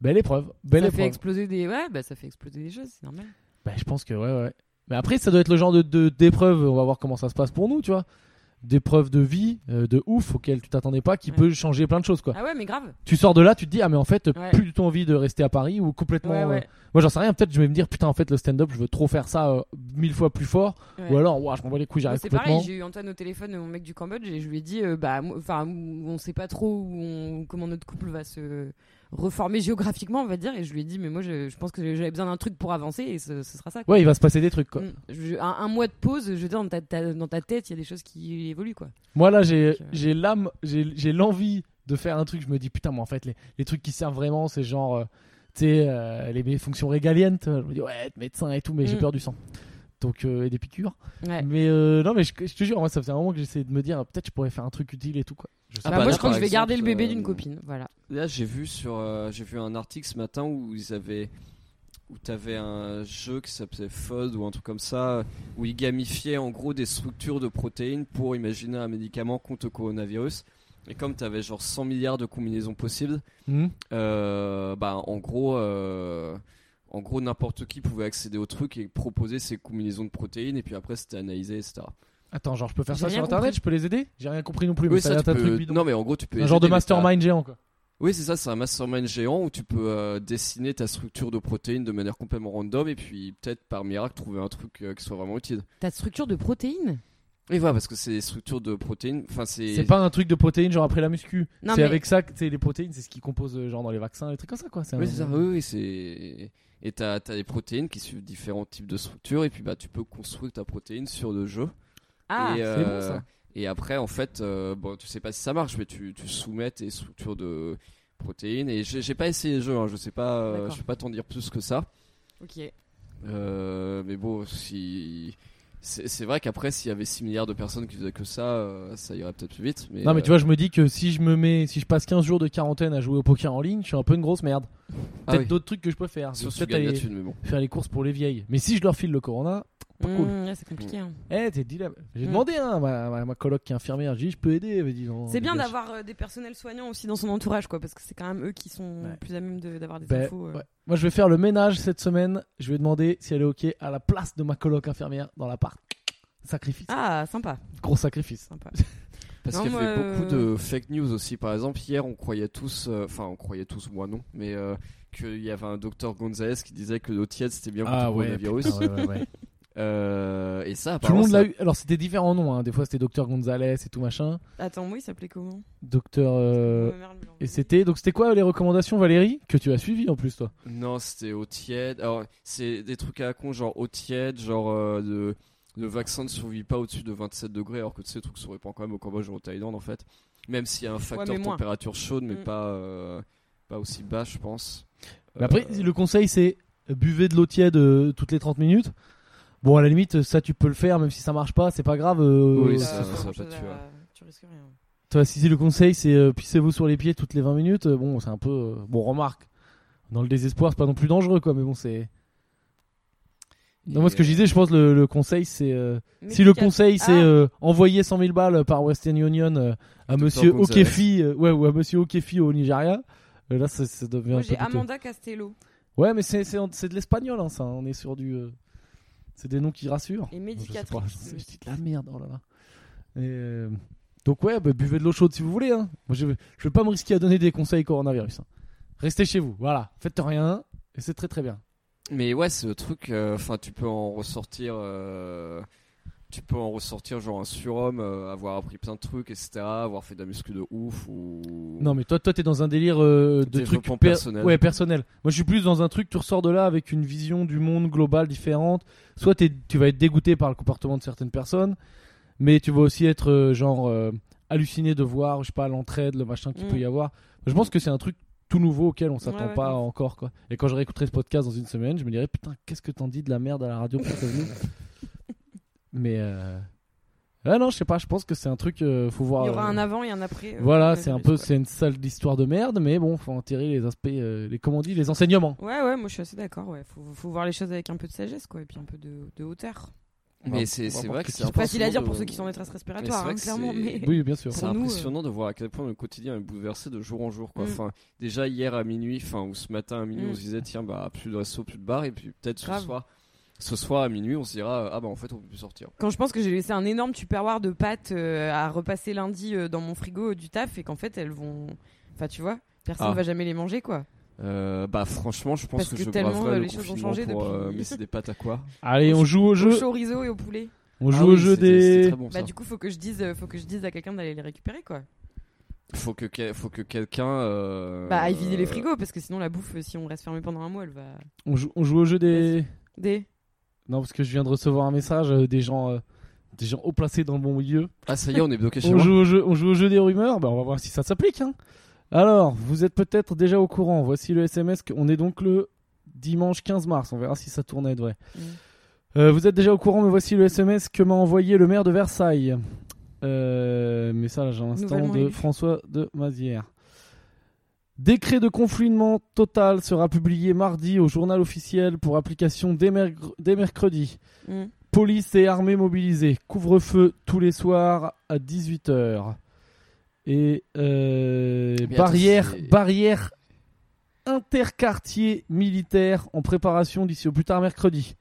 [SPEAKER 2] Belle épreuve. Belle
[SPEAKER 3] ça fait
[SPEAKER 2] épreuve.
[SPEAKER 3] exploser des. Ouais, bah ça fait exploser des choses, c'est normal.
[SPEAKER 2] Bah, je pense que, ouais, ouais. Mais après, ça doit être le genre de- de, d'épreuve, on va voir comment ça se passe pour nous, tu vois. D'épreuve de vie, euh, de ouf, auquel tu t'attendais pas, qui
[SPEAKER 3] Ouais.
[SPEAKER 2] peut changer plein de choses, quoi.
[SPEAKER 3] Ah ouais, mais grave.
[SPEAKER 2] Tu sors de là, tu te dis, ah, mais en fait,
[SPEAKER 3] Ouais.
[SPEAKER 2] plus du tout envie de rester à Paris ou complètement.
[SPEAKER 3] Ouais, ouais.
[SPEAKER 2] euh, Moi, j'en sais rien, peut-être je vais me dire, putain, en fait, le stand-up, je veux trop faire ça euh, mille fois plus fort.
[SPEAKER 3] ouais.
[SPEAKER 2] Ou alors, ouah, je m'envoie les couilles,
[SPEAKER 3] Moi,
[SPEAKER 2] j'arrive
[SPEAKER 3] C'est pareil,
[SPEAKER 2] complètement.
[SPEAKER 3] j'ai eu Antoine au téléphone, mon mec du Cambodge, et je lui ai dit, euh, bah, moi- enfin, on sait pas trop où on- comment notre couple va se reformer géographiquement, on va dire, et je lui ai dit, mais moi, je, je pense que j'avais besoin d'un truc pour avancer, et ce, ce sera ça. quoi.
[SPEAKER 2] Ouais, il va se passer des trucs, quoi.
[SPEAKER 3] Mm. Je- un, un mois de pause, je veux dire, dans ta, ta- dans ta tête, il y a des choses qui évoluent, quoi.
[SPEAKER 2] Moi, là, j'ai
[SPEAKER 3] Donc, euh,
[SPEAKER 2] j'ai l'âme, j'ai j'ai l'envie de faire un truc. Je me dis, putain, mais en fait, les, les trucs qui servent vraiment, c'est genre, euh, tu sais, euh, les, mes fonctions régaliennes. tu vois. Je me dis, ouais, être médecin et tout, mais j'ai
[SPEAKER 3] Mm.
[SPEAKER 2] peur du sang. Donc, euh, et des piqûres.
[SPEAKER 3] Ouais.
[SPEAKER 2] Mais euh, non, mais je, je te jure, moi, ça faisait un moment que j'essayais de me dire, ah, peut-être je pourrais faire un truc utile et tout, quoi. Je sais
[SPEAKER 1] Ah
[SPEAKER 3] Bah,
[SPEAKER 1] bah
[SPEAKER 3] moi,
[SPEAKER 1] là,
[SPEAKER 3] je crois que
[SPEAKER 1] par
[SPEAKER 3] je vais garder le
[SPEAKER 1] exemple,
[SPEAKER 3] bébé
[SPEAKER 1] euh,
[SPEAKER 3] d'une copine, voilà.
[SPEAKER 1] Là, j'ai vu sur, euh, j'ai vu un article ce matin où ils avaient où t'avais un jeu qui s'appelait FUD ou un truc comme ça, où ils gamifiaient en gros des structures de protéines pour imaginer un médicament contre le coronavirus. Et comme t'avais genre 100 milliards de combinaisons possibles,
[SPEAKER 2] Hmm.
[SPEAKER 1] euh, bah en gros, euh, en gros n'importe qui pouvait accéder au truc et proposer ses combinaisons de protéines. Et puis après c'était analysé, etc.
[SPEAKER 2] Attends, genre, je peux faire
[SPEAKER 3] J'ai
[SPEAKER 2] ça
[SPEAKER 3] rien
[SPEAKER 2] sur internet
[SPEAKER 3] compris.
[SPEAKER 2] Je peux les aider J'ai rien compris non plus. mais
[SPEAKER 1] Oui,
[SPEAKER 2] ça
[SPEAKER 1] ça,
[SPEAKER 2] a l'air
[SPEAKER 1] tu
[SPEAKER 2] d'un
[SPEAKER 1] peux-
[SPEAKER 2] truc bidon.
[SPEAKER 1] Non mais en gros tu peux.
[SPEAKER 2] un genre de
[SPEAKER 1] aider, mais t'as-
[SPEAKER 2] mastermind géant, quoi.
[SPEAKER 1] Oui, c'est ça, c'est un mastermind géant où tu peux euh, dessiner ta structure de protéines de manière complètement random et puis peut-être par miracle trouver un truc euh, qui soit vraiment utile.
[SPEAKER 3] Ta structure de protéines
[SPEAKER 1] Et voilà, parce que c'est des structures de protéines, enfin c'est...
[SPEAKER 2] C'est pas un truc de protéines, genre après la muscu.
[SPEAKER 3] Non,
[SPEAKER 2] C'est
[SPEAKER 3] mais-
[SPEAKER 2] avec ça que tu sais, les protéines, c'est ce qui compose, euh, genre, dans les vaccins, les trucs comme ça, quoi.
[SPEAKER 1] Oui,
[SPEAKER 2] un-
[SPEAKER 1] c'est ça, oui, oui, c'est... Et t'as as des protéines qui suivent différents types de structures et puis bah tu peux construire ta protéine sur le jeu.
[SPEAKER 3] Ah,
[SPEAKER 1] et, euh,
[SPEAKER 2] c'est bon, ça.
[SPEAKER 1] Et après, en fait, euh, bon, tu sais pas si ça marche, mais tu, tu soumets tes structures de protéines. Et j'ai j'ai pas essayé le jeu, hein, je sais pas, euh,
[SPEAKER 3] D'accord.
[SPEAKER 1] je peux pas t'en dire plus que ça.
[SPEAKER 3] ok.
[SPEAKER 1] Euh, mais bon, si. C'est c'est vrai qu'après, s'il y avait 6 milliards de personnes qui faisaient que ça, euh, ça irait peut-être plus vite. Mais
[SPEAKER 2] Non, mais
[SPEAKER 1] euh,
[SPEAKER 2] tu vois, je me dis que si je me mets, si je passe 15 jours de quarantaine à jouer au poker en ligne, je suis un peu une grosse merde.
[SPEAKER 1] ah
[SPEAKER 2] Peut-être
[SPEAKER 1] oui,
[SPEAKER 2] d'autres trucs que je peux faire. Je
[SPEAKER 1] sauf
[SPEAKER 2] vais
[SPEAKER 1] si tu
[SPEAKER 2] Peut-être
[SPEAKER 1] gagnes la
[SPEAKER 2] aller
[SPEAKER 1] thune, mais bon.
[SPEAKER 2] faire les courses pour les vieilles. Mais si je leur file le corona, pas cool.
[SPEAKER 3] Mmh, ouais, c'est compliqué.
[SPEAKER 1] Mm.
[SPEAKER 3] hein.
[SPEAKER 2] Eh, t'es dilemme. J'ai
[SPEAKER 3] Mm.
[SPEAKER 2] demandé hein, à ma, à ma coloc qui est infirmière, j'ai dit je peux aider. Elle m'a dit, non,
[SPEAKER 3] C'est bien
[SPEAKER 2] dégage.
[SPEAKER 3] d'avoir euh, des personnels soignants aussi dans son entourage, quoi, parce que c'est quand même eux qui sont
[SPEAKER 2] Ouais.
[SPEAKER 3] plus à même de- d'avoir des
[SPEAKER 2] Ben,
[SPEAKER 3] infos. euh.
[SPEAKER 2] ouais. Moi, je vais faire le ménage cette semaine. Je vais demander si elle est ok à la place de ma coloc infirmière dans l'appart. Sacrifice,
[SPEAKER 3] Ah, sympa,
[SPEAKER 2] gros sacrifice.
[SPEAKER 3] sympa.
[SPEAKER 1] Parce
[SPEAKER 3] Non,
[SPEAKER 1] qu'il y
[SPEAKER 3] moi,
[SPEAKER 1] avait beaucoup
[SPEAKER 3] euh,
[SPEAKER 1] de fake news aussi. Par exemple, hier, on croyait tous, euh, enfin, on croyait tous, moi non, mais euh, qu'il y avait un docteur Gonzalez qui disait que l'eau tiède c'était bien contre le coronavirus.
[SPEAKER 2] putain, Ah ouais, ouais, ouais.
[SPEAKER 1] Euh, et ça,
[SPEAKER 2] Tout le
[SPEAKER 1] apparemment,
[SPEAKER 2] monde
[SPEAKER 1] ça-
[SPEAKER 2] l'a eu. Alors c'était différents noms. hein. Des fois c'était Docteur Gonzalez et tout machin.
[SPEAKER 3] Attends, moi, il s'appelait comment
[SPEAKER 2] Docteur.
[SPEAKER 3] Ma mère me l'a envoyé.
[SPEAKER 2] Euh, Et c'était donc c'était quoi les recommandations Valérie que tu as suivi en plus toi
[SPEAKER 1] Non, c'était eau tiède. Alors, c'est des trucs à la con, genre eau tiède, genre euh, le- Le vaccin ne survit pas au-dessus de 27 degrés, alors que tu sais, le truc se répand quand même au Cambodge ou en Thaïlande en fait. Même s'il y a un facteur
[SPEAKER 3] mais moins.
[SPEAKER 1] température chaude, mais
[SPEAKER 3] Mm.
[SPEAKER 1] pas, euh, pas aussi bas, je pense.
[SPEAKER 2] Mais Après
[SPEAKER 1] Euh,
[SPEAKER 2] le conseil c'est euh, buvez de l'eau tiède euh, toutes les 30 minutes. Bon à la limite euh, ça tu peux le faire même si ça marche pas c'est pas grave. euh,
[SPEAKER 1] Oui,
[SPEAKER 2] euh,
[SPEAKER 3] T'as
[SPEAKER 1] ça-
[SPEAKER 3] pas
[SPEAKER 1] ça va
[SPEAKER 3] grand-chose
[SPEAKER 1] pas
[SPEAKER 3] à-
[SPEAKER 1] tuer, hein. ouais.
[SPEAKER 3] Tu risques rien.
[SPEAKER 2] Toi si le conseil c'est euh, pissez-vous sur les pieds toutes les 20 minutes euh, bon c'est un peu euh, bon remarque dans le désespoir c'est pas non plus dangereux quoi mais bon c'est
[SPEAKER 1] et,
[SPEAKER 2] non moi ce que je disais je pense le, le conseil c'est euh,
[SPEAKER 3] Mais
[SPEAKER 2] Si le
[SPEAKER 3] tu as-
[SPEAKER 2] conseil c'est
[SPEAKER 3] Ah.
[SPEAKER 2] euh, envoyer 100 000 balles par Western Union euh, à Monsieur
[SPEAKER 1] Gonzalez.
[SPEAKER 2] Okefi, euh, ouais, ou à Monsieur Okefi au Nigeria, euh, là ça, ça devient
[SPEAKER 3] Moi,
[SPEAKER 2] un peu Oh,
[SPEAKER 3] j'ai
[SPEAKER 2] douteux.
[SPEAKER 3] Amanda Castello
[SPEAKER 2] Ouais, mais c'est c'est en- c'est de l'espagnol, hein, ça. On est sur du, euh, c'est des noms qui rassurent.
[SPEAKER 3] et
[SPEAKER 2] Je
[SPEAKER 3] médicatrice.
[SPEAKER 2] sais pas, je dis de la merde, oh là là. Et, euh, donc ouais, bah, buvez de l'eau chaude si vous voulez. Hein. Moi, je, vais- je vais pas me risquer à donner des conseils coronavirus. hein. Restez chez vous, voilà. Faites rien et c'est très très bien.
[SPEAKER 1] Mais ouais, ce truc, euh, enfin, tu peux en ressortir. euh, Tu peux en ressortir genre un surhomme, euh, avoir appris plein de trucs, etc., avoir fait de la muscu de ouf ou.
[SPEAKER 2] Non, mais toi, toi, t'es dans un délire euh, de truc
[SPEAKER 1] Développement personnel.
[SPEAKER 2] Ouais, personnel. Moi, je suis plus dans un truc. Tu ressors de là avec une vision du monde globale différente. Soit t'es- tu vas être dégoûté par le comportement de certaines personnes, mais tu vas aussi être euh, genre euh, halluciné de voir, je sais pas, l'entraide, le machin qu'il
[SPEAKER 3] Mm.
[SPEAKER 2] peut y avoir. Je pense que c'est un truc tout nouveau auquel on s'attend
[SPEAKER 3] Ouais, ouais,
[SPEAKER 2] pas
[SPEAKER 3] grave.
[SPEAKER 2] encore, quoi. Et quand je réécouterai ce podcast dans une semaine, je me dirai putain, qu'est-ce que t'en dis de la merde à la radio pour prévenir Mais euh... ah non, je sais pas. Je pense que c'est un truc. euh, faut voir.
[SPEAKER 3] Il y aura
[SPEAKER 2] euh,
[SPEAKER 3] un avant et un après. euh,
[SPEAKER 2] voilà,
[SPEAKER 3] coronavirus,
[SPEAKER 2] c'est un peu,
[SPEAKER 3] quoi.
[SPEAKER 2] c'est une salle d'histoire de merde, mais bon, faut en tirer les aspects, euh, les comment on dit, les enseignements.
[SPEAKER 3] Ouais, ouais, moi je suis assez d'accord. Ouais. Faut, faut voir les choses avec un peu de sagesse, quoi, et puis un peu de, de hauteur.
[SPEAKER 1] Mais c'est
[SPEAKER 2] On va
[SPEAKER 1] c'est
[SPEAKER 2] voir
[SPEAKER 1] vrai
[SPEAKER 2] ce
[SPEAKER 1] que
[SPEAKER 2] qui
[SPEAKER 1] c'est
[SPEAKER 2] se passe.
[SPEAKER 3] Facile à dire
[SPEAKER 1] impressionnant
[SPEAKER 3] pour
[SPEAKER 1] de-
[SPEAKER 3] ceux qui sont en détresse
[SPEAKER 1] Mais
[SPEAKER 3] respiratoire,
[SPEAKER 1] c'est vrai
[SPEAKER 3] hein,
[SPEAKER 1] que
[SPEAKER 3] clairement.
[SPEAKER 1] c'est-
[SPEAKER 3] Mais...
[SPEAKER 2] Oui, bien sûr.
[SPEAKER 1] C'est
[SPEAKER 3] Pour nous, euh,
[SPEAKER 1] impressionnant de voir à quel point le quotidien est bouleversé de jour en jour. Quoi.
[SPEAKER 3] Mm.
[SPEAKER 1] Enfin, déjà hier à minuit, enfin ou ce matin à minuit,
[SPEAKER 3] Mm.
[SPEAKER 1] on se disait tiens bah plus de resto, plus de bar, et puis peut-être ce
[SPEAKER 3] Grave.
[SPEAKER 1] soir, ce soir à minuit, on se dira euh, ah bah en fait on peut plus sortir.
[SPEAKER 3] Quand je pense que j'ai laissé un énorme tupperware de pâtes euh, à repasser lundi euh, dans mon frigo euh, du taf et qu'en fait elles vont. Enfin, tu vois, personne
[SPEAKER 1] Ah.
[SPEAKER 3] va jamais les manger, quoi.
[SPEAKER 1] Euh, bah franchement, je pense
[SPEAKER 3] Parce
[SPEAKER 1] que,
[SPEAKER 3] que
[SPEAKER 1] je
[SPEAKER 3] tellement,
[SPEAKER 1] braverai
[SPEAKER 3] euh,
[SPEAKER 1] le
[SPEAKER 3] les choses ont
[SPEAKER 1] confinement
[SPEAKER 3] changé
[SPEAKER 1] pour euh,
[SPEAKER 3] depuis.
[SPEAKER 1] mais c'est des pâtes à quoi
[SPEAKER 2] Allez, on joue au
[SPEAKER 3] Au
[SPEAKER 2] jeu.
[SPEAKER 3] chorizo et au poulet.
[SPEAKER 2] On
[SPEAKER 1] Ah
[SPEAKER 2] joue
[SPEAKER 1] oui,
[SPEAKER 2] au jeu
[SPEAKER 1] c'était- c'était
[SPEAKER 2] des.
[SPEAKER 1] très bon,
[SPEAKER 3] Bah,
[SPEAKER 1] ça.
[SPEAKER 3] du coup, faut que je dise, euh, faut que je dise à quelqu'un d'aller les récupérer, quoi.
[SPEAKER 1] Faut que quel- faut que quelqu'un euh,
[SPEAKER 3] Bah, aille vider les
[SPEAKER 1] euh,
[SPEAKER 3] frigos, parce que sinon la bouffe, euh, si on reste fermé pendant un mois, elle va.
[SPEAKER 2] On joue, on joue au jeu des.
[SPEAKER 3] Des.
[SPEAKER 2] Non, parce que je viens de recevoir un message euh, des gens, euh, des gens haut placés dans le bon milieu.
[SPEAKER 1] Ah ça y est, on est bloqué chez
[SPEAKER 2] On
[SPEAKER 1] moi.
[SPEAKER 2] joue, au jeu, on joue au jeu des rumeurs. Bah, on va voir si ça s'applique. hein. Alors, vous êtes peut-être déjà au courant. Voici le SMS. que- On est donc le dimanche 15 mars. On verra si ça tourne à être vrai.
[SPEAKER 3] Mm.
[SPEAKER 2] Euh, vous êtes déjà au courant, mais voici le SMS que m'a envoyé le maire de Versailles. Euh, message à l'instant
[SPEAKER 3] Nouvellement
[SPEAKER 2] de
[SPEAKER 3] élu.
[SPEAKER 2] François de Mazière. Décret de confinement total sera publié mardi au journal officiel pour application dès, mergr- dès mercredi.
[SPEAKER 3] Mm.
[SPEAKER 2] Police et armée mobilisée. Couvre-feu tous les soirs à 18h. Et euh,
[SPEAKER 1] Mais attends,
[SPEAKER 2] barrière,
[SPEAKER 1] c'est-
[SPEAKER 2] barrière interquartier militaire en préparation d'ici au plus tard mercredi.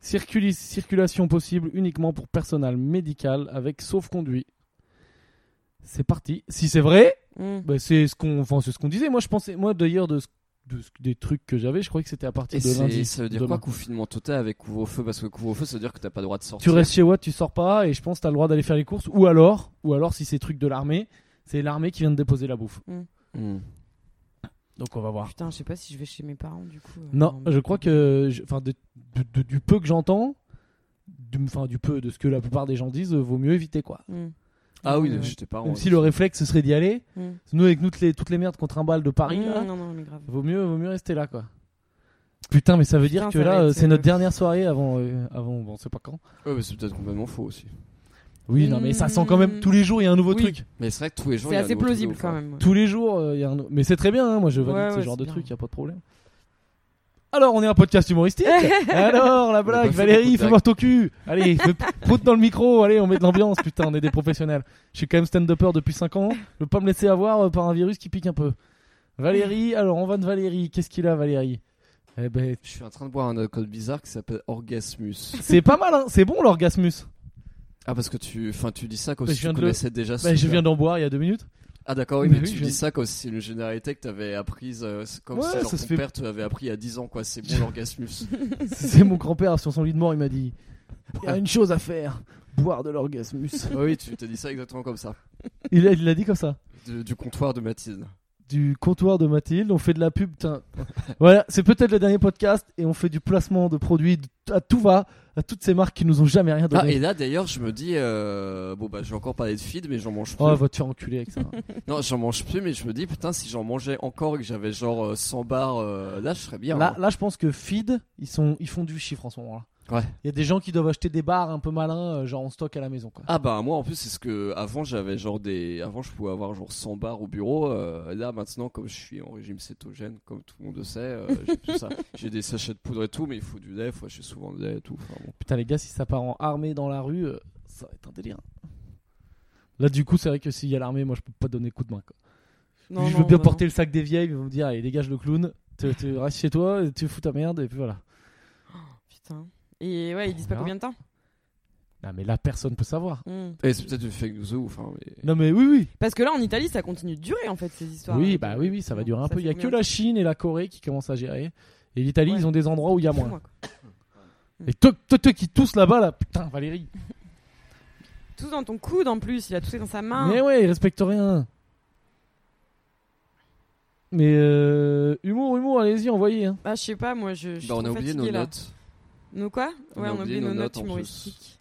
[SPEAKER 2] Circuli- circulation possible uniquement pour personnel médical avec sauf-conduit. C'est parti. Si c'est vrai,
[SPEAKER 3] Mm.
[SPEAKER 2] bah, c'est ce qu'on enfin, c'est ce qu'on disait. Moi, je pensais, moi d'ailleurs, de, ce- de ce- des trucs que j'avais, je croyais que c'était à partir
[SPEAKER 1] Et
[SPEAKER 2] de
[SPEAKER 1] c'est-
[SPEAKER 2] lundi.
[SPEAKER 1] ça veut dire
[SPEAKER 2] demain.
[SPEAKER 1] quoi confinement total avec couvre-feu Parce que couvre-feu, ça veut dire que t'as pas le droit de sortir.
[SPEAKER 2] Tu restes chez toi, tu sors pas, et je pense que t'as le droit d'aller faire les courses. Ou alors, ou alors si c'est truc de l'armée, c'est l'armée qui vient de déposer la bouffe.
[SPEAKER 1] Hmm.
[SPEAKER 2] Donc on va voir.
[SPEAKER 3] Putain, je sais pas si je vais chez mes parents du coup. euh,
[SPEAKER 2] Non,
[SPEAKER 3] mais-
[SPEAKER 2] je crois que, je- enfin, de- de- de- du peu que j'entends, du- enfin du peu de ce que la plupart des gens disent, euh, vaut mieux éviter quoi.
[SPEAKER 3] Mm.
[SPEAKER 1] Ah oui,
[SPEAKER 3] Ouais, ouais.
[SPEAKER 1] j'étais pas en.
[SPEAKER 2] Même si le réflexe ce serait d'y aller,
[SPEAKER 3] Mm.
[SPEAKER 2] nous avec nous, toutes les, toutes les merdes qu'on trimballe de Paris,
[SPEAKER 3] Mm,
[SPEAKER 2] là,
[SPEAKER 3] Non, non, mais grave.
[SPEAKER 2] Vaut mieux, vaut mieux rester là, quoi. Putain, mais ça veut dire
[SPEAKER 3] Putain,
[SPEAKER 2] que
[SPEAKER 3] ça
[SPEAKER 2] là,
[SPEAKER 3] va être,
[SPEAKER 2] euh, c'est notre
[SPEAKER 3] euh,
[SPEAKER 2] dernière soirée avant, euh, avant, bon, on sait pas quand.
[SPEAKER 1] Ouais, mais c'est peut-être complètement faux aussi.
[SPEAKER 2] Oui, non, mais ça sent quand même tous les jours, il y a un nouveau
[SPEAKER 3] Hmm. Oui.
[SPEAKER 2] truc.
[SPEAKER 1] Mais c'est vrai que tous les jours. il
[SPEAKER 3] C'est
[SPEAKER 1] y a un
[SPEAKER 3] assez
[SPEAKER 1] nouveau truc de
[SPEAKER 3] plausible
[SPEAKER 1] ouf,
[SPEAKER 3] quand
[SPEAKER 1] hein.
[SPEAKER 3] même. ouais.
[SPEAKER 2] Tous les jours, euh, il y a un. nou- Mais c'est très bien, hein, moi je valide
[SPEAKER 3] Ouais,
[SPEAKER 2] ce
[SPEAKER 3] ouais,
[SPEAKER 2] genre
[SPEAKER 3] c'est
[SPEAKER 2] de
[SPEAKER 3] bien.
[SPEAKER 2] truc, y a pas de problème. Alors, on est un podcast humoristique. Alors,
[SPEAKER 1] On
[SPEAKER 2] la
[SPEAKER 1] a pas
[SPEAKER 2] blague,
[SPEAKER 1] fait
[SPEAKER 2] Valérie,
[SPEAKER 1] beaucoup de
[SPEAKER 2] fais-moi ton cul. Allez, fais- proute dans le micro. Allez, on met de l'ambiance. Putain, on est des professionnels. Je suis quand même stand-upper depuis 5 ans. Je veux pas me laisser avoir euh, par un virus qui pique un peu. Valérie, alors on va de Valérie. Qu'est-ce qu'il a, Valérie Eh ben,
[SPEAKER 1] Je suis en train de boire un alcool bizarre qui s'appelle Orgasmus.
[SPEAKER 2] C'est pas mal, hein. c'est bon l'orgasmus.
[SPEAKER 1] Ah, parce que tu, enfin, tu dis ça comme
[SPEAKER 2] Bah,
[SPEAKER 1] si
[SPEAKER 2] je
[SPEAKER 1] tu
[SPEAKER 2] viens de le-
[SPEAKER 1] connaissais déjà
[SPEAKER 2] Bah,
[SPEAKER 1] ce
[SPEAKER 2] je
[SPEAKER 1] truc.
[SPEAKER 2] viens d'en boire il y a deux minutes.
[SPEAKER 1] Ah, d'accord, oui,
[SPEAKER 2] Bah
[SPEAKER 1] mais
[SPEAKER 2] oui,
[SPEAKER 1] tu
[SPEAKER 2] je-
[SPEAKER 1] dis ça comme si c'est une généralité que t'avais apprise, euh, c'est comme
[SPEAKER 2] Ouais,
[SPEAKER 1] si genre,
[SPEAKER 2] ça
[SPEAKER 1] ton
[SPEAKER 2] se fait-
[SPEAKER 1] père te l'avait appris à 10 ans, quoi. C'est bon l'orgasmus.
[SPEAKER 2] C'est mon grand-père sur son lit de mort, il m'a dit Il y
[SPEAKER 3] Ah.
[SPEAKER 2] a une chose à faire, boire de l'orgasmus.
[SPEAKER 1] Ah oui, tu t'as dit ça exactement comme ça.
[SPEAKER 2] il a- il l'a dit comme ça.
[SPEAKER 1] Du, du comptoir de Mathilde.
[SPEAKER 2] Du comptoir de Mathilde, on fait de la pub. putain. Voilà, c'est peut-être le dernier podcast et on fait du placement de produits de- à tout va, à toutes ces marques qui nous ont jamais rien
[SPEAKER 1] Ah,
[SPEAKER 2] donné.
[SPEAKER 1] et là d'ailleurs, je me dis, euh, bon bah, j'ai encore parlé de feed, mais j'en mange plus.
[SPEAKER 2] Oh, va te faire enculer avec ça.
[SPEAKER 1] Non, j'en mange plus, mais je me dis, putain, si j'en mangeais encore et que j'avais genre euh, 100 bars, euh, là, je serais bien.
[SPEAKER 2] là,
[SPEAKER 1] hein.
[SPEAKER 2] là, je pense que Feed, ils, sont, ils font du chiffre en ce moment-là.
[SPEAKER 1] Ouais.
[SPEAKER 2] Il y a des gens qui doivent acheter des bars un peu malins, euh, genre en stock à la maison. Quoi.
[SPEAKER 1] Ah bah moi en plus c'est ce que avant j'avais genre des avant je pouvais avoir genre 100 bars au bureau euh, là maintenant comme je suis en régime cétogène comme tout le monde le sait euh, j'ai tout ça j'ai des sachets de poudre et tout mais il faut du lait faut acheter souvent du lait et tout Enfin, bon.
[SPEAKER 2] Putain, les gars, si ça part en armée dans la rue, euh, ça va être un délire. Là, du coup, c'est vrai que s'il y a l'armée, moi, je peux pas donner coup de main. quoi.
[SPEAKER 3] Non,
[SPEAKER 2] je veux
[SPEAKER 3] non,
[SPEAKER 2] bien
[SPEAKER 3] bah
[SPEAKER 2] porter le sac des vieilles, ils vont me dire, allez, dégage le clown, tu, tu restes chez toi, tu fous ta merde, et puis voilà.
[SPEAKER 3] non. Putain. Et ouais, ils disent pas
[SPEAKER 2] verra.
[SPEAKER 3] combien de temps
[SPEAKER 2] Non, Ah, mais là, personne peut savoir.
[SPEAKER 3] Mm.
[SPEAKER 1] et c'est peut-être une fake news ou enfin mais-
[SPEAKER 2] Non, mais oui, oui.
[SPEAKER 3] Parce que là, en Italie, ça continue de durer en fait ces histoires.
[SPEAKER 2] Oui, bah oui, oui, ça va durer un peu. Il y a que la Chine et la Corée qui commencent à gérer. Et l'Italie,
[SPEAKER 3] Ouais.
[SPEAKER 2] ils ont des endroits où il y a
[SPEAKER 3] Moi.
[SPEAKER 2] moins.
[SPEAKER 3] quoi.
[SPEAKER 2] Et toi, toi, toi qui tousse là-bas, là, putain, Valérie.
[SPEAKER 3] Tout dans ton coude en plus, il a touché dans sa main.
[SPEAKER 2] Mais ouais, ils respectent rien. Mais euh, humour, humour, allez-y, envoyez. hein.
[SPEAKER 3] Bah, je sais pas, moi je. je suis
[SPEAKER 1] Bah, on a
[SPEAKER 3] trop
[SPEAKER 1] oublié nos
[SPEAKER 3] fatiguée, là.
[SPEAKER 1] notes
[SPEAKER 3] Nos quoi Ouais, on a oublié nos notes
[SPEAKER 1] en plus.
[SPEAKER 3] humoristiques.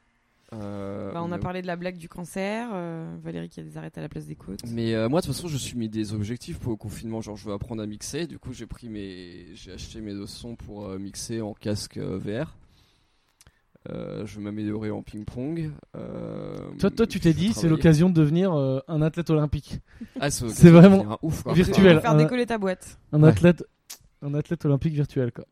[SPEAKER 1] Euh,
[SPEAKER 3] Bah, on
[SPEAKER 1] on
[SPEAKER 3] a
[SPEAKER 1] a-
[SPEAKER 3] parlé de la blague du cancer, euh, Valérie qui a des arêtes à la place des côtes.
[SPEAKER 1] Mais euh, moi, de toute façon, je suis mis des objectifs pour le confinement. Genre, je veux apprendre à mixer. Du coup, j'ai pris mes, j'ai acheté mes deux sons pour euh, mixer en casque euh, VR. Euh, je veux m'améliorer en ping-pong. Euh,
[SPEAKER 2] Toi, toi tu t'es
[SPEAKER 1] je
[SPEAKER 2] dit,
[SPEAKER 1] veux
[SPEAKER 2] c'est
[SPEAKER 1] travailler.
[SPEAKER 2] l'occasion de devenir euh, un athlète olympique.
[SPEAKER 1] Ah, c'est l'occasion
[SPEAKER 2] c'est
[SPEAKER 1] de
[SPEAKER 2] vraiment
[SPEAKER 1] devenir un ouf, quoi.
[SPEAKER 2] virtuel.
[SPEAKER 3] Faut Faire
[SPEAKER 2] un-
[SPEAKER 3] décoller ta boîte.
[SPEAKER 2] Un
[SPEAKER 1] Ouais.
[SPEAKER 2] athlète, un athlète olympique virtuel, quoi.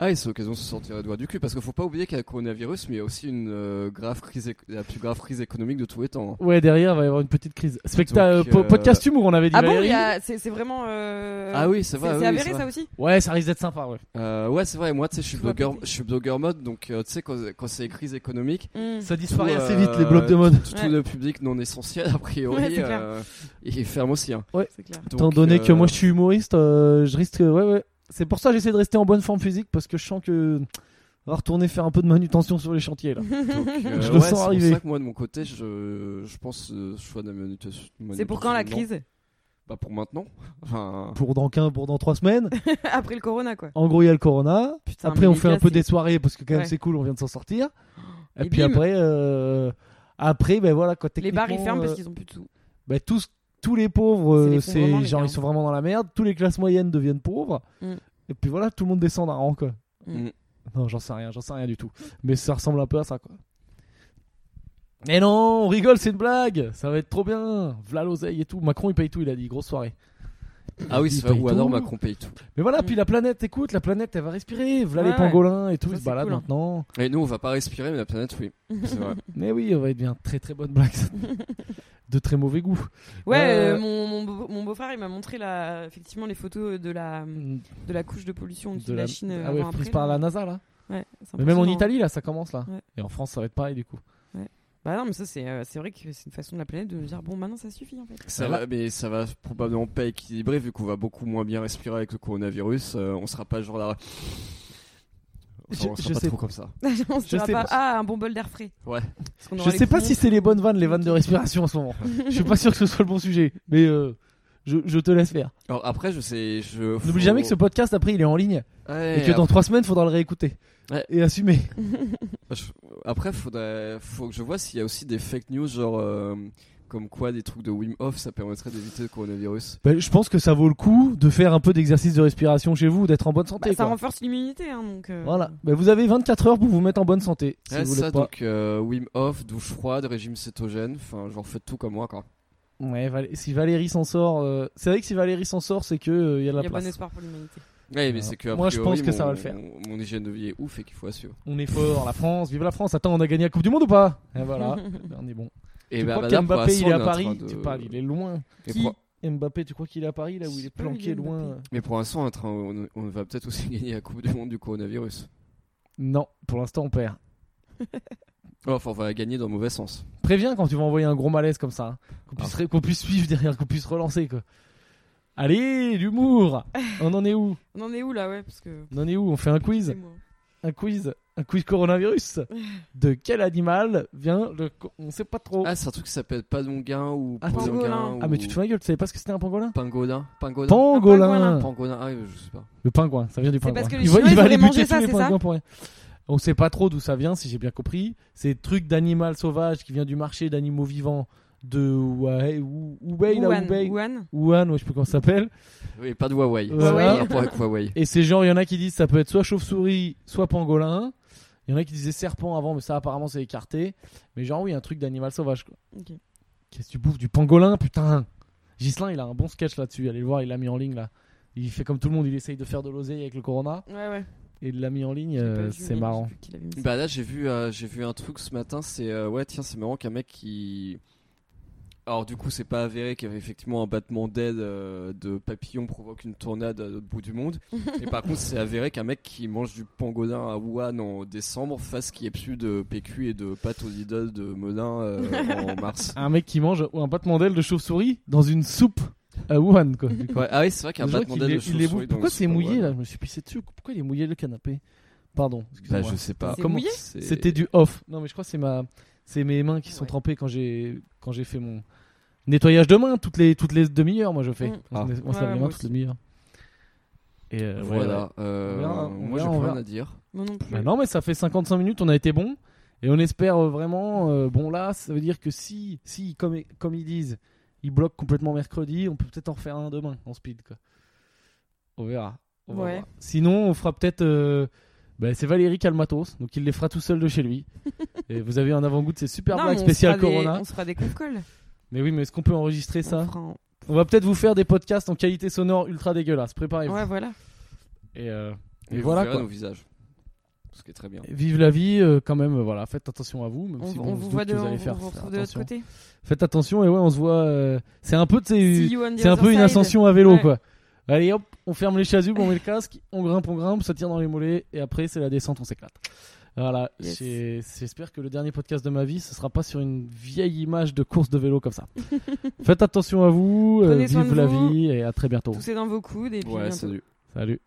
[SPEAKER 1] Ah, et c'est l'occasion de se sortir les doigts du cul. Parce qu'il faut pas oublier qu'il y a le coronavirus, mais il y a aussi une euh, grave crise, éco- la plus grave crise économique de tous les temps. hein.
[SPEAKER 2] Ouais, derrière, il va y avoir une petite crise. Spectacle,
[SPEAKER 1] Donc,
[SPEAKER 2] po-
[SPEAKER 1] euh,
[SPEAKER 2] podcast humour, on avait dit.
[SPEAKER 3] Ah bon,
[SPEAKER 2] Valérie.
[SPEAKER 3] il y a- c'est c'est vraiment. euh,
[SPEAKER 1] Ah oui, c'est
[SPEAKER 3] C'est
[SPEAKER 1] vrai.
[SPEAKER 3] c'est
[SPEAKER 1] oui,
[SPEAKER 3] avéré
[SPEAKER 1] c'est vrai.
[SPEAKER 3] ça aussi
[SPEAKER 2] Ouais, ça risque d'être sympa, ouais.
[SPEAKER 1] Euh, ouais, c'est vrai. Moi, tu sais, je suis
[SPEAKER 3] Tout va
[SPEAKER 1] blogueur,
[SPEAKER 3] péter.
[SPEAKER 1] je suis blogueur mode. Donc, euh, tu sais, quand, quand c'est crise économique.
[SPEAKER 3] Mm.
[SPEAKER 2] Ça disparaît
[SPEAKER 1] Tout,
[SPEAKER 2] assez
[SPEAKER 1] euh,
[SPEAKER 2] vite, les blocs de mode.
[SPEAKER 1] Tout, tout
[SPEAKER 3] Ouais.
[SPEAKER 1] le public non essentiel, a priori.
[SPEAKER 3] Ouais, c'est clair.
[SPEAKER 1] euh, et ferme aussi. Hein.
[SPEAKER 3] C'est clair.
[SPEAKER 1] Donc,
[SPEAKER 2] Étant donné que
[SPEAKER 1] euh,
[SPEAKER 2] moi, je suis humoriste, euh, je risque. Ouais, ouais. C'est pour ça que j'essaie de rester en bonne forme physique, parce que je sens que. On va retourner faire un peu de manutention sur les chantiers, là.
[SPEAKER 1] donc, euh,
[SPEAKER 2] je le
[SPEAKER 1] ouais,
[SPEAKER 2] sens
[SPEAKER 1] c'est pour
[SPEAKER 2] arriver.
[SPEAKER 1] ça que moi, de mon côté, je, je pense euh, je choix de la manutention.
[SPEAKER 3] C'est pour quand la
[SPEAKER 1] non.
[SPEAKER 3] crise
[SPEAKER 1] Bah, pour maintenant. Enfin,
[SPEAKER 2] Pour dans 15, pour dans 3 semaines.
[SPEAKER 3] Après le corona quoi.
[SPEAKER 2] En gros, il y a le corona.
[SPEAKER 3] Putain,
[SPEAKER 2] après, on
[SPEAKER 3] mais
[SPEAKER 2] fait
[SPEAKER 3] les
[SPEAKER 2] un peu
[SPEAKER 3] gars,
[SPEAKER 2] des soirées parce que quand même
[SPEAKER 3] Ouais.
[SPEAKER 2] c'est cool, on vient de s'en sortir. Et,
[SPEAKER 3] Et
[SPEAKER 2] puis
[SPEAKER 3] bim.
[SPEAKER 2] après, euh, après, ben voilà, quand
[SPEAKER 3] c'est- Les bars ils
[SPEAKER 2] techniquement,
[SPEAKER 3] ferment parce
[SPEAKER 2] euh,
[SPEAKER 3] qu'ils ont plus de sous.
[SPEAKER 2] ben, tous, tous les pauvres,
[SPEAKER 3] C'est
[SPEAKER 2] euh,
[SPEAKER 3] l'effondrement,
[SPEAKER 2] c'est
[SPEAKER 3] les
[SPEAKER 2] genre
[SPEAKER 3] gars.
[SPEAKER 2] ils sont vraiment dans la merde. Tous les classes moyennes deviennent pauvres.
[SPEAKER 3] Mm.
[SPEAKER 2] Et puis voilà, tout le monde descend d'un rang quoi.
[SPEAKER 3] Mm.
[SPEAKER 1] Mm.
[SPEAKER 2] Non, j'en sais rien, j'en sais rien du tout. Mais ça ressemble un peu à ça quoi. Mais non, on rigole, c'est une blague. Ça va être trop bien. V'là l'oseille et tout. Macron, il paye tout, il a dit. Grosse soirée.
[SPEAKER 1] Ah oui,
[SPEAKER 2] Il
[SPEAKER 1] c'est vrai,
[SPEAKER 2] paye
[SPEAKER 1] ou alors
[SPEAKER 2] tout.
[SPEAKER 1] Macron paye tout.
[SPEAKER 2] Mais voilà,
[SPEAKER 3] Mm.
[SPEAKER 2] puis la planète, écoute, la planète, elle va respirer. V'là
[SPEAKER 3] Ouais,
[SPEAKER 2] les
[SPEAKER 3] ouais.
[SPEAKER 2] pangolins et tout,
[SPEAKER 3] Ça,
[SPEAKER 2] ils se
[SPEAKER 3] c'est
[SPEAKER 2] baladent
[SPEAKER 3] cool, hein.
[SPEAKER 2] maintenant.
[SPEAKER 1] Et nous, on va pas respirer, mais la planète, oui. C'est vrai.
[SPEAKER 2] Mais oui, on va être bien. Très très bonne blague. ça. De très mauvais goût.
[SPEAKER 3] Ouais,
[SPEAKER 2] Euh,
[SPEAKER 3] euh, mon, mon beau- mon beau-frère, il m'a montré la, effectivement les photos de la, de la couche de pollution au-dessus de, la, Chine. euh,
[SPEAKER 2] ah ouais,
[SPEAKER 3] avant
[SPEAKER 2] prise
[SPEAKER 3] après,
[SPEAKER 2] par
[SPEAKER 3] là.
[SPEAKER 2] la NASA là.
[SPEAKER 3] Ouais, c'est
[SPEAKER 2] Mais même en
[SPEAKER 3] impressionnant.
[SPEAKER 2] Italie là, ça commence là.
[SPEAKER 3] Ouais.
[SPEAKER 2] Et en France, ça va être pareil du coup.
[SPEAKER 3] Bah non, mais ça, c'est euh, c'est vrai que c'est une façon de la planète de nous dire bon, maintenant ça suffit en fait.
[SPEAKER 1] Ça
[SPEAKER 2] Voilà.
[SPEAKER 1] va, mais ça va probablement pas équilibrer vu qu'on va beaucoup moins bien respirer avec le coronavirus. euh, on sera pas genre là. Enfin,
[SPEAKER 2] Je-
[SPEAKER 1] on
[SPEAKER 2] je
[SPEAKER 1] sera pas
[SPEAKER 2] sais
[SPEAKER 1] trop comme ça.
[SPEAKER 3] On se
[SPEAKER 2] Je
[SPEAKER 3] dira
[SPEAKER 2] sais
[SPEAKER 3] pas,
[SPEAKER 2] pas.
[SPEAKER 3] ah, un bon bol d'air frais.
[SPEAKER 1] Ouais.
[SPEAKER 3] Parce qu'on aura
[SPEAKER 2] Je
[SPEAKER 3] les
[SPEAKER 2] sais pas
[SPEAKER 3] poumons.
[SPEAKER 2] si c'est les bonnes vannes, les vannes de respiration en ce moment. je suis pas sûr que ce soit le bon sujet, mais euh, je, je te laisse faire.
[SPEAKER 1] Alors après, je sais. Je...
[SPEAKER 2] N'oublie jamais
[SPEAKER 3] Oh.
[SPEAKER 2] que ce podcast après il est en ligne
[SPEAKER 1] Ouais,
[SPEAKER 2] et que dans trois semaines faudra le réécouter
[SPEAKER 1] Ouais.
[SPEAKER 2] et assumer.
[SPEAKER 1] Bah, Je- Après, faudrait, faut que je vois s'il y a aussi des fake news, genre euh, comme quoi des trucs de Wim Hof, ça permettrait d'éviter le coronavirus.
[SPEAKER 2] Ben, je pense que ça vaut le coup de faire un peu d'exercice de respiration chez vous, d'être en bonne
[SPEAKER 3] Bah,
[SPEAKER 2] santé.
[SPEAKER 3] ça
[SPEAKER 2] quoi.
[SPEAKER 3] renforce l'immunité. Hein, donc, euh,
[SPEAKER 2] Voilà. Ben, vous avez 24 heures pour vous mettre en bonne santé. Si
[SPEAKER 1] Ouais,
[SPEAKER 2] vous
[SPEAKER 1] ça,
[SPEAKER 2] l'êtes pas.
[SPEAKER 1] donc euh, Wim Hof, douche froide, régime cétogène, enfin, genre faites tout comme moi, quoi.
[SPEAKER 2] Ouais, Val- si Valérie s'en sort, euh, c'est vrai que si Valérie s'en sort, c'est que euh, il y a de
[SPEAKER 3] Il
[SPEAKER 2] la
[SPEAKER 3] y a
[SPEAKER 2] place.
[SPEAKER 3] bon espoir pour l'humanité.
[SPEAKER 1] Ouais, mais
[SPEAKER 2] Alors,
[SPEAKER 1] c'est que. a
[SPEAKER 2] moi, je
[SPEAKER 1] priori,
[SPEAKER 2] pense que ça
[SPEAKER 1] mon-
[SPEAKER 2] va le faire.
[SPEAKER 1] Mon, mon hygiène de vie est ouf et qu'il faut assurer.
[SPEAKER 2] On est fort, la France, vive la France. Attends, on a gagné la Coupe du Monde ou pas Et voilà, Ben, on est bon.
[SPEAKER 1] Et
[SPEAKER 2] tu
[SPEAKER 1] bah,
[SPEAKER 2] crois
[SPEAKER 1] madame,
[SPEAKER 2] que
[SPEAKER 1] pour
[SPEAKER 2] Mbappé
[SPEAKER 1] l'instant,
[SPEAKER 2] il est
[SPEAKER 1] on
[SPEAKER 2] à
[SPEAKER 1] en train
[SPEAKER 2] Paris
[SPEAKER 1] de-
[SPEAKER 2] Tu parles, il est loin.
[SPEAKER 1] Et
[SPEAKER 3] Qui
[SPEAKER 1] pour-
[SPEAKER 2] Mbappé, tu crois qu'il est à Paris là où
[SPEAKER 3] Je
[SPEAKER 2] il
[SPEAKER 3] sais
[SPEAKER 2] est
[SPEAKER 3] pas où il
[SPEAKER 2] planqué
[SPEAKER 3] est, Mbappé.
[SPEAKER 2] loin
[SPEAKER 1] Mais pour l'instant, on, est en train- on- on va peut-être aussi gagner la Coupe du Monde du coronavirus.
[SPEAKER 2] Non, pour l'instant on perd.
[SPEAKER 1] Oh, Enfin, on va gagner dans le mauvais sens.
[SPEAKER 2] Préviens quand tu vas envoyer un gros malaise comme ça, hein. qu'on
[SPEAKER 1] Ah.
[SPEAKER 2] puisse, ré- qu'on puisse suivre derrière, qu'on puisse relancer quoi. Allez, l'humour On en est où
[SPEAKER 3] On en est où là, ouais Parce que.
[SPEAKER 2] On en est où On fait un
[SPEAKER 3] c'est
[SPEAKER 2] quiz
[SPEAKER 3] moi.
[SPEAKER 2] Un quiz Un quiz coronavirus De quel animal vient le... co- On sait pas trop.
[SPEAKER 1] Ah, c'est un truc qui s'appelle Panonguin ou
[SPEAKER 2] Ah,
[SPEAKER 1] Panonguin
[SPEAKER 3] pangolin.
[SPEAKER 1] ou-
[SPEAKER 2] Oh. Ah, mais tu te fous de ma gueule, tu savais pas ce que c'était un pangolin
[SPEAKER 1] Pangolin Pangolin
[SPEAKER 2] Pangolin
[SPEAKER 1] Pangolin, ah, je sais pas.
[SPEAKER 2] Le pingouin, ça vient du pingouin.
[SPEAKER 3] parce que les
[SPEAKER 2] il va,
[SPEAKER 3] Chinois,
[SPEAKER 2] il
[SPEAKER 3] ils
[SPEAKER 2] va aller
[SPEAKER 3] voulaient
[SPEAKER 2] buter
[SPEAKER 3] manger
[SPEAKER 2] tous
[SPEAKER 3] ça,
[SPEAKER 2] les
[SPEAKER 3] c'est
[SPEAKER 2] pingouins
[SPEAKER 3] ça
[SPEAKER 2] pour rien. On sait pas trop d'où ça vient, si j'ai bien compris. C'est truc d'animal sauvage qui vient du marché d'animaux vivants de Hubei, Wu- Hubei, là,
[SPEAKER 3] Wuhan,
[SPEAKER 2] Hubei.
[SPEAKER 3] Wuhan.
[SPEAKER 2] Wuhan, ouais, je sais plus comment ça s'appelle.
[SPEAKER 1] Oui, pas de Huawei.
[SPEAKER 2] Voilà.
[SPEAKER 1] Ça n'a rien à voir avec Huawei.
[SPEAKER 2] Et ces gens, il y en a qui disent ça peut être soit chauve-souris, soit pangolin. Il y en a qui disaient serpent avant, mais ça apparemment c'est écarté. Mais genre oui, un truc d'animal sauvage. quoi.
[SPEAKER 3] Ok.
[SPEAKER 2] Qu'est-ce que tu bouffes du pangolin, putain Gislain, il a un bon sketch là-dessus. Allez le voir, il l'a mis en ligne là. Il fait comme tout le monde, il essaye de faire de l'oseille avec le corona
[SPEAKER 3] Ouais, ouais.
[SPEAKER 2] et il l'a mis en ligne.
[SPEAKER 3] J'ai
[SPEAKER 2] euh,
[SPEAKER 3] pas vu, mais
[SPEAKER 2] c'est
[SPEAKER 3] je
[SPEAKER 2] marrant.
[SPEAKER 3] sais plus qui l'avait mis.
[SPEAKER 1] Bah là, j'ai vu, euh, j'ai vu un truc ce matin, c'est... euh, ouais, tiens, c'est marrant qu'un mec qui... Alors du coup, c'est pas avéré qu'il y avait effectivement un battement d'aile euh, de papillon provoque une tornade à l'autre bout du monde. Et par contre, c'est avéré qu'un mec qui mange du pangolin à Wuhan en décembre fasse qui est plus de PQ et de pâte aux Lidl de Melun euh, en mars.
[SPEAKER 2] un mec qui mange ou un battement d'aile de chauve-souris dans une soupe à Wuhan quoi. Du coup.
[SPEAKER 1] Ouais, ah oui, c'est vrai qu'un
[SPEAKER 2] Le genre
[SPEAKER 1] battement
[SPEAKER 2] qu'il
[SPEAKER 1] d'aile
[SPEAKER 2] les-
[SPEAKER 1] de
[SPEAKER 2] il les bouffe.
[SPEAKER 1] chauve-souris... dans
[SPEAKER 2] Pourquoi
[SPEAKER 1] le
[SPEAKER 2] c'est
[SPEAKER 1] Super
[SPEAKER 2] mouillé
[SPEAKER 1] Bowl.
[SPEAKER 2] là Je me suis pissé dessus. Pourquoi il est mouillé le canapé Pardon.
[SPEAKER 1] Bah,
[SPEAKER 2] excusez-moi.
[SPEAKER 1] je sais pas.
[SPEAKER 3] C'est
[SPEAKER 2] Comment-
[SPEAKER 3] mouillé
[SPEAKER 1] C'est-
[SPEAKER 2] C'était du off. Non mais je crois que c'est ma c'est mes mains qui sont
[SPEAKER 3] Ouais.
[SPEAKER 2] trempées quand j'ai quand j'ai fait mon nettoyage de mains toutes les toutes les demi-heures moi je fais.
[SPEAKER 3] Mm.
[SPEAKER 2] On se-
[SPEAKER 1] Ah.
[SPEAKER 2] on se lave
[SPEAKER 3] Ouais, ouais,
[SPEAKER 2] les mains
[SPEAKER 3] moi
[SPEAKER 2] toutes
[SPEAKER 3] aussi.
[SPEAKER 2] les demi-heures. Et euh, ouais, ouais.
[SPEAKER 1] Voilà. euh,
[SPEAKER 2] On verra, on
[SPEAKER 1] moi, j'ai
[SPEAKER 2] verra, on
[SPEAKER 1] plus rien
[SPEAKER 2] verra.
[SPEAKER 1] à dire.
[SPEAKER 3] Moi non plus.
[SPEAKER 2] Bah non, mais ça fait 55 minutes, on a été bon. Et on espère euh, vraiment. euh, bon, là, ça veut dire que si, si comme, comme ils disent, ils bloquent complètement mercredi, on peut peut-être en refaire un demain en speed. Quoi. On verra. On va
[SPEAKER 3] Ouais.
[SPEAKER 2] voir. Sinon, on fera peut-être. euh, bah, c'est Valérie Calmatos, donc il les fera tout seul de chez lui. et vous avez un avant-goût de ces super
[SPEAKER 3] Non, mais
[SPEAKER 2] blagues
[SPEAKER 3] on se
[SPEAKER 2] spéciales
[SPEAKER 3] fera des-
[SPEAKER 2] Corona.
[SPEAKER 3] On se fera des conf-calls.
[SPEAKER 2] Mais oui, mais est-ce qu'on peut enregistrer
[SPEAKER 3] On
[SPEAKER 2] ça
[SPEAKER 3] fera un-
[SPEAKER 2] On va peut-être vous faire des podcasts en qualité sonore ultra dégueulasse. Préparez-vous.
[SPEAKER 3] Ouais, voilà.
[SPEAKER 2] Et, euh, et
[SPEAKER 1] Et
[SPEAKER 2] voilà
[SPEAKER 1] vous verrez
[SPEAKER 2] quoi.
[SPEAKER 1] nos visages. Ce qui est très bien.
[SPEAKER 2] Vive la vie, euh, quand même, euh, voilà, faites attention à vous, même
[SPEAKER 3] On,
[SPEAKER 2] si bon, on
[SPEAKER 3] on
[SPEAKER 2] se
[SPEAKER 3] vous
[SPEAKER 2] doute
[SPEAKER 3] voit
[SPEAKER 2] que
[SPEAKER 3] de,
[SPEAKER 2] vous allez
[SPEAKER 3] on
[SPEAKER 2] faire
[SPEAKER 3] vous
[SPEAKER 2] faire
[SPEAKER 3] retrouve de l'autre
[SPEAKER 2] attention.
[SPEAKER 3] côté.
[SPEAKER 2] Faites attention, et ouais, on se voit, euh, c'est un peu, tu sais,
[SPEAKER 3] See you on the
[SPEAKER 2] c'est un
[SPEAKER 3] other
[SPEAKER 2] peu une
[SPEAKER 3] side.
[SPEAKER 2] ascension à vélo,
[SPEAKER 3] Ouais.
[SPEAKER 2] quoi. Allez hop, on ferme les chasubles, on met le casque, on grimpe, on grimpe, ça tire dans les mollets, et après c'est la descente, on s'éclate. Voilà,
[SPEAKER 3] Yes.
[SPEAKER 2] j'ai- j'espère que le dernier podcast de ma vie, ce sera pas sur une vieille image de course de vélo comme ça. Faites attention à vous, euh,
[SPEAKER 3] Prenez soin
[SPEAKER 2] vive
[SPEAKER 3] de
[SPEAKER 2] la
[SPEAKER 3] vous.
[SPEAKER 2] vie, et à très bientôt.
[SPEAKER 3] Toussez dans vos coudes et puis à
[SPEAKER 1] Ouais,
[SPEAKER 3] bientôt.
[SPEAKER 1] salut.
[SPEAKER 2] Salut.